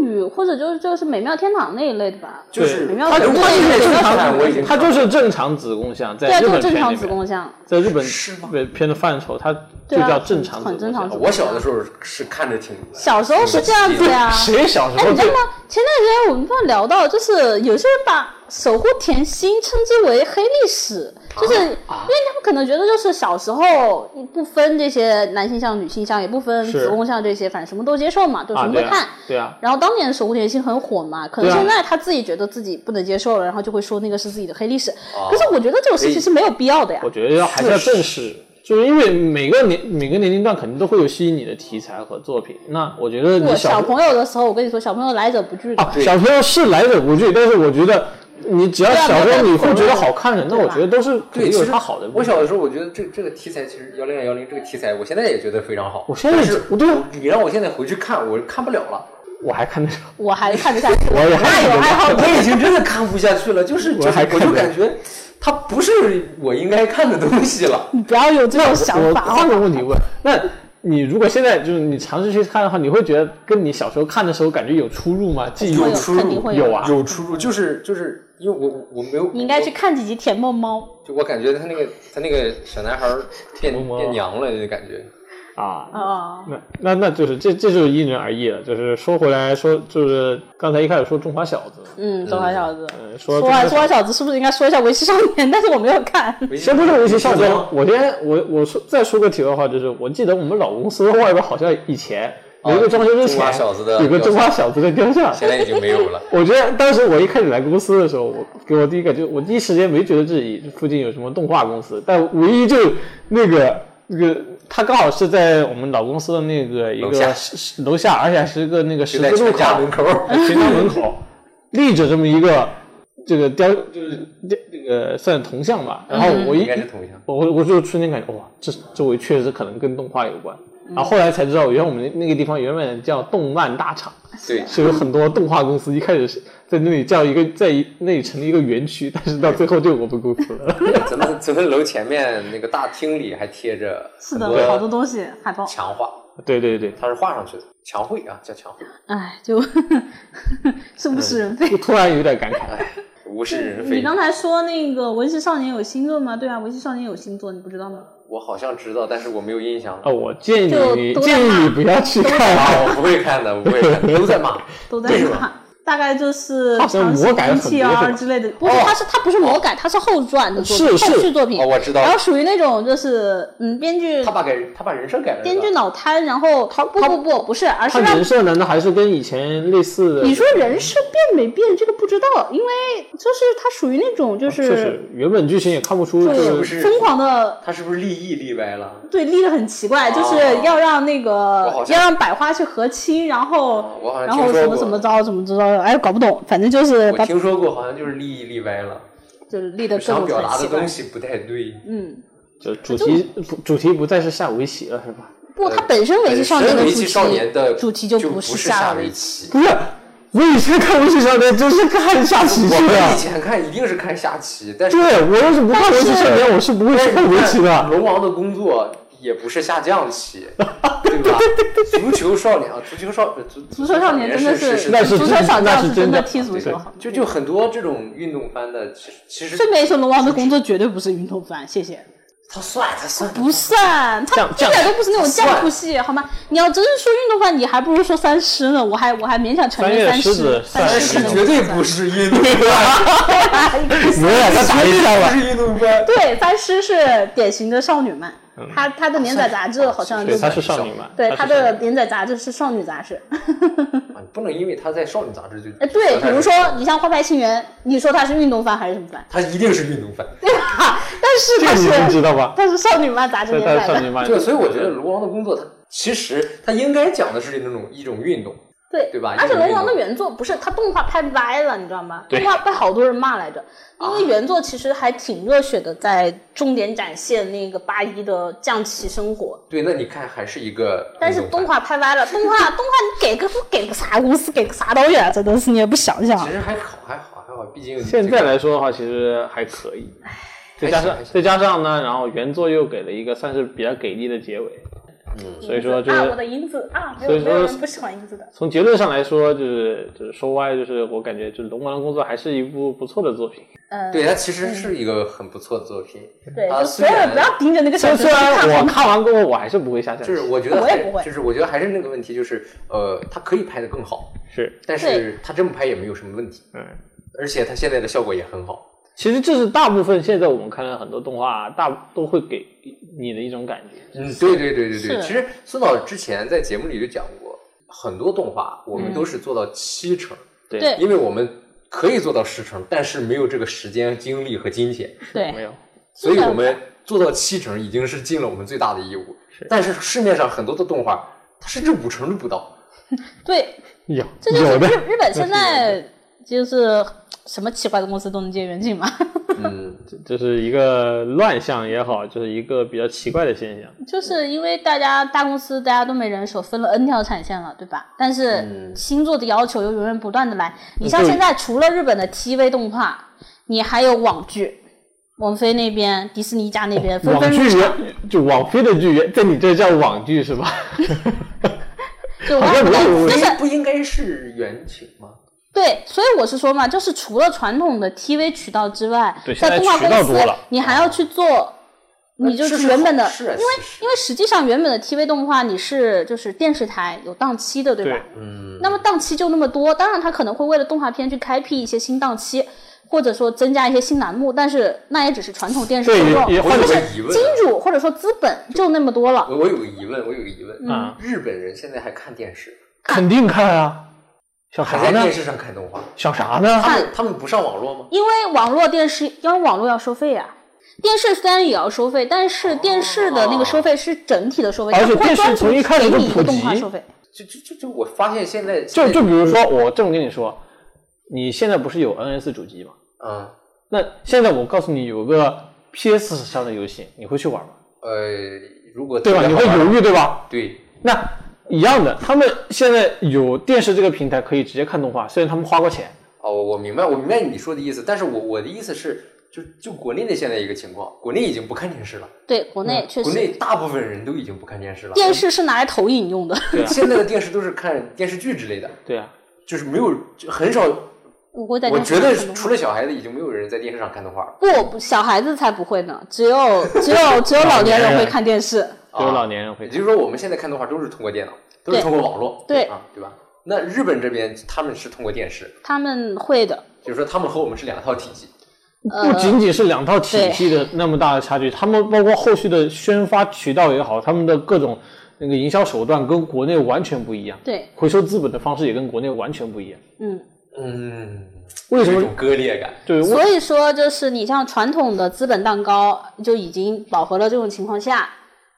Speaker 2: 偏幼语，或者就是就是美妙天堂那一类的吧？
Speaker 1: 就是
Speaker 2: 美妙
Speaker 1: 它
Speaker 2: 天
Speaker 1: 如
Speaker 2: 堂
Speaker 1: 果
Speaker 2: 那一类
Speaker 1: 是
Speaker 2: 的
Speaker 1: 正
Speaker 2: 吧
Speaker 1: 常，我已经
Speaker 3: 它就是正常子宫向，
Speaker 2: 对
Speaker 3: 在
Speaker 2: 啊，
Speaker 3: 日
Speaker 2: 就
Speaker 3: 本
Speaker 2: 是
Speaker 3: 片
Speaker 2: 正
Speaker 3: 里
Speaker 2: 常子
Speaker 3: 面，
Speaker 2: 宫像。
Speaker 3: 在日本
Speaker 1: 是吗
Speaker 3: 本片的范畴，它就
Speaker 2: 对啊
Speaker 3: 叫正常
Speaker 2: 很
Speaker 3: 子宫
Speaker 2: 正常
Speaker 3: 向
Speaker 2: 子宫
Speaker 1: 我小的时候是看着挺
Speaker 2: 小时候是这样子呀。
Speaker 3: 谁小时
Speaker 2: 哎，
Speaker 3: 候
Speaker 2: 你知
Speaker 3: 就
Speaker 2: 道吗？前段时间我们不是聊到，就是有些人把守护甜心称之为黑历史，
Speaker 3: 啊
Speaker 2: 就是因为他们可能觉得就是小时候不分这些男性向、女性向，也不分
Speaker 3: 是
Speaker 2: 子宫向这些，反正什么都接受嘛，就什
Speaker 3: 啊？
Speaker 2: 么
Speaker 3: 对
Speaker 2: 都
Speaker 3: 啊
Speaker 2: 看。，
Speaker 3: 对啊，
Speaker 2: 然后当年守护甜心很火嘛，可能
Speaker 3: 对啊
Speaker 2: 现在他自己觉得自己不能接受了，然后就会说那个是自己的黑历史。
Speaker 3: 啊
Speaker 1: 哦
Speaker 2: 可是我觉得这种事情是没有必要的呀
Speaker 3: 我。觉得要还是要正视，就是因为每个年每个年龄段肯定都会有吸引你的题材和作品。那我觉得你
Speaker 2: 我小
Speaker 3: 小时候
Speaker 2: 朋友的时候，我跟你说，小朋友来者不拒的。
Speaker 3: 啊，小朋友是来者不拒，但是我觉得你只要
Speaker 2: 对啊
Speaker 3: 小时候
Speaker 2: 没有
Speaker 3: 你会觉
Speaker 2: 没
Speaker 3: 得
Speaker 2: 有
Speaker 3: 好看的，那
Speaker 2: 对
Speaker 3: 我
Speaker 2: 吧
Speaker 3: 觉得都是肯
Speaker 1: 对，
Speaker 3: 定
Speaker 1: 其
Speaker 3: 有
Speaker 1: 实
Speaker 3: 它好的部分。
Speaker 1: 我小的时候，我觉得这这个题材其实幺零啊幺零这个题材，我现在也觉得非常好。
Speaker 3: 我现在
Speaker 1: 但是
Speaker 3: 我对啊
Speaker 1: 我你让我现在回去看，我看不了了。
Speaker 3: 我还看那种，
Speaker 2: 我还看得下去，
Speaker 3: 我也还
Speaker 2: 那有爱好者。
Speaker 1: 我已 经真的看不下去了，就是
Speaker 3: 我还
Speaker 1: 我
Speaker 3: 看
Speaker 1: 就
Speaker 3: 不了
Speaker 1: 感觉它不是我应该看的东西了。
Speaker 2: 你不要有这种想
Speaker 3: 我
Speaker 2: 法
Speaker 3: 换
Speaker 2: 哦。
Speaker 3: 个问题问，那你如果现在就是你尝试去看的话，你会觉得跟你小时候看的时候感觉有出入吗？记忆
Speaker 2: 会有
Speaker 1: 出入
Speaker 2: 肯定会
Speaker 3: 有啊
Speaker 1: 有出入，就是就是因为我我我没有，
Speaker 2: 你应该去
Speaker 1: 我，
Speaker 2: 看几集《甜梦猫》。
Speaker 1: 就我感觉他那个他那个小男孩儿变
Speaker 3: 萌萌
Speaker 1: 变娘了，就感觉
Speaker 3: 啊。
Speaker 2: 哦，
Speaker 3: 那那那就是这这就是因人而异了。就是说回来说，就是刚才一开始说中华小子，
Speaker 2: 嗯，中华小子。
Speaker 3: 嗯，说
Speaker 2: 说
Speaker 3: 中华
Speaker 2: 完
Speaker 3: 小
Speaker 2: 中华小子是不是应该说一下《围棋少年》？ 但是我没有看。
Speaker 3: 先不说维系校
Speaker 1: 你
Speaker 3: 风，我先我我说再说个题外话，就是我记得我们老公司外边好像以前
Speaker 1: 哦
Speaker 3: 有一个装修之
Speaker 1: 中华
Speaker 3: 前
Speaker 1: 小子的
Speaker 3: 有个中华小子的雕像。
Speaker 1: 现在已经没有 了。
Speaker 3: 我觉得当时我一开始来公司的时候，我给我第一感觉，我第一时间没觉得自己附近有什么动画公司，但唯一就那个那个，他刚好是在我们老公司的那个一
Speaker 1: 楼
Speaker 3: 个
Speaker 1: 下
Speaker 3: 是是楼下，而且还是一个那个十
Speaker 1: 就
Speaker 3: 字
Speaker 1: 在全
Speaker 3: 路口
Speaker 1: 家门口儿，
Speaker 3: 全家门口立着这么一个这个雕，就是雕这个算铜像吧。然后我
Speaker 1: 嗯
Speaker 3: 一
Speaker 1: 应该是同乡。
Speaker 3: 我我就瞬间感觉哇，这周围确实可能跟动画有关。
Speaker 2: 嗯
Speaker 3: 然后后来才知道，原来我们那个地方原本叫动漫大厂，
Speaker 1: 对，
Speaker 3: 是有很多动画公司一开始是在那里叫一个在那里成立一个园区，但是到最后就我们公司了。
Speaker 1: 咱们咱们楼前面那个大厅里还贴着
Speaker 2: 是
Speaker 1: 很
Speaker 2: 的，
Speaker 1: 多
Speaker 2: 好多东西海报。
Speaker 1: 墙画，
Speaker 3: 对对对，
Speaker 1: 它是画上去的，墙绘啊，叫墙绘，
Speaker 2: 哎，就 是物是人非。
Speaker 3: 就突然有点感慨，
Speaker 1: 无事嗯人
Speaker 2: 你
Speaker 1: 非。
Speaker 2: 刚才说那个《围棋少年》有星座吗？对啊，《围棋少年》有星座，你不知道吗？
Speaker 1: 我好像知道，但是我没有印象了。
Speaker 3: 啊，我建议
Speaker 2: 就
Speaker 3: 你
Speaker 2: 都在
Speaker 3: 建议你
Speaker 2: 骂
Speaker 3: 不要去看
Speaker 1: 啊，
Speaker 3: 啊，
Speaker 1: 我不会看的，我不会看的，都在骂。
Speaker 2: 都在
Speaker 1: 为什么
Speaker 2: 看。大概就是
Speaker 3: 好
Speaker 2: 《
Speaker 3: 像
Speaker 2: 长
Speaker 3: 魔
Speaker 2: 信
Speaker 3: 改了
Speaker 2: 兵
Speaker 3: 很多
Speaker 2: 器
Speaker 3: 是
Speaker 2: 啊
Speaker 3: 吧
Speaker 2: 之类的，不是，它是它不是魔改，它是后传的作
Speaker 3: 是
Speaker 2: 品，
Speaker 3: 是
Speaker 2: 后续作品
Speaker 1: 哦，。我知道
Speaker 2: 然后
Speaker 1: 了，
Speaker 2: 属于那种就是嗯，编剧
Speaker 1: 他把给他把人设改了。
Speaker 2: 编
Speaker 1: 是
Speaker 2: 剧
Speaker 1: 吧
Speaker 2: 脑瘫，然后不哎不不不是，而是嗯
Speaker 3: 他
Speaker 2: 让
Speaker 3: 人设难道还是跟以前类似的？
Speaker 2: 你说人设变没变，这个不知道，因为就是它属于那
Speaker 1: 啊
Speaker 2: 种就
Speaker 3: 确
Speaker 2: 是
Speaker 3: 实，原本剧情也看不出
Speaker 2: 对
Speaker 3: 就是
Speaker 1: 不是
Speaker 3: 是
Speaker 2: 疯狂的。
Speaker 1: 他是不是立意立歪了？
Speaker 2: 对，立的很奇怪，就是
Speaker 1: 哦
Speaker 2: 要让那
Speaker 1: 我
Speaker 2: 个
Speaker 1: 好像
Speaker 2: 要让百花去和亲，然后
Speaker 1: 哦我好像
Speaker 2: 然
Speaker 1: 听
Speaker 2: 后
Speaker 1: 说
Speaker 2: 怎么
Speaker 1: 过
Speaker 2: 怎么着怎么着，哎，搞不懂，反正就是
Speaker 1: 我
Speaker 2: 把
Speaker 1: 听说过，好像就是立意立歪了，
Speaker 2: 就是立的各
Speaker 1: 想
Speaker 2: 种
Speaker 1: 表达
Speaker 2: 很
Speaker 1: 的
Speaker 2: 奇怪
Speaker 1: 东。西不太对。
Speaker 2: 嗯，
Speaker 3: 就主题不主题不再是下围棋了，是吧？
Speaker 1: 呃
Speaker 2: 不，它本身围棋少年的
Speaker 1: 围
Speaker 2: 主
Speaker 1: 棋少年的
Speaker 2: 题主题
Speaker 1: 就
Speaker 2: 不
Speaker 1: 是
Speaker 2: 下
Speaker 1: 围
Speaker 2: 围。
Speaker 1: 棋。
Speaker 3: 不是，我以前看《围棋少年》就是看下棋
Speaker 1: 我
Speaker 3: 去
Speaker 1: 们以
Speaker 3: 的。
Speaker 1: 前看一定是看下棋，但是
Speaker 3: 啊对我要是不看《围棋少年》，我是不会去啊看围棋的。
Speaker 1: 龙王的工作也不是下象 棋，对吧？足球少年啊，足球少足
Speaker 2: 足球少年真的
Speaker 1: 是
Speaker 3: 那是
Speaker 2: 足球小
Speaker 3: 那
Speaker 2: 将
Speaker 3: 是
Speaker 2: 是
Speaker 3: 真的
Speaker 2: 的踢足球
Speaker 1: 对。就就很多这种运动番的，其实其实
Speaker 2: 顺便一说，龙王的工作绝对不是云头番，谢谢。
Speaker 1: 他算他算
Speaker 2: 不算，他
Speaker 3: 降
Speaker 2: 一点都不是那种降谱系，好吗？你要真是说运动番，你还不如说三师呢，我还我还勉强承认
Speaker 3: 三月狮
Speaker 2: 师
Speaker 3: 子，
Speaker 2: 三
Speaker 3: 三
Speaker 2: 狮
Speaker 3: 狮
Speaker 2: 可能
Speaker 1: 绝对不是运 动番，
Speaker 3: 你们两个打一架
Speaker 1: 不
Speaker 3: 吧。
Speaker 1: 是运动番。
Speaker 2: 对，三师是典型的少女漫，她她的连载杂志好像
Speaker 3: 对，
Speaker 2: 就
Speaker 3: 她嗯是少女漫，
Speaker 2: 对
Speaker 3: 她
Speaker 2: 她
Speaker 3: 是少
Speaker 2: 的
Speaker 3: 女
Speaker 2: 连载杂志是少女杂志。
Speaker 1: 啊你不能因为他在少女杂志就
Speaker 2: 哎，对，比如说
Speaker 1: 他是
Speaker 2: 你像《花牌情缘》，你说它是运动番还是什么番？
Speaker 1: 他一定是运动番。
Speaker 2: 对吧？但是它
Speaker 3: 漫这个你们
Speaker 2: 是
Speaker 3: 知道吧？
Speaker 2: 它是少女漫杂志
Speaker 3: 对，
Speaker 2: 连
Speaker 3: 她
Speaker 2: 载
Speaker 3: 是少
Speaker 2: 的
Speaker 3: 女。漫。
Speaker 1: 对，所以我觉得卢王的工作，他其实他应该讲的是那种一种运动，
Speaker 2: 对，
Speaker 1: 对吧
Speaker 2: 而且
Speaker 1: 因为
Speaker 2: 龙王
Speaker 1: 那
Speaker 2: 的
Speaker 1: 个
Speaker 2: 原作不是他动画拍歪了，你知道吗？
Speaker 3: 对
Speaker 2: 动画被好多人骂来着，因为原作其实还挺热血的，在重点展现那个八一的降旗生活。
Speaker 1: 对，那你看还是一个，
Speaker 2: 但是动画拍歪了，动画动画你给个给个啥公司给个啥导演啊，真的是你也不想想
Speaker 1: 其。实还好，还好，还好，毕竟
Speaker 3: 现在
Speaker 1: 这个
Speaker 3: 来说的话，其实还可以，再加上
Speaker 1: 还行
Speaker 3: 再加上呢，然后原作又给了一个算是比较给力的结尾，嗯，所以说就
Speaker 2: 啊，我
Speaker 3: 是
Speaker 2: 的银子啊，没
Speaker 3: 所
Speaker 2: 有
Speaker 3: 以
Speaker 2: 没
Speaker 3: 说
Speaker 2: 有人不喜欢银子的。
Speaker 3: 从结论上来说，就是就是说歪，就是我感觉就是《龙王的工作》还是一部不错的作品，
Speaker 2: 嗯，
Speaker 1: 对它其实是一个很不错的作品。
Speaker 3: 嗯
Speaker 2: 对，
Speaker 1: 啊
Speaker 2: 就
Speaker 1: 虽
Speaker 2: 所有人不要盯着那个小
Speaker 3: 虽
Speaker 2: 说
Speaker 3: 虽
Speaker 2: 看
Speaker 3: 然我
Speaker 2: 好吗，
Speaker 3: 看完过后，我还是不会下下去，
Speaker 1: 就是我觉得
Speaker 2: 我也
Speaker 1: 还是
Speaker 2: 不会
Speaker 1: 就是我觉得还是那个问题，就是呃，它可以拍的更好，
Speaker 3: 是，
Speaker 1: 但是它这么拍也没有什么问题，
Speaker 3: 嗯。
Speaker 1: 而且它现在的效果也很好。
Speaker 3: 其实这是大部分现在我们看到很多动画，大都会给你的一种感觉。
Speaker 1: 嗯，对对对对
Speaker 2: 是
Speaker 1: 对。其实孙导之前在节目里就讲过，很多动画我
Speaker 2: 嗯
Speaker 1: 们都是做到七成，
Speaker 3: 对
Speaker 2: 对
Speaker 1: 因为我们可以做到十成，但是没有这个时间、精力和金钱。
Speaker 3: 没
Speaker 2: 对，啊
Speaker 3: 有，
Speaker 1: 所以我们做到七成已经是尽了我们最大的义务。
Speaker 3: 是
Speaker 1: 但是市面上很多的动画，它甚至五成都不到。
Speaker 2: 对，
Speaker 3: 有，
Speaker 2: 这就是
Speaker 3: 有的
Speaker 2: 日日本现在就是什么奇怪的公司都能接远景嘛，
Speaker 1: 嗯，
Speaker 3: 这是一个乱象也好，就是一个比较奇怪的现象。
Speaker 2: 就是因为大家大公司大家都没人手，分了 N 条产线了，对吧？但是
Speaker 1: 嗯
Speaker 2: 星座的要求又源源不断的来，你像现在除了日本的 TV 动画，你还有网剧，网飞那边、迪士尼家那边纷
Speaker 3: 哦网
Speaker 2: 纷
Speaker 3: 剧
Speaker 2: 入场，
Speaker 3: 也就网飞的剧也，在你这叫网剧 是吧？
Speaker 2: 就
Speaker 3: 好像没有
Speaker 2: 我就是
Speaker 1: 不应该是原情吗？
Speaker 2: 对，所以我是说嘛，就是除了传统的 TV 渠道之外
Speaker 3: 对，现
Speaker 2: 在
Speaker 3: 在
Speaker 2: 动画
Speaker 3: 渠道
Speaker 2: 公
Speaker 3: 多
Speaker 2: 司
Speaker 3: 了啊
Speaker 2: 你还要去做，你就
Speaker 1: 这
Speaker 2: 原本的，
Speaker 1: 是
Speaker 2: 因
Speaker 1: 好事啊
Speaker 2: 为
Speaker 1: 其实
Speaker 2: 因为实际上原本的 TV 动画你是就是电视台有档期的，对吧？
Speaker 3: 对
Speaker 1: 嗯，
Speaker 2: 那么档期就那么多，当然它可能会为了动画片去开辟一些新档期，或者说增加一些新栏目，但是那也只是传统电视
Speaker 3: 对
Speaker 2: 受众，
Speaker 3: 也也
Speaker 2: 就
Speaker 3: 换
Speaker 1: 了
Speaker 2: 是
Speaker 1: 个疑问
Speaker 2: 金主或者说资本就那么多了。
Speaker 1: 我我有个疑问，我有个疑问。
Speaker 3: 啊，
Speaker 1: 日本人现在还看电视，
Speaker 3: 肯定看啊，想
Speaker 1: 还
Speaker 3: 啥
Speaker 1: 在
Speaker 3: 呢
Speaker 1: 电？视上看动画？
Speaker 3: 想啥呢？
Speaker 1: 他们他们不上网络吗？
Speaker 2: 因为网络电视，因为网络要收费呀、电视虽然也要收费，但是电视的那个收费是整体的收费，
Speaker 3: 而且
Speaker 2: 它不会
Speaker 3: 电视
Speaker 2: 专注
Speaker 3: 从一开始
Speaker 2: 给
Speaker 3: 就
Speaker 2: 你一
Speaker 3: 普
Speaker 2: 个动画
Speaker 3: 及
Speaker 2: 收费。
Speaker 1: 就就就就我发现现在
Speaker 3: 就
Speaker 1: 现在
Speaker 3: 就比如说，我这么跟你说，你现在不是有 NS 主机吗？
Speaker 1: 嗯
Speaker 3: 那现在我告诉你，有个 PS 上的游戏，你会去玩吗？
Speaker 1: 呃，如果
Speaker 3: 对吧？
Speaker 1: 特
Speaker 3: 你
Speaker 1: 别
Speaker 3: 会
Speaker 1: 好玩
Speaker 3: 犹豫对吧？
Speaker 1: 对
Speaker 3: 那一样的，他们现在有电视这个平台可以直接看动画，虽然他们花过钱，
Speaker 1: 哦，我明白，我明白你说的意思，但是我我的意思是，就就国内的现在一个情况，国内已经不看电视了。
Speaker 2: 对，国内
Speaker 3: 嗯
Speaker 2: 确
Speaker 1: 国
Speaker 2: 实，
Speaker 1: 内大部分人都已经不看电视了，
Speaker 2: 电视是拿来投影用的。
Speaker 3: 对啊，
Speaker 1: 现在的电视都是看电视剧之类的，
Speaker 3: 对啊，
Speaker 1: 就是没有就很少。
Speaker 2: 我会在
Speaker 1: 我
Speaker 2: 电视
Speaker 1: 觉
Speaker 2: 上
Speaker 1: 得
Speaker 2: 看动画
Speaker 1: 除了小孩子，已经没有人在电视上看动画了。
Speaker 2: 不不，小孩子才不会呢，只有只有只有老年人会看电视。
Speaker 3: 只有
Speaker 1: 啊
Speaker 3: 老年人会
Speaker 1: 也
Speaker 3: 看。
Speaker 1: 就是说，我们现在看动画都是通过电脑，都是
Speaker 2: 对
Speaker 1: 通过网络，
Speaker 2: 对
Speaker 1: 啊，对吧？那日本这边他们是通过电视，
Speaker 2: 他们会的，
Speaker 1: 就是说他们和我们是两套体系。
Speaker 2: 呃
Speaker 3: 不仅仅是两套体系的那么大的差距，他们包括后续的宣发渠道也好，他们的各种那个营销手段跟国内完全不一样，
Speaker 2: 对，
Speaker 3: 回收资本的方式也跟国内完全不一样。
Speaker 2: 嗯，
Speaker 1: 嗯，
Speaker 3: 为什
Speaker 1: 有一
Speaker 3: 么？
Speaker 1: 种割裂感？
Speaker 3: 对，为
Speaker 2: 所以说就是你像传统的资本蛋糕就已经饱和了这种情况下，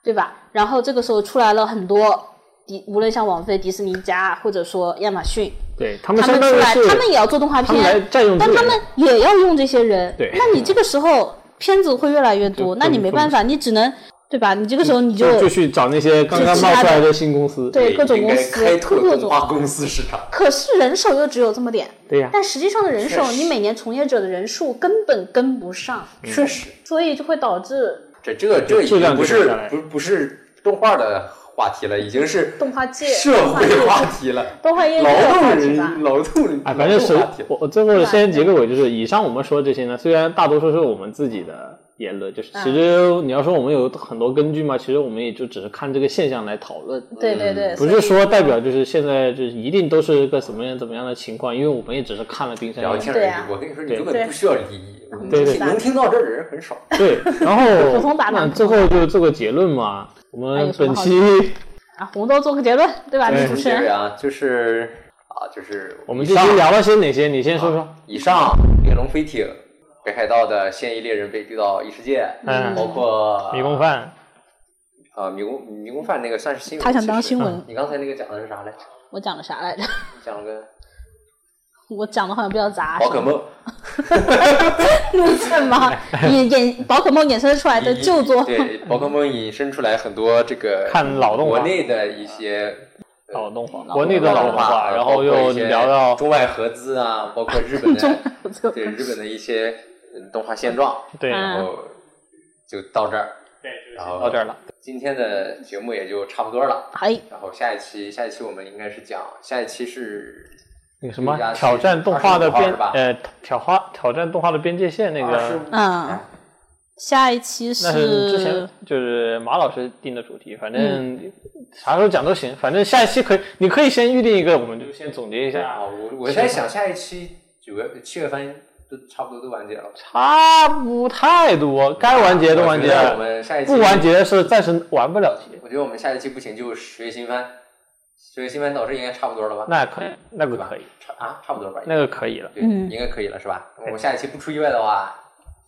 Speaker 2: 对吧？然后这个时候出来了很多迪，无论像网飞、迪士尼家，或者说亚马逊，
Speaker 3: 对他们
Speaker 2: 他
Speaker 3: 相
Speaker 2: 们
Speaker 3: 当
Speaker 2: 出
Speaker 3: 于
Speaker 2: 来，
Speaker 3: 是
Speaker 2: 他们也要做动画
Speaker 3: 他们来
Speaker 2: 片，
Speaker 3: 占用
Speaker 2: 但
Speaker 3: 资
Speaker 2: 他
Speaker 3: 源
Speaker 2: 们也要用这些人。
Speaker 3: 对
Speaker 2: 那你这个时候片子会越来越多，
Speaker 3: 对
Speaker 2: 那你没办法，你只能对吧？你这个时候你
Speaker 3: 就就去找那些刚刚
Speaker 2: 就其
Speaker 3: 冒
Speaker 2: 他
Speaker 3: 出
Speaker 2: 的
Speaker 3: 来的新公司。
Speaker 2: 对各种
Speaker 1: 应
Speaker 2: 公
Speaker 1: 该
Speaker 2: 司
Speaker 1: 开拓
Speaker 2: 各
Speaker 1: 动
Speaker 2: 种
Speaker 1: 画公司市场。
Speaker 2: 可是人手又只有这么点，
Speaker 3: 对呀
Speaker 2: 但实际上的人手，
Speaker 1: 确实
Speaker 2: 你每年从业者的人数根本跟不上，
Speaker 1: 确实，
Speaker 2: 所以就会导致
Speaker 1: 这这个这已
Speaker 3: 质量
Speaker 1: 经不
Speaker 3: 就是下来
Speaker 1: 不不是动画的话题了，已经是
Speaker 2: 动画界、
Speaker 1: 社会话题了，
Speaker 2: 动画业
Speaker 1: 劳
Speaker 2: 界的
Speaker 1: 动
Speaker 2: 话题吧
Speaker 1: 人。劳动人
Speaker 3: 哎，反正首
Speaker 1: 劳动话题了
Speaker 3: 我我最后
Speaker 2: 啊
Speaker 3: 先结个尾，就是以上我们说这些呢，虽然大多数是我们自己的言论，就是其实
Speaker 2: 嗯
Speaker 3: 你要说我们有很多根据嘛，其实我们也就只是看这个现象来讨论，
Speaker 2: 对嗯对对，
Speaker 3: 不
Speaker 2: 所以
Speaker 3: 是说代表就是现在就是一定都是个什么样怎么样的情况，因为我们也只是看了冰山
Speaker 1: 聊
Speaker 3: 一角。
Speaker 1: 天而
Speaker 2: 对嗯
Speaker 1: 已
Speaker 2: 啊。
Speaker 1: 我跟你说，你
Speaker 3: 对
Speaker 1: 根本不需要利益，
Speaker 3: 对对
Speaker 1: 能听到这儿的人很少。
Speaker 3: 对，然后
Speaker 2: 普通版本
Speaker 3: 那最后就做个结论嘛，我
Speaker 2: 哎
Speaker 3: 们
Speaker 2: 有什么
Speaker 3: 本
Speaker 2: 好
Speaker 3: 期
Speaker 2: 啊，红豆做个结论，对吧？
Speaker 3: 对
Speaker 2: 女主持
Speaker 1: 结尾
Speaker 2: 人，嗯
Speaker 1: 啊，就是啊，就是
Speaker 3: 我们
Speaker 1: 以
Speaker 3: 这
Speaker 1: 上
Speaker 3: 期聊了些哪些？你先说说。
Speaker 1: 以上《猎龙飞艇》、北海道的现役猎人被丢到异世界，
Speaker 3: 嗯
Speaker 1: 哎包括
Speaker 3: 迷宫饭，
Speaker 1: 啊迷宫迷宫饭那个算是新闻，
Speaker 2: 他想当
Speaker 1: 其实
Speaker 2: 新闻
Speaker 1: 你刚才那个讲的是啥来？
Speaker 2: 我讲了啥来着？
Speaker 1: 讲个
Speaker 2: 我讲的好像比较杂，
Speaker 1: 宝可梦，
Speaker 2: 什么 引衍宝可梦衍生出来的旧作，
Speaker 1: 对宝可梦引申出来很多这个
Speaker 3: 看老动画
Speaker 1: 国内的一些
Speaker 3: 老动画，国内的老动画，
Speaker 1: 画，
Speaker 3: 然后
Speaker 1: 包括
Speaker 3: 又
Speaker 1: 一些
Speaker 3: 聊聊
Speaker 1: 中外合资啊，包括日本
Speaker 2: 中
Speaker 1: 的对日本的一些嗯动画现状，
Speaker 3: 对
Speaker 2: 嗯
Speaker 1: 然后就到这儿，
Speaker 3: 对，
Speaker 1: 然后
Speaker 3: 到这儿了。
Speaker 1: 今天的节目也就差不多了，
Speaker 2: 哎，
Speaker 1: 然后下一期下一期我们应该是讲下一期是
Speaker 3: 那个什么
Speaker 1: 瑜伽是
Speaker 3: 挑战动画的
Speaker 1: 25号
Speaker 3: 边
Speaker 1: 是吧
Speaker 3: 呃挑花挑战动画的边界线那
Speaker 1: 二十
Speaker 3: 个
Speaker 1: 五，
Speaker 2: 嗯，下一期
Speaker 3: 那是之前就是马老师定的主题，反正啥时候讲都行，反正下一期可以你可以先预定一个，我们就先总结一下，
Speaker 1: 啊，我我在想下一期九月七月份都差不多都完结了，
Speaker 3: 差不太多，该完结都完结
Speaker 1: 我觉得我
Speaker 3: 了，
Speaker 1: 们下一期
Speaker 3: 不完，结是暂时完不了结，
Speaker 1: 我觉得我们下一期不行就十月新番，十月新番导致应该差不多了吧？
Speaker 3: 那可以，那个
Speaker 1: 对吧
Speaker 3: 可以，
Speaker 1: 差啊，差不多吧？
Speaker 3: 那个可以了，
Speaker 1: 对，
Speaker 2: 嗯
Speaker 1: 应该可以了是吧？我们下一期不出意外的话，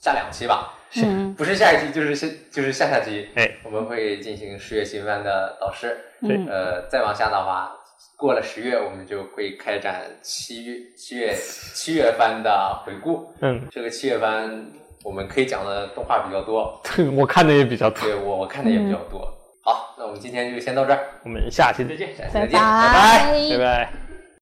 Speaker 1: 下两期吧，
Speaker 2: 嗯
Speaker 1: 不是下一期就是下就是下下期，
Speaker 3: 哎，
Speaker 1: 我们会进行十月新番的导师，
Speaker 3: 对
Speaker 2: 嗯，
Speaker 1: 呃，再往下的话，过了十月，我们就会开展七月七月七月番的回顾。
Speaker 3: 嗯，
Speaker 1: 这个七月番我们可以讲的动画比较多，
Speaker 3: 对 我看的也比较多，
Speaker 1: 对我我看的也比较多。好，那我们今天就先到这儿，
Speaker 3: 我们下期再见，
Speaker 1: 下期
Speaker 2: 拜
Speaker 1: 再见，拜拜。
Speaker 3: 拜拜。